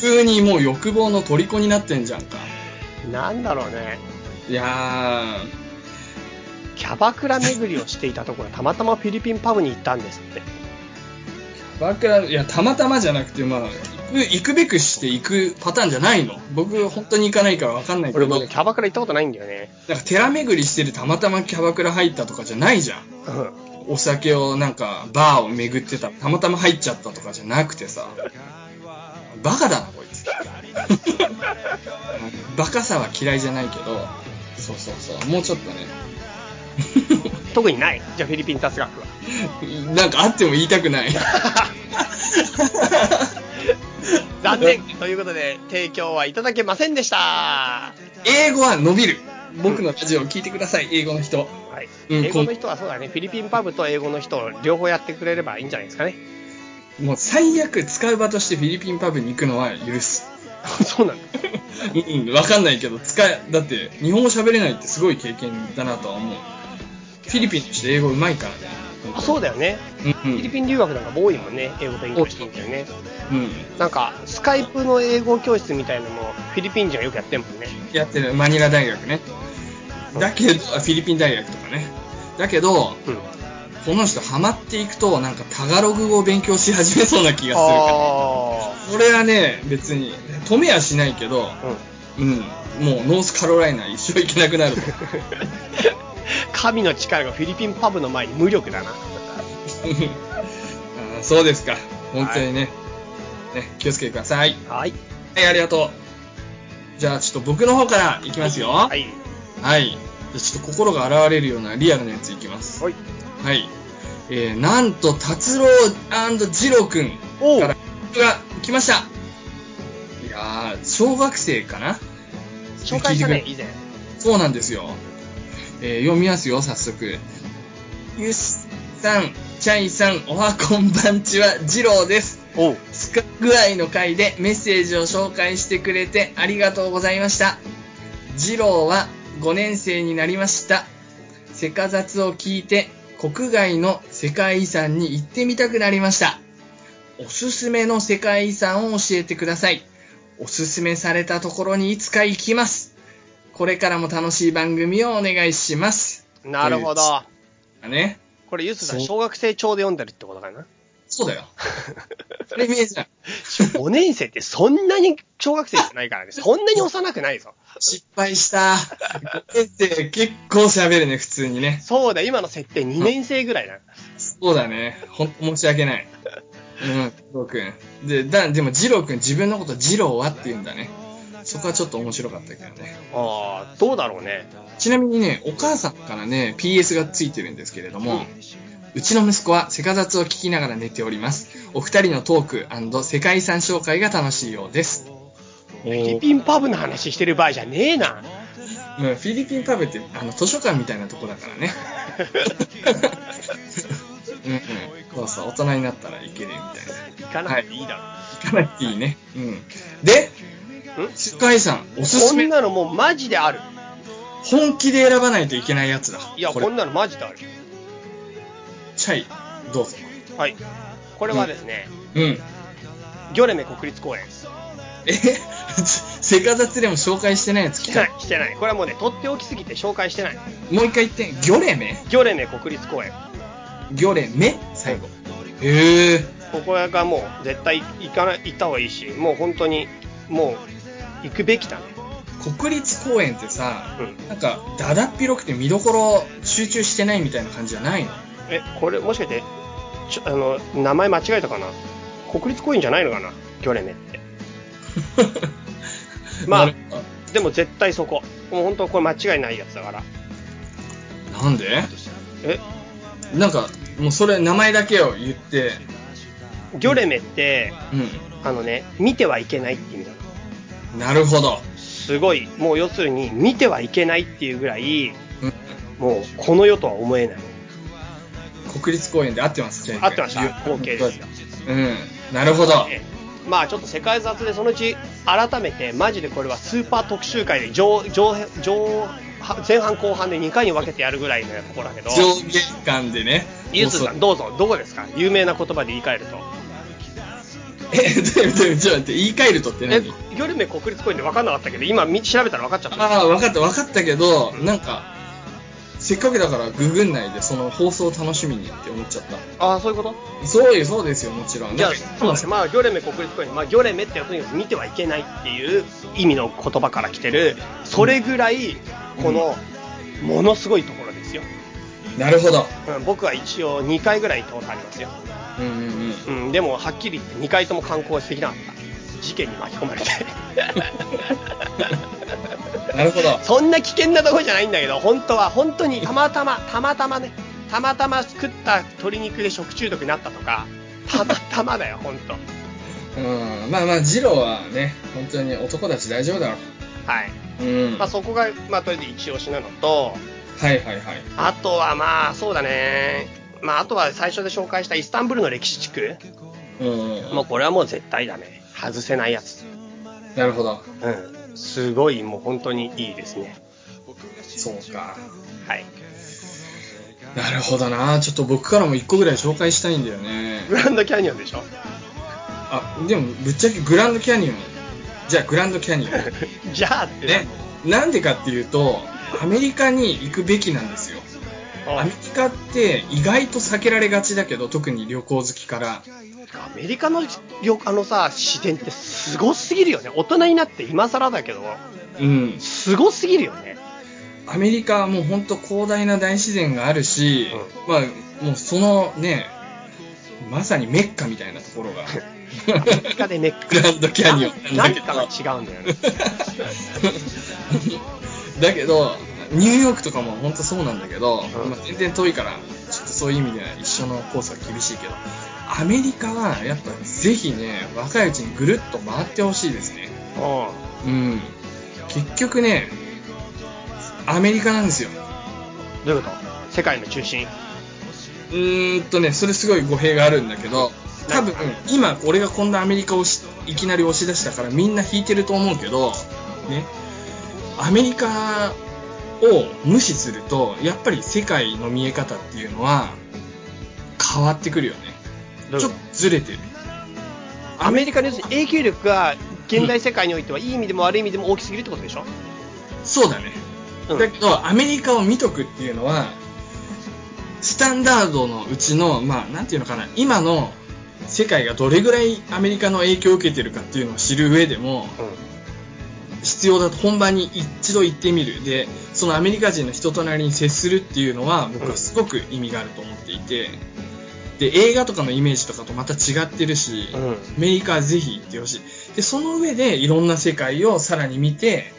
[SPEAKER 3] 急にもう欲望の虜になってんじゃんか
[SPEAKER 4] なんだろうね
[SPEAKER 3] いや
[SPEAKER 4] キャバクラ巡りをしていたところたまたまフィリピンパブに行ったんですって
[SPEAKER 3] ーバクラいやたまたまじゃなくてまあ行く行くべくして行くパターンじゃないの僕本当に行かないから分かんないけ
[SPEAKER 4] 俺
[SPEAKER 3] ど
[SPEAKER 4] もねキャバクラ行ったことないんだよね
[SPEAKER 3] なんか寺巡りしてるたまたまキャバクラ入ったとかじゃないじゃん
[SPEAKER 4] うん
[SPEAKER 3] お酒をなんかバーを巡ってたたまたま入っちゃったとかじゃなくてさバカだなこいつ バカさは嫌いじゃないけどそうそうそうもうちょっとね
[SPEAKER 4] 特にないじゃあフィリピン雑学は
[SPEAKER 3] なんかあっても言いたくない
[SPEAKER 4] 残念ということで提供はいただけませんでしたは
[SPEAKER 3] 英語は伸びる僕のラジオを聞いてください英語の人
[SPEAKER 4] い、
[SPEAKER 3] うん
[SPEAKER 4] 英語の人はそうだねフィリピンパブと英語の人を両方やってくれればいいんじゃないですかね
[SPEAKER 3] もう最悪使う場としてフィリピンパブに行くのは許す
[SPEAKER 4] そうなんだ
[SPEAKER 3] うん、わかんないけど、使え、だって、日本語喋れないってすごい経験だなとは思う。フィリピンの人英語うまいからね。
[SPEAKER 4] あそうだよね、
[SPEAKER 3] うん、う
[SPEAKER 4] フィリ
[SPEAKER 3] ん。
[SPEAKER 4] ピン留学なんかも多いもんね英語勉強してるんだよね
[SPEAKER 3] うん。
[SPEAKER 4] なんかスカイプの英語教室みたいのもフィリピン人はよくやってるもんね
[SPEAKER 3] やってる、マニラ大学ね。だけど、あフィリピン大学とかね。だけど、
[SPEAKER 4] うん
[SPEAKER 3] この人ハマっていくと、なんかタガログ語を勉強し始めそうな気がするから。
[SPEAKER 4] あ
[SPEAKER 3] これはね、別に、止めはしないけど、
[SPEAKER 4] あうん
[SPEAKER 3] うん。もうノースカロライナ一生行けなくなるもん。
[SPEAKER 4] 神の力がフィリピンパブの前に無力だ
[SPEAKER 3] うん
[SPEAKER 4] な
[SPEAKER 3] あー そうですか。本当にね。ね、気をつけてください。
[SPEAKER 4] はい
[SPEAKER 3] はい、ありがとう。じゃあ、ちょっと僕の方からいきますよ。は。
[SPEAKER 4] はいい
[SPEAKER 3] じゃあちょっと心が洗われるようなリアルなやついきます。
[SPEAKER 4] はい
[SPEAKER 3] はい。えー、なんと、達郎二郎くん
[SPEAKER 4] おう
[SPEAKER 3] から、が来ました。いやー、小学生かな
[SPEAKER 4] 紹介したね
[SPEAKER 3] 聞い
[SPEAKER 4] 以前
[SPEAKER 3] そうなんですよ。えー読みますよ、早速。ゆしさん、チャイさん、おはこんばんちは、二郎です。
[SPEAKER 4] おう
[SPEAKER 3] スカ具合の回でメッセージを紹介してくれてありがとうございました。次郎は5年生になりました。セカ雑を聞いて国外の世界遺産に行ってみたくなりました。おすすめの世界遺産を教えてください。おすすめされたところにいつか行きます。これからも楽しい番組をお願いします。
[SPEAKER 4] なるほど
[SPEAKER 3] ね。
[SPEAKER 4] これユースさん
[SPEAKER 3] そう
[SPEAKER 4] 小学生調で読んでるってことかな
[SPEAKER 3] そうだよ。それ見えじゃん。
[SPEAKER 4] 5年生ってそんなに小学生じゃない からねそんなに幼くないぞ
[SPEAKER 3] 失敗した。先生、結構喋るね、普通にね。
[SPEAKER 4] そうだ今の設定2年生ぐらいだ
[SPEAKER 3] そうだね。ほんと申し訳ない。うん、ジローくん。で、だ、でも、ジローくん、自分のこと、ジローはって言うんだね。そこはちょっと面白かったけどね。
[SPEAKER 4] ああどうだろうね
[SPEAKER 3] ちなみにね、お母さんからね、PS がついてるんですけれども、うちの息子はセカザツを聞きながら寝ております。お二人のトーク世界遺産紹介が楽しいようです。
[SPEAKER 4] フィリピンパブの話してる場合じゃねえな
[SPEAKER 3] うんフィリピンパブってあの図書館みたいなとこだからね うん、うん、そうそう大人になったらいけるみた
[SPEAKER 4] 行かなくていいだ
[SPEAKER 3] いな行かなくていいね、うん、で
[SPEAKER 4] ろん
[SPEAKER 3] 世界遺産おすす
[SPEAKER 4] こん
[SPEAKER 3] め
[SPEAKER 4] なのもうマジである
[SPEAKER 3] 本気で選ばないといけないやつだ
[SPEAKER 4] いや
[SPEAKER 3] こ
[SPEAKER 4] こ
[SPEAKER 3] れ
[SPEAKER 4] んなのマジである
[SPEAKER 3] チャイどうぞ
[SPEAKER 4] はいこれはですね、
[SPEAKER 3] うん
[SPEAKER 4] ギョレメ国立公園し
[SPEAKER 3] え セカザツでも紹介してないやつ聞
[SPEAKER 4] て
[SPEAKER 3] か
[SPEAKER 4] な
[SPEAKER 3] ない
[SPEAKER 4] いしてないこれはもうねとっておきすぎて紹介してない
[SPEAKER 3] もう一回言ってギョレメ
[SPEAKER 4] ギョレメ国立公園
[SPEAKER 3] ギョレメ最後へえ
[SPEAKER 4] ここがもう絶対行かない行った方がいいしもう本当にもう行くべきだね
[SPEAKER 3] 国立公園ってさ
[SPEAKER 4] うん
[SPEAKER 3] なんかだだっ広くて見どころ集中してないみたいな感じじゃないの
[SPEAKER 4] えこれもしかしてちょあの名前間違えたかな国立公園じゃないのかなギョレメってま
[SPEAKER 3] な
[SPEAKER 4] あ
[SPEAKER 3] るほど
[SPEAKER 4] でも絶対そこもう本当これ間違いないやつだから
[SPEAKER 3] なんで
[SPEAKER 4] え
[SPEAKER 3] なんか、もうそれ、名前だけを言って、
[SPEAKER 4] ギョレメって、
[SPEAKER 3] う
[SPEAKER 4] あのね、見てはいけないって意味なの。
[SPEAKER 3] ん。なるほど。
[SPEAKER 4] すごい、もう要するに、見てはいけないっていうぐらい、
[SPEAKER 3] うん。
[SPEAKER 4] もう、この世とは思えない。
[SPEAKER 3] 国立公園で合ってます、
[SPEAKER 4] 合ってました合計ですよ
[SPEAKER 3] うん。なるほど。
[SPEAKER 4] ねまあちょっと世界雑でそのうち改めてマジでこれはスーパー特集会で上上上前半後半で2回に分けてやるぐらいのところだけど
[SPEAKER 3] 上下間でね。
[SPEAKER 4] ゆずさん
[SPEAKER 3] ど
[SPEAKER 4] どうぞどこですか有名な言葉で言い換えると
[SPEAKER 3] え、どういう意味どういう意味ちょっと待って、言い換えるとって
[SPEAKER 4] え
[SPEAKER 3] 何
[SPEAKER 4] 夜目国立公園で分かんなかったけど今み調べたら分かっちゃった
[SPEAKER 3] ああ、分かった、分かったけど、なんか、せっかくだからググんないで、その放送を楽しみにって思っちゃった。
[SPEAKER 4] ああそういうこ
[SPEAKER 3] そうよ、そうですよ、もちろ
[SPEAKER 4] と
[SPEAKER 3] ん。
[SPEAKER 4] じゃあ
[SPEAKER 3] なんか
[SPEAKER 4] そうですねまあ魚類目国立公園まあ魚類目ってとにかく見てはいけないっていう意味の言葉から来てるそれぐらいこのものすごいところですよ、
[SPEAKER 3] なるほど。
[SPEAKER 4] うん、僕は一応2回ぐらい通ってありますよ
[SPEAKER 3] うんうんうん。
[SPEAKER 4] うん、でもはっきり言って2回とも観光はしてきなかった事件に巻き込まれて
[SPEAKER 3] なるほど。
[SPEAKER 4] そんな危険なとこじゃないんだけど本当は本当にたまたまたまたまねたまたま食った鶏肉で食中毒になったとかたまたまだよ本当
[SPEAKER 3] うん、まあまあ、ジローはね、本当に男たち大丈夫だろ
[SPEAKER 4] はい、
[SPEAKER 3] う。うん。
[SPEAKER 4] まあ、そこが、まあ、とりあえず一押しなのと
[SPEAKER 3] はいはいはい。
[SPEAKER 4] あとはまあそうだねまああとは最初で紹介したイスタンブールの歴史地区
[SPEAKER 3] うん。
[SPEAKER 4] もうこれはもう絶対だね外せないやつ
[SPEAKER 3] なるほど。
[SPEAKER 4] うんすごいもう本当にいいですね
[SPEAKER 3] そうか。
[SPEAKER 4] はい
[SPEAKER 3] なるほどな。ちょっと僕からも一個ぐらい紹介したいんだよね。
[SPEAKER 4] グランドキャニオン でしょ
[SPEAKER 3] あ、でも、ぶっちゃけグランドキャニオン。じゃあ、グランドキャニ オン。
[SPEAKER 4] じゃあって
[SPEAKER 3] ね。なんでかっていうと、アメリカに行くべきなんですよ。アメリカって意外と避けられがちだけど、特に旅行好きから。
[SPEAKER 4] アメリカの旅あのさ自然ってすごすぎるよね大人になって今更だけど
[SPEAKER 3] うん。
[SPEAKER 4] すごすぎるよね
[SPEAKER 3] アメリカはもう本当広大な大自然があるし、まあもうそのねまさにメッカみたいなところが
[SPEAKER 4] アメリカでメッカ
[SPEAKER 3] グランドキャニオン
[SPEAKER 4] な
[SPEAKER 3] なんん
[SPEAKER 4] か
[SPEAKER 3] だけ
[SPEAKER 4] が違うんだよね
[SPEAKER 3] ど だけどニューヨークとかも本当そうなんだけど、
[SPEAKER 4] うん
[SPEAKER 3] まあ、全然遠いからちょっとそういう意味では一緒のコースは厳しいけどアメリカはやっぱぜひね若いうちにぐるっと回ってほしいですね
[SPEAKER 4] う
[SPEAKER 3] うん結局ねアメリカなんですよ
[SPEAKER 4] んどういうこと世界の中心
[SPEAKER 3] うーんとね、それすごい語弊があるんだけど、多分、今、俺がこんなアメリカをしいきなり押し出したから、みんな引いてると思うけど、ね、アメリカを無視すると、やっぱり世界の見え方っていうのは、変わってくるよね。ち
[SPEAKER 4] ど
[SPEAKER 3] ょ
[SPEAKER 4] う
[SPEAKER 3] っと
[SPEAKER 4] いうこと
[SPEAKER 3] ずれてる。
[SPEAKER 4] アメリカの要するに影響力が現代世界においてはいい意味でも悪い意味でも大きすぎるってことでしょ、
[SPEAKER 3] そうだね。
[SPEAKER 4] うん
[SPEAKER 3] だけど、アメリカを見とくっていうのは、スタンダードのうちの、まあ、なんていうのかな、今の世界がどれぐらいアメリカの影響を受けてるかっていうのを知る上でも、必要だと、本場に一度行ってみる。で、そのアメリカ人の人となりに接するっていうのは、僕はすごく意味があると思っていて、で、映画とかのイメージとかとまた違ってるし、
[SPEAKER 4] うん
[SPEAKER 3] アメリカはぜひ行ってほしい。で、その上でいろんな世界をさらに見て、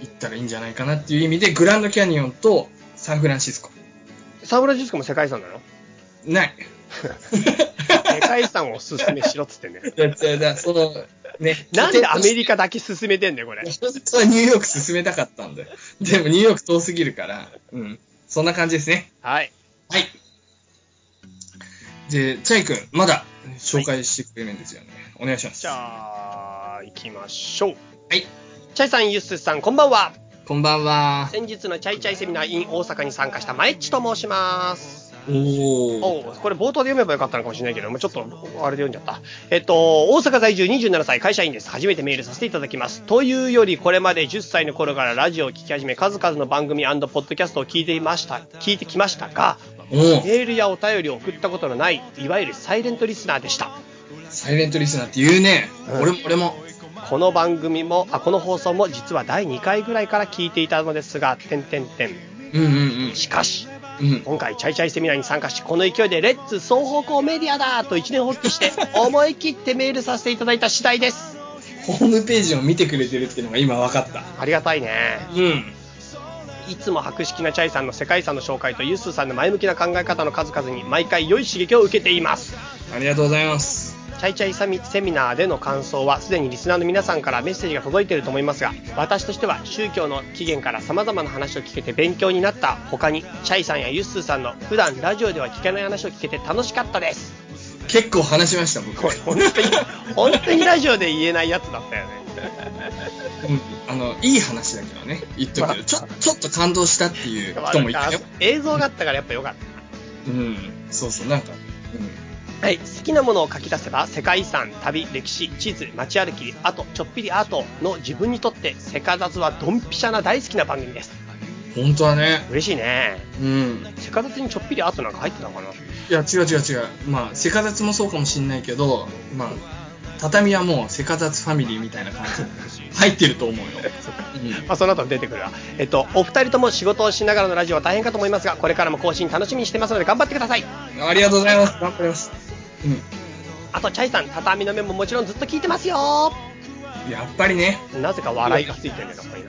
[SPEAKER 3] 行ったらいいんじゃないかなっていう意味で、グランドキャニオンとサンフランシスコ。
[SPEAKER 4] サンフランシスコも世界遺産なの
[SPEAKER 3] ない。
[SPEAKER 4] 世界遺産をおすすめしろっつってんだよ
[SPEAKER 3] だってだ、その、ね。
[SPEAKER 4] なんでアメリ
[SPEAKER 3] カ
[SPEAKER 4] カだけ進めてんだよこれ
[SPEAKER 3] はニューヨーク進めたかったんだよ。でもニューヨーク遠すぎるから、うん。そんな感じですね。
[SPEAKER 4] はい
[SPEAKER 3] はい。で、チャイ君、まだ紹介してくれるんですよね。お願いします。
[SPEAKER 4] じゃあ行きましょう
[SPEAKER 3] はい。
[SPEAKER 4] チャイさん、ユッスーさん、こんばんは。
[SPEAKER 3] こんばんは。
[SPEAKER 4] 先日のチャイチャイセミナー in 大阪に参加したマエッチと申します。
[SPEAKER 3] おー。
[SPEAKER 4] おうこれ冒頭で読めばよかったのかもしれないけど、もうちょっとあれで読んじゃった。えっと、大阪在住27歳、会社員です。初めてメールさせていただきます。というより、これまで10歳の頃からラジオを聞き始め、数々の番組ポッドキャストを聞いていました、聞いてきましたが、
[SPEAKER 3] おー。
[SPEAKER 4] メールやお便りを送ったことのない、いわゆるサイレントリスナーでした。
[SPEAKER 3] サイレントリスナーって言うね。
[SPEAKER 4] うん
[SPEAKER 3] 俺も俺も。
[SPEAKER 4] この番組も、あ、この放送も実は第2回ぐらいから聞いていたのですが、点点点。
[SPEAKER 3] うんうん
[SPEAKER 4] しかし、
[SPEAKER 3] うん。うん。
[SPEAKER 4] 今回チャイチャイセミナーに参加しこの勢いでレッツ双方向メディアだと一年発起して思い切ってメールさせていただいた次第です
[SPEAKER 3] ホームページを見てくれてるっていうのが今分かった。
[SPEAKER 4] ありがたいね
[SPEAKER 3] うん。
[SPEAKER 4] いつも博識なチャイさんの世界遺産の紹介とユースさんの前向きな考え方の数々に毎回良い刺激を受けています。
[SPEAKER 3] ありがとうございます。
[SPEAKER 4] チャイチャイサミセミナーでの感想はすでにリスナーの皆さんからメッセージが届いていると思いますが私としては宗教の起源から様々な話を聞けて勉強になった他にチャイさんやユッスーさんの普段ラジオでは聞けない話を聞けて楽しかったです
[SPEAKER 3] 結構話しました、僕。
[SPEAKER 4] これ本当に 本当にラジオで言えないやつだったよね
[SPEAKER 3] うんあの、いい話だけどね、言っとくけど、ちょちょっと感動したっていう人もいたよ。
[SPEAKER 4] 映像があったからやっぱよかった
[SPEAKER 3] うん、そうそう、なんか、
[SPEAKER 4] はい、好きなものを書き出せば世界遺産、旅、歴史、地図、街歩き、あとちょっぴりアートの自分にとってセカダズはドンピシャな大好きな番組です
[SPEAKER 3] うん、本当はね、
[SPEAKER 4] 嬉しいね
[SPEAKER 3] うん。
[SPEAKER 4] セカダツにちょっぴり後なんか入ってたのかない
[SPEAKER 3] や、違う違う違う。まあ、セカザツもそうかもしんないけど、まあ、畳はもうセカザツファミリーみたいな感 じで入ってると思うよ。 うん
[SPEAKER 4] まあその後出てくるわ。えっと、お二人とも仕事をしながらのラジオは大変かと思いますが、これからも更新楽しみにしてますので頑張ってください。
[SPEAKER 3] ありがとうございます。頑張ります。
[SPEAKER 4] あと、チャイさん、畳の面ももちろんずっと聞いてますよ
[SPEAKER 3] うん。やっぱりね、
[SPEAKER 4] なぜか笑いがついてるけど、これ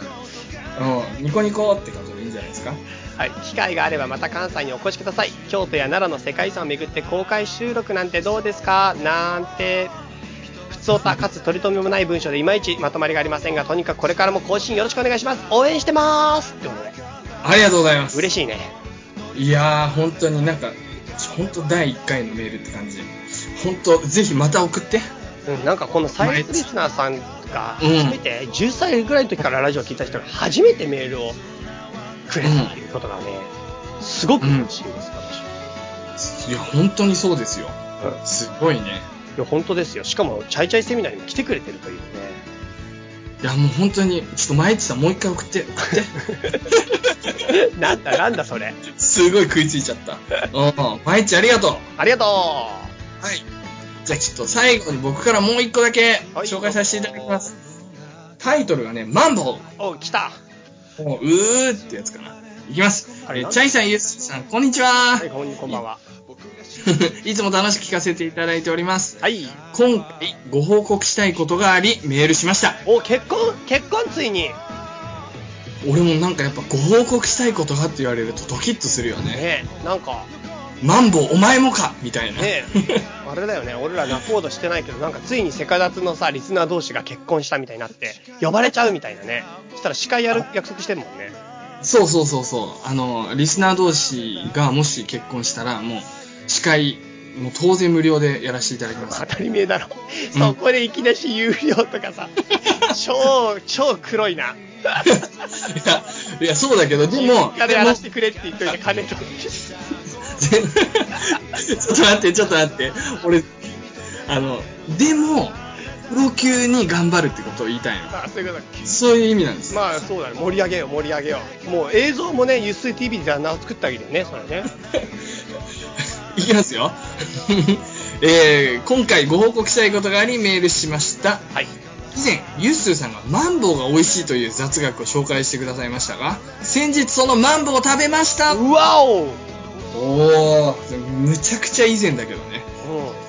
[SPEAKER 4] な。
[SPEAKER 3] うん、ニコニコって感じでいいんじゃないですか。
[SPEAKER 4] はい、機会があればまた関西にお越しください。京都や奈良の世界遺産を巡って公開収録なんてどうですかなんて。普通たかつ取り留めもない文章でいまいちまとまりがありませんが、とにかくこれからも更新よろしくお願いします。応援してますってことで
[SPEAKER 3] ありがとうございます。
[SPEAKER 4] 嬉しいね。
[SPEAKER 3] いやー、本当になんか、本当第1回のメールって感じ。本当、ぜひまた送って。
[SPEAKER 4] うん、なんかこのサイエンスリスナーさんが初めて、10歳ぐらいの時からラジオ聞いた人が初めてメールをくれたっていうことがね、すごく嬉しいです、
[SPEAKER 3] いや、本当にそうですよ。
[SPEAKER 4] 私はい
[SPEAKER 3] すごいね。
[SPEAKER 4] や、本当ですよ。しかも、チャイチャイセミナーにも来てくれてるというね。
[SPEAKER 3] いや、もう本当に、ちょっと毎日さん、もう一回送って、送って。
[SPEAKER 4] なんだなんだそれ。
[SPEAKER 3] すごい食いついちゃった。うん、毎日ありがとう。
[SPEAKER 4] ありがと
[SPEAKER 3] はい。じゃあちょっと最後に僕からもう一個だけ
[SPEAKER 4] はい
[SPEAKER 3] 紹介させていただきます。タイトルがね、マンボウ。
[SPEAKER 4] うおう、来た
[SPEAKER 3] もう、うーってやつかな。いきます。
[SPEAKER 4] あれ
[SPEAKER 3] え
[SPEAKER 4] なんだ
[SPEAKER 3] チャイさん、ユースさん、こんにちは。
[SPEAKER 4] はい、こんこんばんは。
[SPEAKER 3] いつも楽しく聞かせていただいております。
[SPEAKER 4] はい。
[SPEAKER 3] 今回ご報告したいことがありメールしました。
[SPEAKER 4] お、結婚結婚ついに
[SPEAKER 3] 俺もなんかやっぱご報告したいことがって言われるとドキッとするよね。
[SPEAKER 4] ねえ、なんか、
[SPEAKER 3] マンボウお前もかみたいな。
[SPEAKER 4] ねあれだよね、俺ら仲人してないけど、なんかついにセカダツのさ、リスナー同士が結婚したみたいになって、呼ばれちゃうみたいなね。そしたら司会やる約束してるもんね。
[SPEAKER 3] そうそうそうそう。あの、リスナー同士がもし結婚したらもう司会、もう当然無料でやらせていただきます
[SPEAKER 4] 当。たり前だろ。
[SPEAKER 3] うん
[SPEAKER 4] そこでいきなし有料とかさ、超、超黒いな。
[SPEAKER 3] いや、いや、そうだけど、でも、
[SPEAKER 4] 家で
[SPEAKER 3] で
[SPEAKER 4] や
[SPEAKER 3] も
[SPEAKER 4] らせてくれって言っといて 金取って。
[SPEAKER 3] ちょっと待って、ちょっと待って。俺、あの、でも、プロ級に頑張るってことを言いたいの。
[SPEAKER 4] あ、そういうこと
[SPEAKER 3] そういう意味なんです。
[SPEAKER 4] まあそうだね、盛り上げよう、盛り上げよう。もう映像もね、ゆっすい TV であんなの作ってあげるよね、それね。
[SPEAKER 3] いきますよ。 えー、今回ご報告したいことがありメールしました。
[SPEAKER 4] はい。
[SPEAKER 3] 以前、ユッスーさんがマンボウが美味しいという雑学を紹介してくださいましたが、先日そのマンボウを食べました
[SPEAKER 4] うわおうん。
[SPEAKER 3] おー、むちゃくちゃ以前だけどね。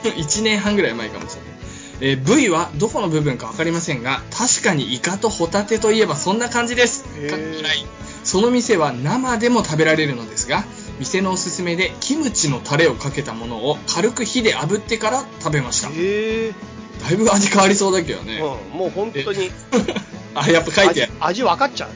[SPEAKER 3] 1年 半ぐらい前かもしれない。えー部位はどこの部分か分かりませんが確かにイカとホタテといえばそんな感じです、
[SPEAKER 4] へー
[SPEAKER 3] かっこ笑いその店は生でも食べられるのですが店のおすすめでキムチのタレをかけたものを軽く火で炙ってから食べました
[SPEAKER 4] へえ。
[SPEAKER 3] だいぶ味変わりそうだけどね、
[SPEAKER 4] うん、もう本当に。
[SPEAKER 3] あやっぱ書いてある
[SPEAKER 4] 味味分かっちゃう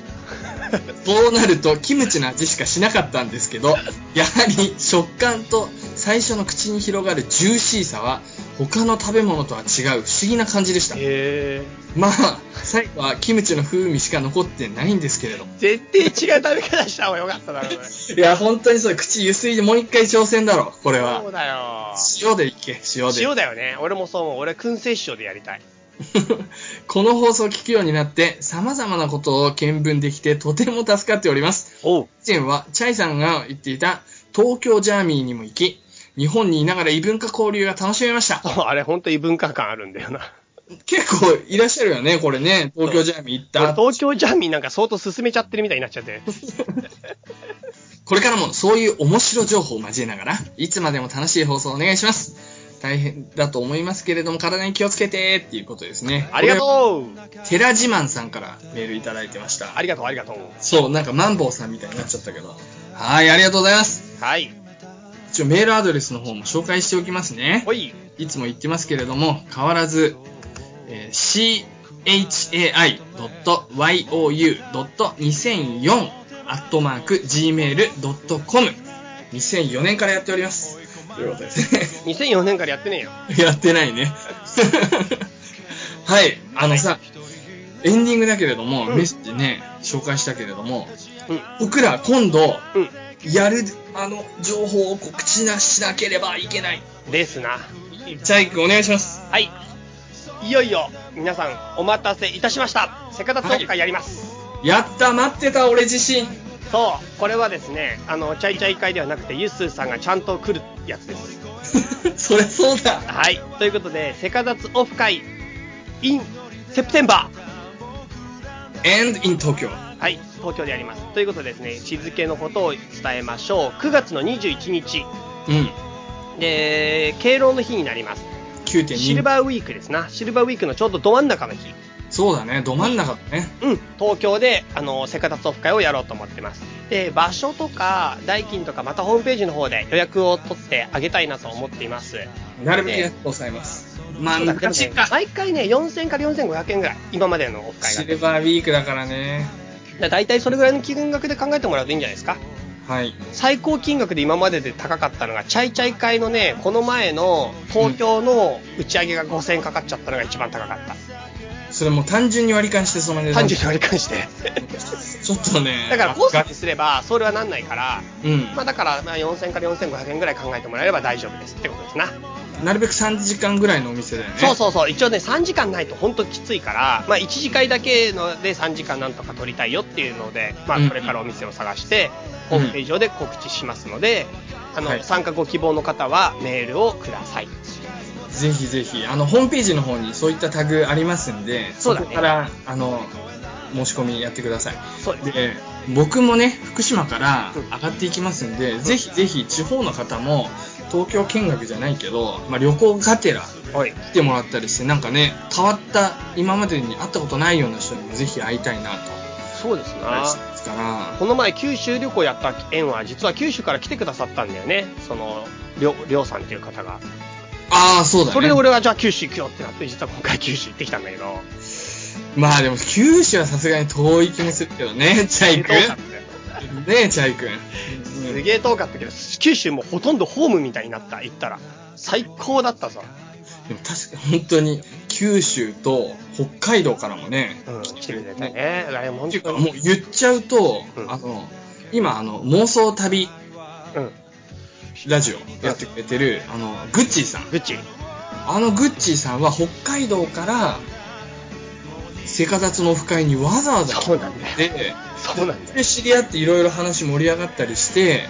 [SPEAKER 3] そうなるとキムチの味しかしなかったんです けどやはり食感と最初の口に広がるジューシーさは他の食べ物とは違う不思議な感じでした
[SPEAKER 4] へえ
[SPEAKER 3] まあ最後はキムチの風味しか残ってないんですけれど
[SPEAKER 4] 絶対違う食べ方した方がよかっただろうね
[SPEAKER 3] いや本当にそう口ゆすいでもう一回挑戦だろこれ
[SPEAKER 4] そう
[SPEAKER 3] は
[SPEAKER 4] だよ
[SPEAKER 3] 塩でいけ塩で
[SPEAKER 4] 塩だよね俺もそう思う俺燻製塩でやりたい
[SPEAKER 3] この放送を聞くようになって様々なことを見聞できてとても助かっております
[SPEAKER 4] おう
[SPEAKER 3] 以前はチャイさんが言っていた東京ジャーミーにも行き日本にいながら異文化交流が楽しめました
[SPEAKER 4] あれ本当に文化感あるんだよな
[SPEAKER 3] 結構いらっしゃるよねこれね東京ジャーミー行った
[SPEAKER 4] 俺東京ジャーミーなんか相当進めちゃってるみたいになっちゃ って
[SPEAKER 3] これからもそういう面白情報を交えながら、いつまでも楽しい放送をお願いします。大変だと思いますけれども、体に気をつけてっていうことですね。
[SPEAKER 4] ありがとう
[SPEAKER 3] う寺自慢さんからメールいただいてました。
[SPEAKER 4] ありがとう、ありがとう。
[SPEAKER 3] そう、なんかマンボウさんみたいになっちゃったけど。はい、ありがとうございます。
[SPEAKER 4] はい。
[SPEAKER 3] 一応メールアドレスの方も紹介しておきますね。
[SPEAKER 4] ほい。
[SPEAKER 3] いつも言ってますけれども、変わらず、えー chai.you.2004 アットマーク gmail.com 2004年からやっております。ということですね。
[SPEAKER 4] 2004年からやってねえよ。
[SPEAKER 3] やってない ね。はい、あのさ、エンディングだけれども、
[SPEAKER 4] うん
[SPEAKER 3] メッセージね、紹介したけれども、
[SPEAKER 4] うん
[SPEAKER 3] 僕ら今度、
[SPEAKER 4] う
[SPEAKER 3] やる、あの、情報を告知なしなければいけない。
[SPEAKER 4] ん。ですな。
[SPEAKER 3] チャイ君お願いします。
[SPEAKER 4] はい。いよいよ、皆さん、お待たせいたしました。セカダツオフ会やります。
[SPEAKER 3] やった、待ってた、俺自身。
[SPEAKER 4] そう、これはですね、あの、チャイチャイ会ではなくて、ユッスーさんがちゃんと来るやつです。
[SPEAKER 3] そりゃそうだ。
[SPEAKER 4] はい。ということで、セカダツオフ会、in セプテンバー。
[SPEAKER 3] and in Tokyo。
[SPEAKER 4] はい、東京でやります。ということでですね、日付のことを伝えましょう。9月の21日、
[SPEAKER 3] うん。
[SPEAKER 4] で、敬老の日になります。
[SPEAKER 3] 9.2。
[SPEAKER 4] シルバーウィークですな。シルバーウィークのちょうどど真ん中の日。
[SPEAKER 3] そうだね、ど真ん中だね。
[SPEAKER 4] うん、東京で、あの、セカタツオフ会をやろうと思ってます。で、場所とか、代金とか、またホームページの方で予約を取ってあげたいなと思っています。
[SPEAKER 3] なるべく安く抑えます。まあ、
[SPEAKER 4] そうだでも
[SPEAKER 3] 難しい
[SPEAKER 4] ね
[SPEAKER 3] か。
[SPEAKER 4] 毎回ね、4000から4500円ぐらい。今までのオフ会が
[SPEAKER 3] シ。ルバーウィークだからね。
[SPEAKER 4] だ大体それぐらいの金額で考えてもらうといいんじゃないですか。
[SPEAKER 3] はい。
[SPEAKER 4] 最高金額で今までで高かったのが、チャイチャイ会のね、この前の東京の打ち上げが5000円かかっちゃったのが一番高かった。
[SPEAKER 3] それもう単純に割り勘してその値段。
[SPEAKER 4] 単純に割り勘 して。
[SPEAKER 3] ちょっとね。
[SPEAKER 4] だからコースに
[SPEAKER 3] が
[SPEAKER 4] すれば、それはなんないから、
[SPEAKER 3] うん
[SPEAKER 4] まあだから、まあ4000から4500円ぐらい考えてもらえれば大丈夫ですってことですな。
[SPEAKER 3] なるべく3時間ぐらいのお店だよね。
[SPEAKER 4] そうそうそう、一応ね、3時間ないと本当きついから、まあ1次会だけので3時間なんとか取りたいよっていうので、まあ
[SPEAKER 3] うん
[SPEAKER 4] これからお店を探して、
[SPEAKER 3] う
[SPEAKER 4] ホ
[SPEAKER 3] ん
[SPEAKER 4] ームページ上で告知しますので、あの、
[SPEAKER 3] はい
[SPEAKER 4] 参加ご希望の方はメールをください。
[SPEAKER 3] ぜひぜひ、あの、ホームページの方にそういったタグありますんで、
[SPEAKER 4] そうだね
[SPEAKER 3] こから、あの、申し込みやってください。
[SPEAKER 4] そうですね。
[SPEAKER 3] で僕もね福島から
[SPEAKER 4] うん
[SPEAKER 3] 上がっていきますんで、ぜひぜひ地方の方も東京見学じゃないけど、まあ、旅行がてら
[SPEAKER 4] はい。
[SPEAKER 3] 来てもらったりしてなんかね変わった今までに会ったことないような人にもぜひ会いたいなと
[SPEAKER 4] そうですな。
[SPEAKER 3] ですから
[SPEAKER 4] この前九州旅行やった縁は、実は九州から来てくださったんだよね。その、りょりょうさんっていう方が。
[SPEAKER 3] ああそうだね
[SPEAKER 4] それで俺はじゃあ九州行くよってなって、実は今回九州行ってきたんだけど。
[SPEAKER 3] まあでも九州はさすがに遠い気もするけどねチャイ君ねえチャイ君
[SPEAKER 4] すげえ遠かったけど、九州もほとんどホームみたいになった、行ったら。最高だったぞ。
[SPEAKER 3] でも確かに本当に九州と北海道からもね
[SPEAKER 4] うん、来てくれたね。あれ、本
[SPEAKER 3] っていう
[SPEAKER 4] 当
[SPEAKER 3] か
[SPEAKER 4] に。
[SPEAKER 3] もう言っちゃうと、
[SPEAKER 4] うん
[SPEAKER 3] あの今あの妄想旅
[SPEAKER 4] うん。
[SPEAKER 3] ラジオやってくれてるあのグッチーさん
[SPEAKER 4] グッチ。
[SPEAKER 3] あのグッチーさんは北海道からセカダツのオフ会にわざわざ
[SPEAKER 4] そうなんだよ。
[SPEAKER 3] で
[SPEAKER 4] そうなんだよ。
[SPEAKER 3] で知り合っていろいろ話盛り上がったりして、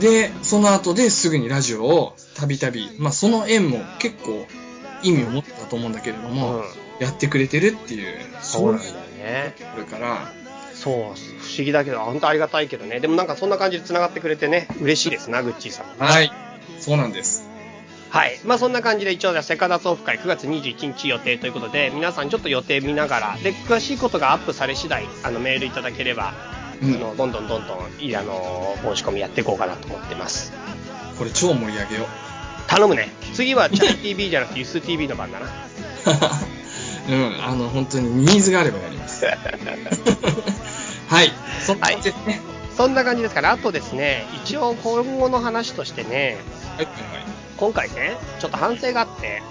[SPEAKER 3] でその後ですぐにラジオをたびたびまあその縁も結構意味を持ってたと思うんだけれど
[SPEAKER 4] う
[SPEAKER 3] も、
[SPEAKER 4] ん。うん。
[SPEAKER 3] やってくれてるっていう
[SPEAKER 4] そうなんだよ
[SPEAKER 3] こ
[SPEAKER 4] ね。
[SPEAKER 3] れから
[SPEAKER 4] そう、不思議だけど、本当ありがたいけどね。でもなんかそんな感じで繋がってくれてね、嬉しいですな、グッチーさん。
[SPEAKER 3] はいそうなんです
[SPEAKER 4] はい。まあそんな感じで一応、セカダツオフ会9月21日予定ということで、皆さんちょっと予定見ながら、で、詳しいことがアップされ次第、あの、メールいただければ、
[SPEAKER 3] うん
[SPEAKER 4] あの、どんどんどんどん、いいあの、申し込みやっていこうかなと思ってます。
[SPEAKER 3] これ超盛り上げよう
[SPEAKER 4] 頼むね。次は、チャイ TV じゃなくて、ユス TV の 番だな。
[SPEAKER 3] うん、 あの、本当にニーズがあればやります。 はい、そんな感じですね。
[SPEAKER 4] そんな感じですから、あとですね、一応今後の話としてね、
[SPEAKER 3] はい、は
[SPEAKER 4] 今回ね、ちょっと反省があって、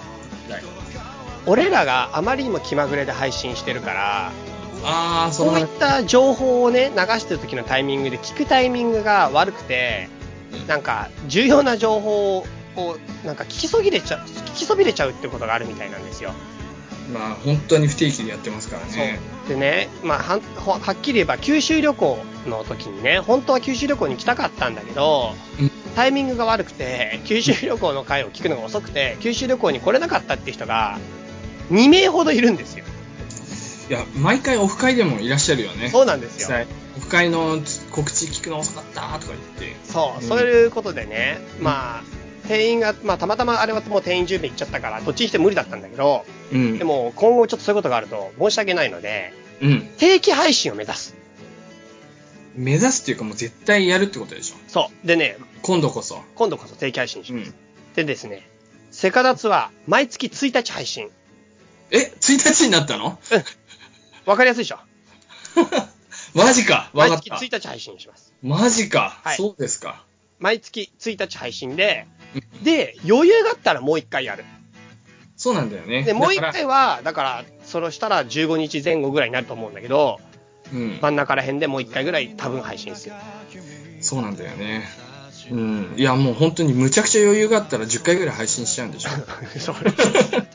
[SPEAKER 3] い、はい。
[SPEAKER 4] 俺らがあまりにも気まぐれで配信してるから、
[SPEAKER 3] あー、その
[SPEAKER 4] そうい
[SPEAKER 3] 話
[SPEAKER 4] っ。た情報をね、流してる時のタイミングで聞くタイミングが悪くて、なんか重要な情報をなんか聞きそぎれちゃう、聞きそびれちゃうってことがあるみたいなんですよ。
[SPEAKER 3] まあ、本当に不定期でやってますから
[SPEAKER 4] そう
[SPEAKER 3] ね。
[SPEAKER 4] でね、まあはん、ほはっきり言えば九州旅行の時にね、本当は九州旅行に来たかったんだけど、
[SPEAKER 3] うん
[SPEAKER 4] タイミングが悪くて、九州旅行の回を聞くのが遅くて、九州旅行に来れなかったって人が2名ほどいるんですよ。
[SPEAKER 3] いや、毎回オフ会でもいらっしゃるよね。
[SPEAKER 4] そうなんです
[SPEAKER 3] 実
[SPEAKER 4] よ。
[SPEAKER 3] 際。オフ会の告知聞くの遅かったとか言って。
[SPEAKER 4] そう、
[SPEAKER 3] うん
[SPEAKER 4] そういうことでね、まあ、定員が、まあ、たまたまあれはもう定員10名いっちゃったから、どっちにしても無理だったんだけど、
[SPEAKER 3] うん。
[SPEAKER 4] で、も今後ちょっとそういうことがあると申し訳ないので、
[SPEAKER 3] うん。
[SPEAKER 4] 定期配信を目指す。
[SPEAKER 3] 目指すっていうかもう絶対やるってことでしょ。
[SPEAKER 4] そう。でね、
[SPEAKER 3] 今度こそ。
[SPEAKER 4] 今度こそ定期配信し
[SPEAKER 3] う
[SPEAKER 4] ます。
[SPEAKER 3] ん。
[SPEAKER 4] でですね、セカダツは毎月1日配信。
[SPEAKER 3] え、1日になった の
[SPEAKER 4] わかりやすいでしょ
[SPEAKER 3] マジか。わ
[SPEAKER 4] 毎
[SPEAKER 3] かっ
[SPEAKER 4] 月
[SPEAKER 3] た。
[SPEAKER 4] 1日配信します。
[SPEAKER 3] マジか、
[SPEAKER 4] はい
[SPEAKER 3] そうですか。
[SPEAKER 4] 毎月1日配信で、で、余裕があったらもう1回やる。
[SPEAKER 3] そうなんだよね。
[SPEAKER 4] で、もう1
[SPEAKER 3] だから
[SPEAKER 4] 回は、だから、それをしたら15日前後ぐらいになると思うんだけど、
[SPEAKER 3] うん。
[SPEAKER 4] 真ん中ら辺でもう1回ぐらい多分配信する。
[SPEAKER 3] そうなんだよね。うん。いや、もう本当にむちゃくちゃ余裕があったら10回ぐらい配信しちゃうんで しょ。
[SPEAKER 4] それ、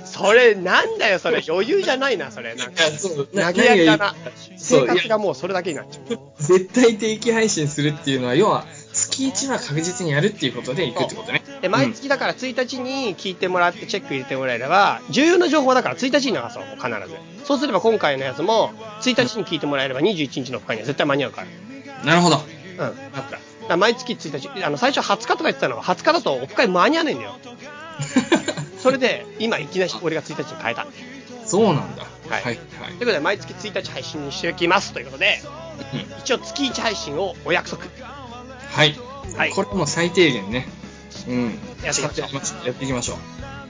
[SPEAKER 4] それなんだよ、それ。余裕じゃないな、 それ。なんか、
[SPEAKER 3] そう
[SPEAKER 4] 投げやりだな。
[SPEAKER 3] そう
[SPEAKER 4] 生活がもうそれだけになっちゃう。
[SPEAKER 3] 絶対定期配信するっていうのは、要は、月1は確実にやるっていうことでいくってことね。
[SPEAKER 4] で、毎月だから1日に聞いてもらってチェック入れてもらえれば、重要な情報だから1日に流そう、必ず。そうすれば今回のやつも、1日に聞いてもらえれば21日の深いには絶対間に合うから。
[SPEAKER 3] なるほど。
[SPEAKER 4] うん。だか
[SPEAKER 3] あった。
[SPEAKER 4] ら毎月1日、あの、最初20日とか言ってたのは、20日だとオフ会間に合わないんだよ。それで、今いきなり俺が1日に変えた。という
[SPEAKER 3] そうなんだ。
[SPEAKER 4] はい
[SPEAKER 3] はい。
[SPEAKER 4] ことで、毎月1日配信にしておきます。ということで、
[SPEAKER 3] はいうん
[SPEAKER 4] 一応月1配信をお約束。
[SPEAKER 3] はい。
[SPEAKER 4] はい
[SPEAKER 3] これも最低限ね。うん。
[SPEAKER 4] やっていきましょう
[SPEAKER 3] う。やっていきましょ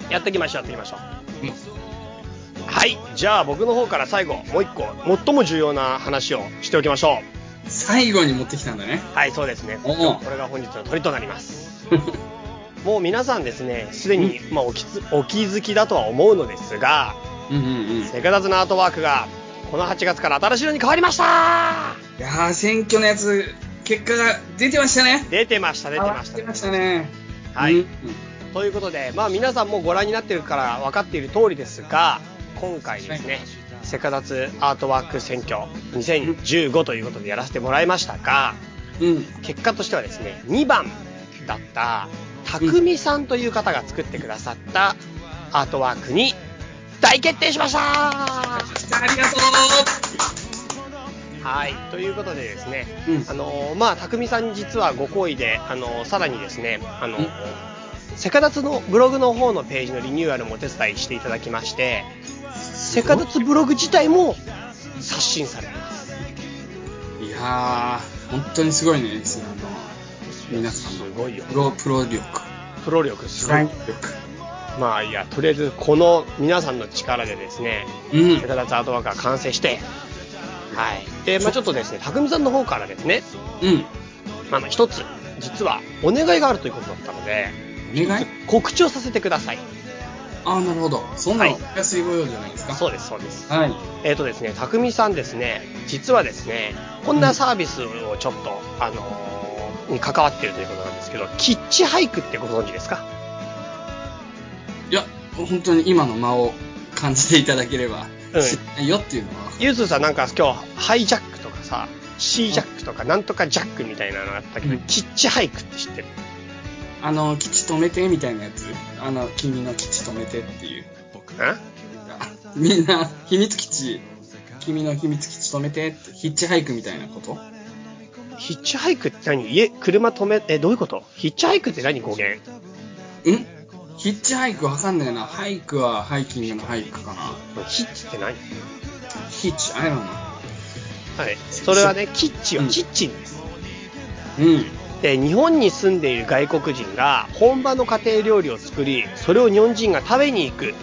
[SPEAKER 3] う。
[SPEAKER 4] やっていきましょう、やっていきましょう。
[SPEAKER 3] うん
[SPEAKER 4] はい。じゃあ僕の方から最後、もう一個、最も重要な話をしておきましょ
[SPEAKER 3] 最後に持ってきたんだ ね。
[SPEAKER 4] う。はい、そうですね。
[SPEAKER 3] おう
[SPEAKER 4] これが本日の鳥となります。もう皆さんですね、すでに、まあ、お気づお気づきだとは思うのですが、
[SPEAKER 3] うんうんうん。
[SPEAKER 4] セカダズのアートワークが、この8月から新しいのに変わりました
[SPEAKER 3] いやー、選挙のやつ、結果が出てましたね。
[SPEAKER 4] 出てました、出てまし
[SPEAKER 3] あ
[SPEAKER 4] た
[SPEAKER 3] 出て。ましたね。
[SPEAKER 4] はい
[SPEAKER 3] うん
[SPEAKER 4] ということで、まあ皆さんもご覧になってるから分かっている通りですが、今回ですね、セカダツアートワーク選挙2015ということでやらせてもらいましたが、
[SPEAKER 3] うん。
[SPEAKER 4] 結果としてはですね、2番だった、たくみさんという方が作ってくださったアートワークに大決定しました
[SPEAKER 3] ありがと
[SPEAKER 4] はい、ということでですね、
[SPEAKER 3] ううん
[SPEAKER 4] あのーまあ、たくみさん実はご好意で、あのーさらにですね、あのー
[SPEAKER 3] うん
[SPEAKER 4] セカダツのブログの方のページのリニューアルもお手伝いしていただきまして、セカダツブログ自体も刷新されてます。
[SPEAKER 3] いやー、本当にすごいね、リスナーの皆さんの
[SPEAKER 4] すごいよ
[SPEAKER 3] プロプロ力、
[SPEAKER 4] プロ力すごい。
[SPEAKER 3] プ
[SPEAKER 4] まあいいや、とりあえずこの皆さんの力でですね、
[SPEAKER 3] ロ力。
[SPEAKER 4] セカダツアートワークが完成して、はい。で、まあちょっとですね、たくみさんの方からですね、
[SPEAKER 3] うん。うん。
[SPEAKER 4] まあまあ一つ、実はお願いがあるということだったので、
[SPEAKER 3] お願い
[SPEAKER 4] 告知をさせてください。
[SPEAKER 3] あー、なるほど。そんなの、
[SPEAKER 4] はい
[SPEAKER 3] 安いご用じゃないですか。
[SPEAKER 4] そうです、そうです。
[SPEAKER 3] はい。
[SPEAKER 4] えっ、とですね、たくみさんですね、実はですね、こんなサービスをちょっと、あのーに関わってるということなんですけど、キッチハイクってご存知ですか
[SPEAKER 3] いや、本当に今の間を感じていただければ、
[SPEAKER 4] うん
[SPEAKER 3] 知らないよっていうのは。
[SPEAKER 4] ゆずさんなんか今日、ハイジャックとかさ、シージャックとか、なんとかジャックみたいなのあったけど、
[SPEAKER 3] うん
[SPEAKER 4] キッチハイクって知ってる
[SPEAKER 3] あの、基地止めてみたいなやつ。あの、君の基地止めてっていう。
[SPEAKER 4] な
[SPEAKER 3] みんな、秘密基地、君の秘密基地止めてって、ヒッチハイクみたいなこと
[SPEAKER 4] ヒッチハイクって何家、車止め、え、どういうことヒッチハイクって何語源
[SPEAKER 3] んヒッチハイクわかんねえな。ハイクはハイキングのハイクかな。
[SPEAKER 4] ヒッチって何
[SPEAKER 3] ヒッチ、あれなの
[SPEAKER 4] はい。それはね、キッチは
[SPEAKER 3] うん
[SPEAKER 4] キッチンです。
[SPEAKER 3] うん。
[SPEAKER 4] で日本に住んでいる外国人が本場の家庭料理を作りそれを日本人が食べに行く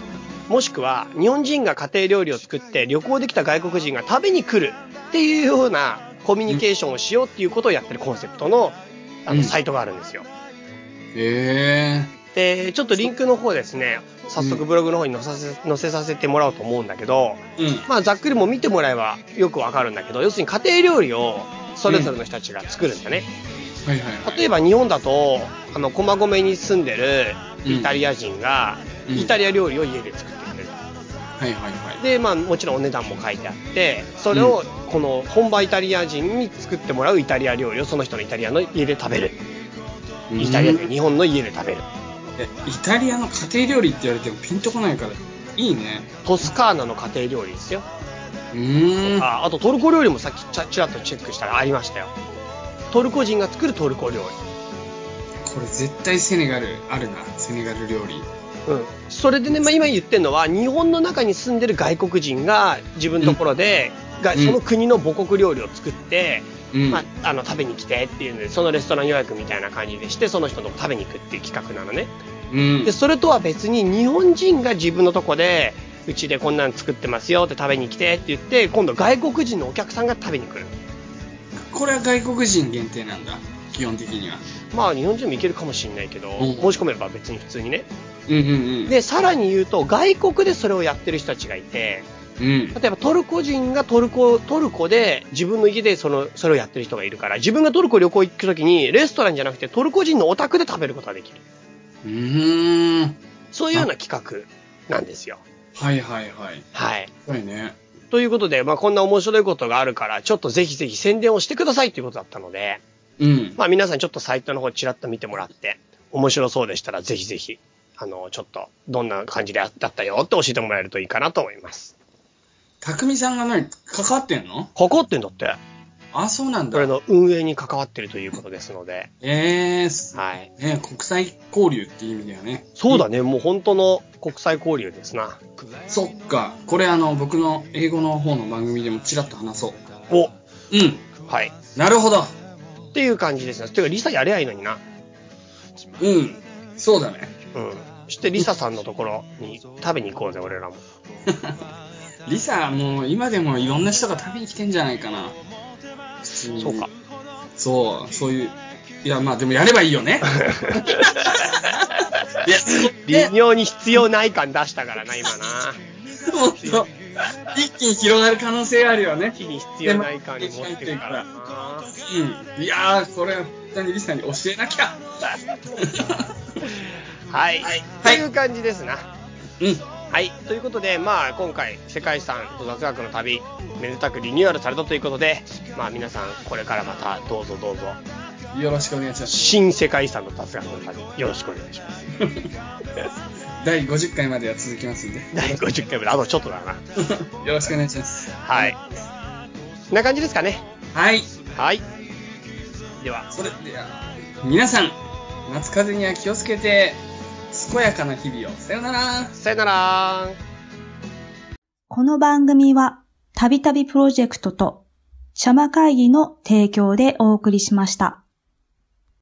[SPEAKER 4] もしくは日本人が家庭料理を作って旅行できた外国人が食べに来るっていうようなコミュニケーションをしようっていうことをやってるコンセプトのあ
[SPEAKER 3] う
[SPEAKER 4] の
[SPEAKER 3] ん
[SPEAKER 4] サイトがあるんですよ。
[SPEAKER 3] え
[SPEAKER 4] でちょっとリンクの方ですね早速ブログの方に載させ載せさせてもらおうと思うんだけど、
[SPEAKER 3] えうん。
[SPEAKER 4] まあ、ざっくりもう見てもらえばよくわかるんだけど要するに家庭料理をそれぞれの人たちが作るんだね。
[SPEAKER 3] はいはいはい。
[SPEAKER 4] 例えば日本だとあの駒込に住んでるイタリア人が、
[SPEAKER 3] うん
[SPEAKER 4] イタリア料理を家で作ってくれる、
[SPEAKER 3] はいはいはい。
[SPEAKER 4] でまあもちろんお値段も書いてあってそれをこの本場イタリア人に作ってもらうイタリア料理をその人のイタリアの家で食べる
[SPEAKER 3] うん
[SPEAKER 4] イタリアで日本の家で食べる
[SPEAKER 3] えイタリアの家庭料理って言われてもピンとこないから、いいね。
[SPEAKER 4] トスカーナの家庭料理ですよ、
[SPEAKER 3] うーん。
[SPEAKER 4] ああとトルコ料理もさっきちらちらっとチェックしたらありましたよトルコ人が作るトルコ料理
[SPEAKER 3] これ絶対セネガルあるなセネガル料理
[SPEAKER 4] うん、それでね、まあ、今言ってるのは日本の中に住んでる外国人が自分のところで、が
[SPEAKER 3] うん
[SPEAKER 4] その国の母国料理を作って、
[SPEAKER 3] うん、
[SPEAKER 4] まあ、あの食べに来てっていうのでそのレストラン予約みたいな感じでしてその人のとこ食べに行くっていう企画なのね
[SPEAKER 3] うん
[SPEAKER 4] でそれとは別に日本人が自分のとこでうちでこんなん作ってますよって食べに来てって言って今度外国人のお客さんが食べに来る
[SPEAKER 3] これは外国人限定なんだ基本的には
[SPEAKER 4] まあ日本人もいけるかもしれないけど、
[SPEAKER 3] うん
[SPEAKER 4] 申し込めば別に普通にね
[SPEAKER 3] うんうんうん
[SPEAKER 4] でさらに言うと外国でそれをやってる人たちがいて
[SPEAKER 3] うん
[SPEAKER 4] 例えばトルコ人がトルコ、トルコで自分の家でその、それをやってる人がいるから、自分がトルコ旅行行くときに、レストランじゃなくてトルコ人のお宅で食べることができる。
[SPEAKER 3] うーん
[SPEAKER 4] そういうような企画なんですよ。
[SPEAKER 3] はいはいはい
[SPEAKER 4] はい。
[SPEAKER 3] はいね
[SPEAKER 4] ということで、まあこんな面白いことがあるから、ちょっとぜひぜひ宣伝をしてくださいということだったので、
[SPEAKER 3] うん
[SPEAKER 4] まあ皆さんちょっとサイトの方ちらっと見てもらって、面白そうでしたらぜひぜひ、あの、ちょっと、どんな感じであだったよって教えてもらえるといいかなと思います。
[SPEAKER 3] 匠さんが何関わってんの
[SPEAKER 4] ここってんだって、
[SPEAKER 3] あそうなんだ
[SPEAKER 4] これの運営に関わってるということですので、
[SPEAKER 3] えーす
[SPEAKER 4] はい。
[SPEAKER 3] ね国際交流っていう意味ではね
[SPEAKER 4] そうだね、もう本当の国際交流ですな。
[SPEAKER 3] そっかこれあの僕の英語の方の番組でもちらっと話そ
[SPEAKER 4] お
[SPEAKER 3] ううん
[SPEAKER 4] はい。
[SPEAKER 3] なるほど
[SPEAKER 4] っていう感じですね。てか、リサやりゃいいのにな。
[SPEAKER 3] うんそうだね
[SPEAKER 4] うん。そして、リサさんのところに食べに行こうぜ、俺らも。
[SPEAKER 3] リサもう今でもいろんな人が食べに来てんじゃないかな普通に
[SPEAKER 4] そうか。
[SPEAKER 3] そうそういういやまあでもやればいいよ ねいやすごいね
[SPEAKER 4] 微妙に必要ない感出したからな、今な。
[SPEAKER 3] もっと一気に広がる可能性あるよね
[SPEAKER 4] 木に必要ない感に持ってるからな。
[SPEAKER 3] うんいやーこれは本当にリサに教えなきゃ
[SPEAKER 4] はい。
[SPEAKER 3] はい
[SPEAKER 4] という感じですな。
[SPEAKER 3] うん
[SPEAKER 4] はい。ということで、まあ、今回、世界遺産と雑学の旅、めでたくリニューアルされたということで、まあ、皆さん、これからまた、どうぞどうぞ、
[SPEAKER 3] よろしくお願いします。
[SPEAKER 4] 新世界遺産の雑学の旅、よろしくお願いします。
[SPEAKER 3] 第50回までは続きますんで。
[SPEAKER 4] 第50回目、あとちょっとだな。
[SPEAKER 3] よろしくお願いします。
[SPEAKER 4] はい。こんな感じですかね。
[SPEAKER 3] はい。
[SPEAKER 4] はい。では、
[SPEAKER 3] それでは、皆さん、夏風邪には気をつけて、健やかな日々を。さよなら。
[SPEAKER 4] さよなら。
[SPEAKER 5] この番組は、たびたびプロジェクトと、シャマ会議の提供でお送りしました。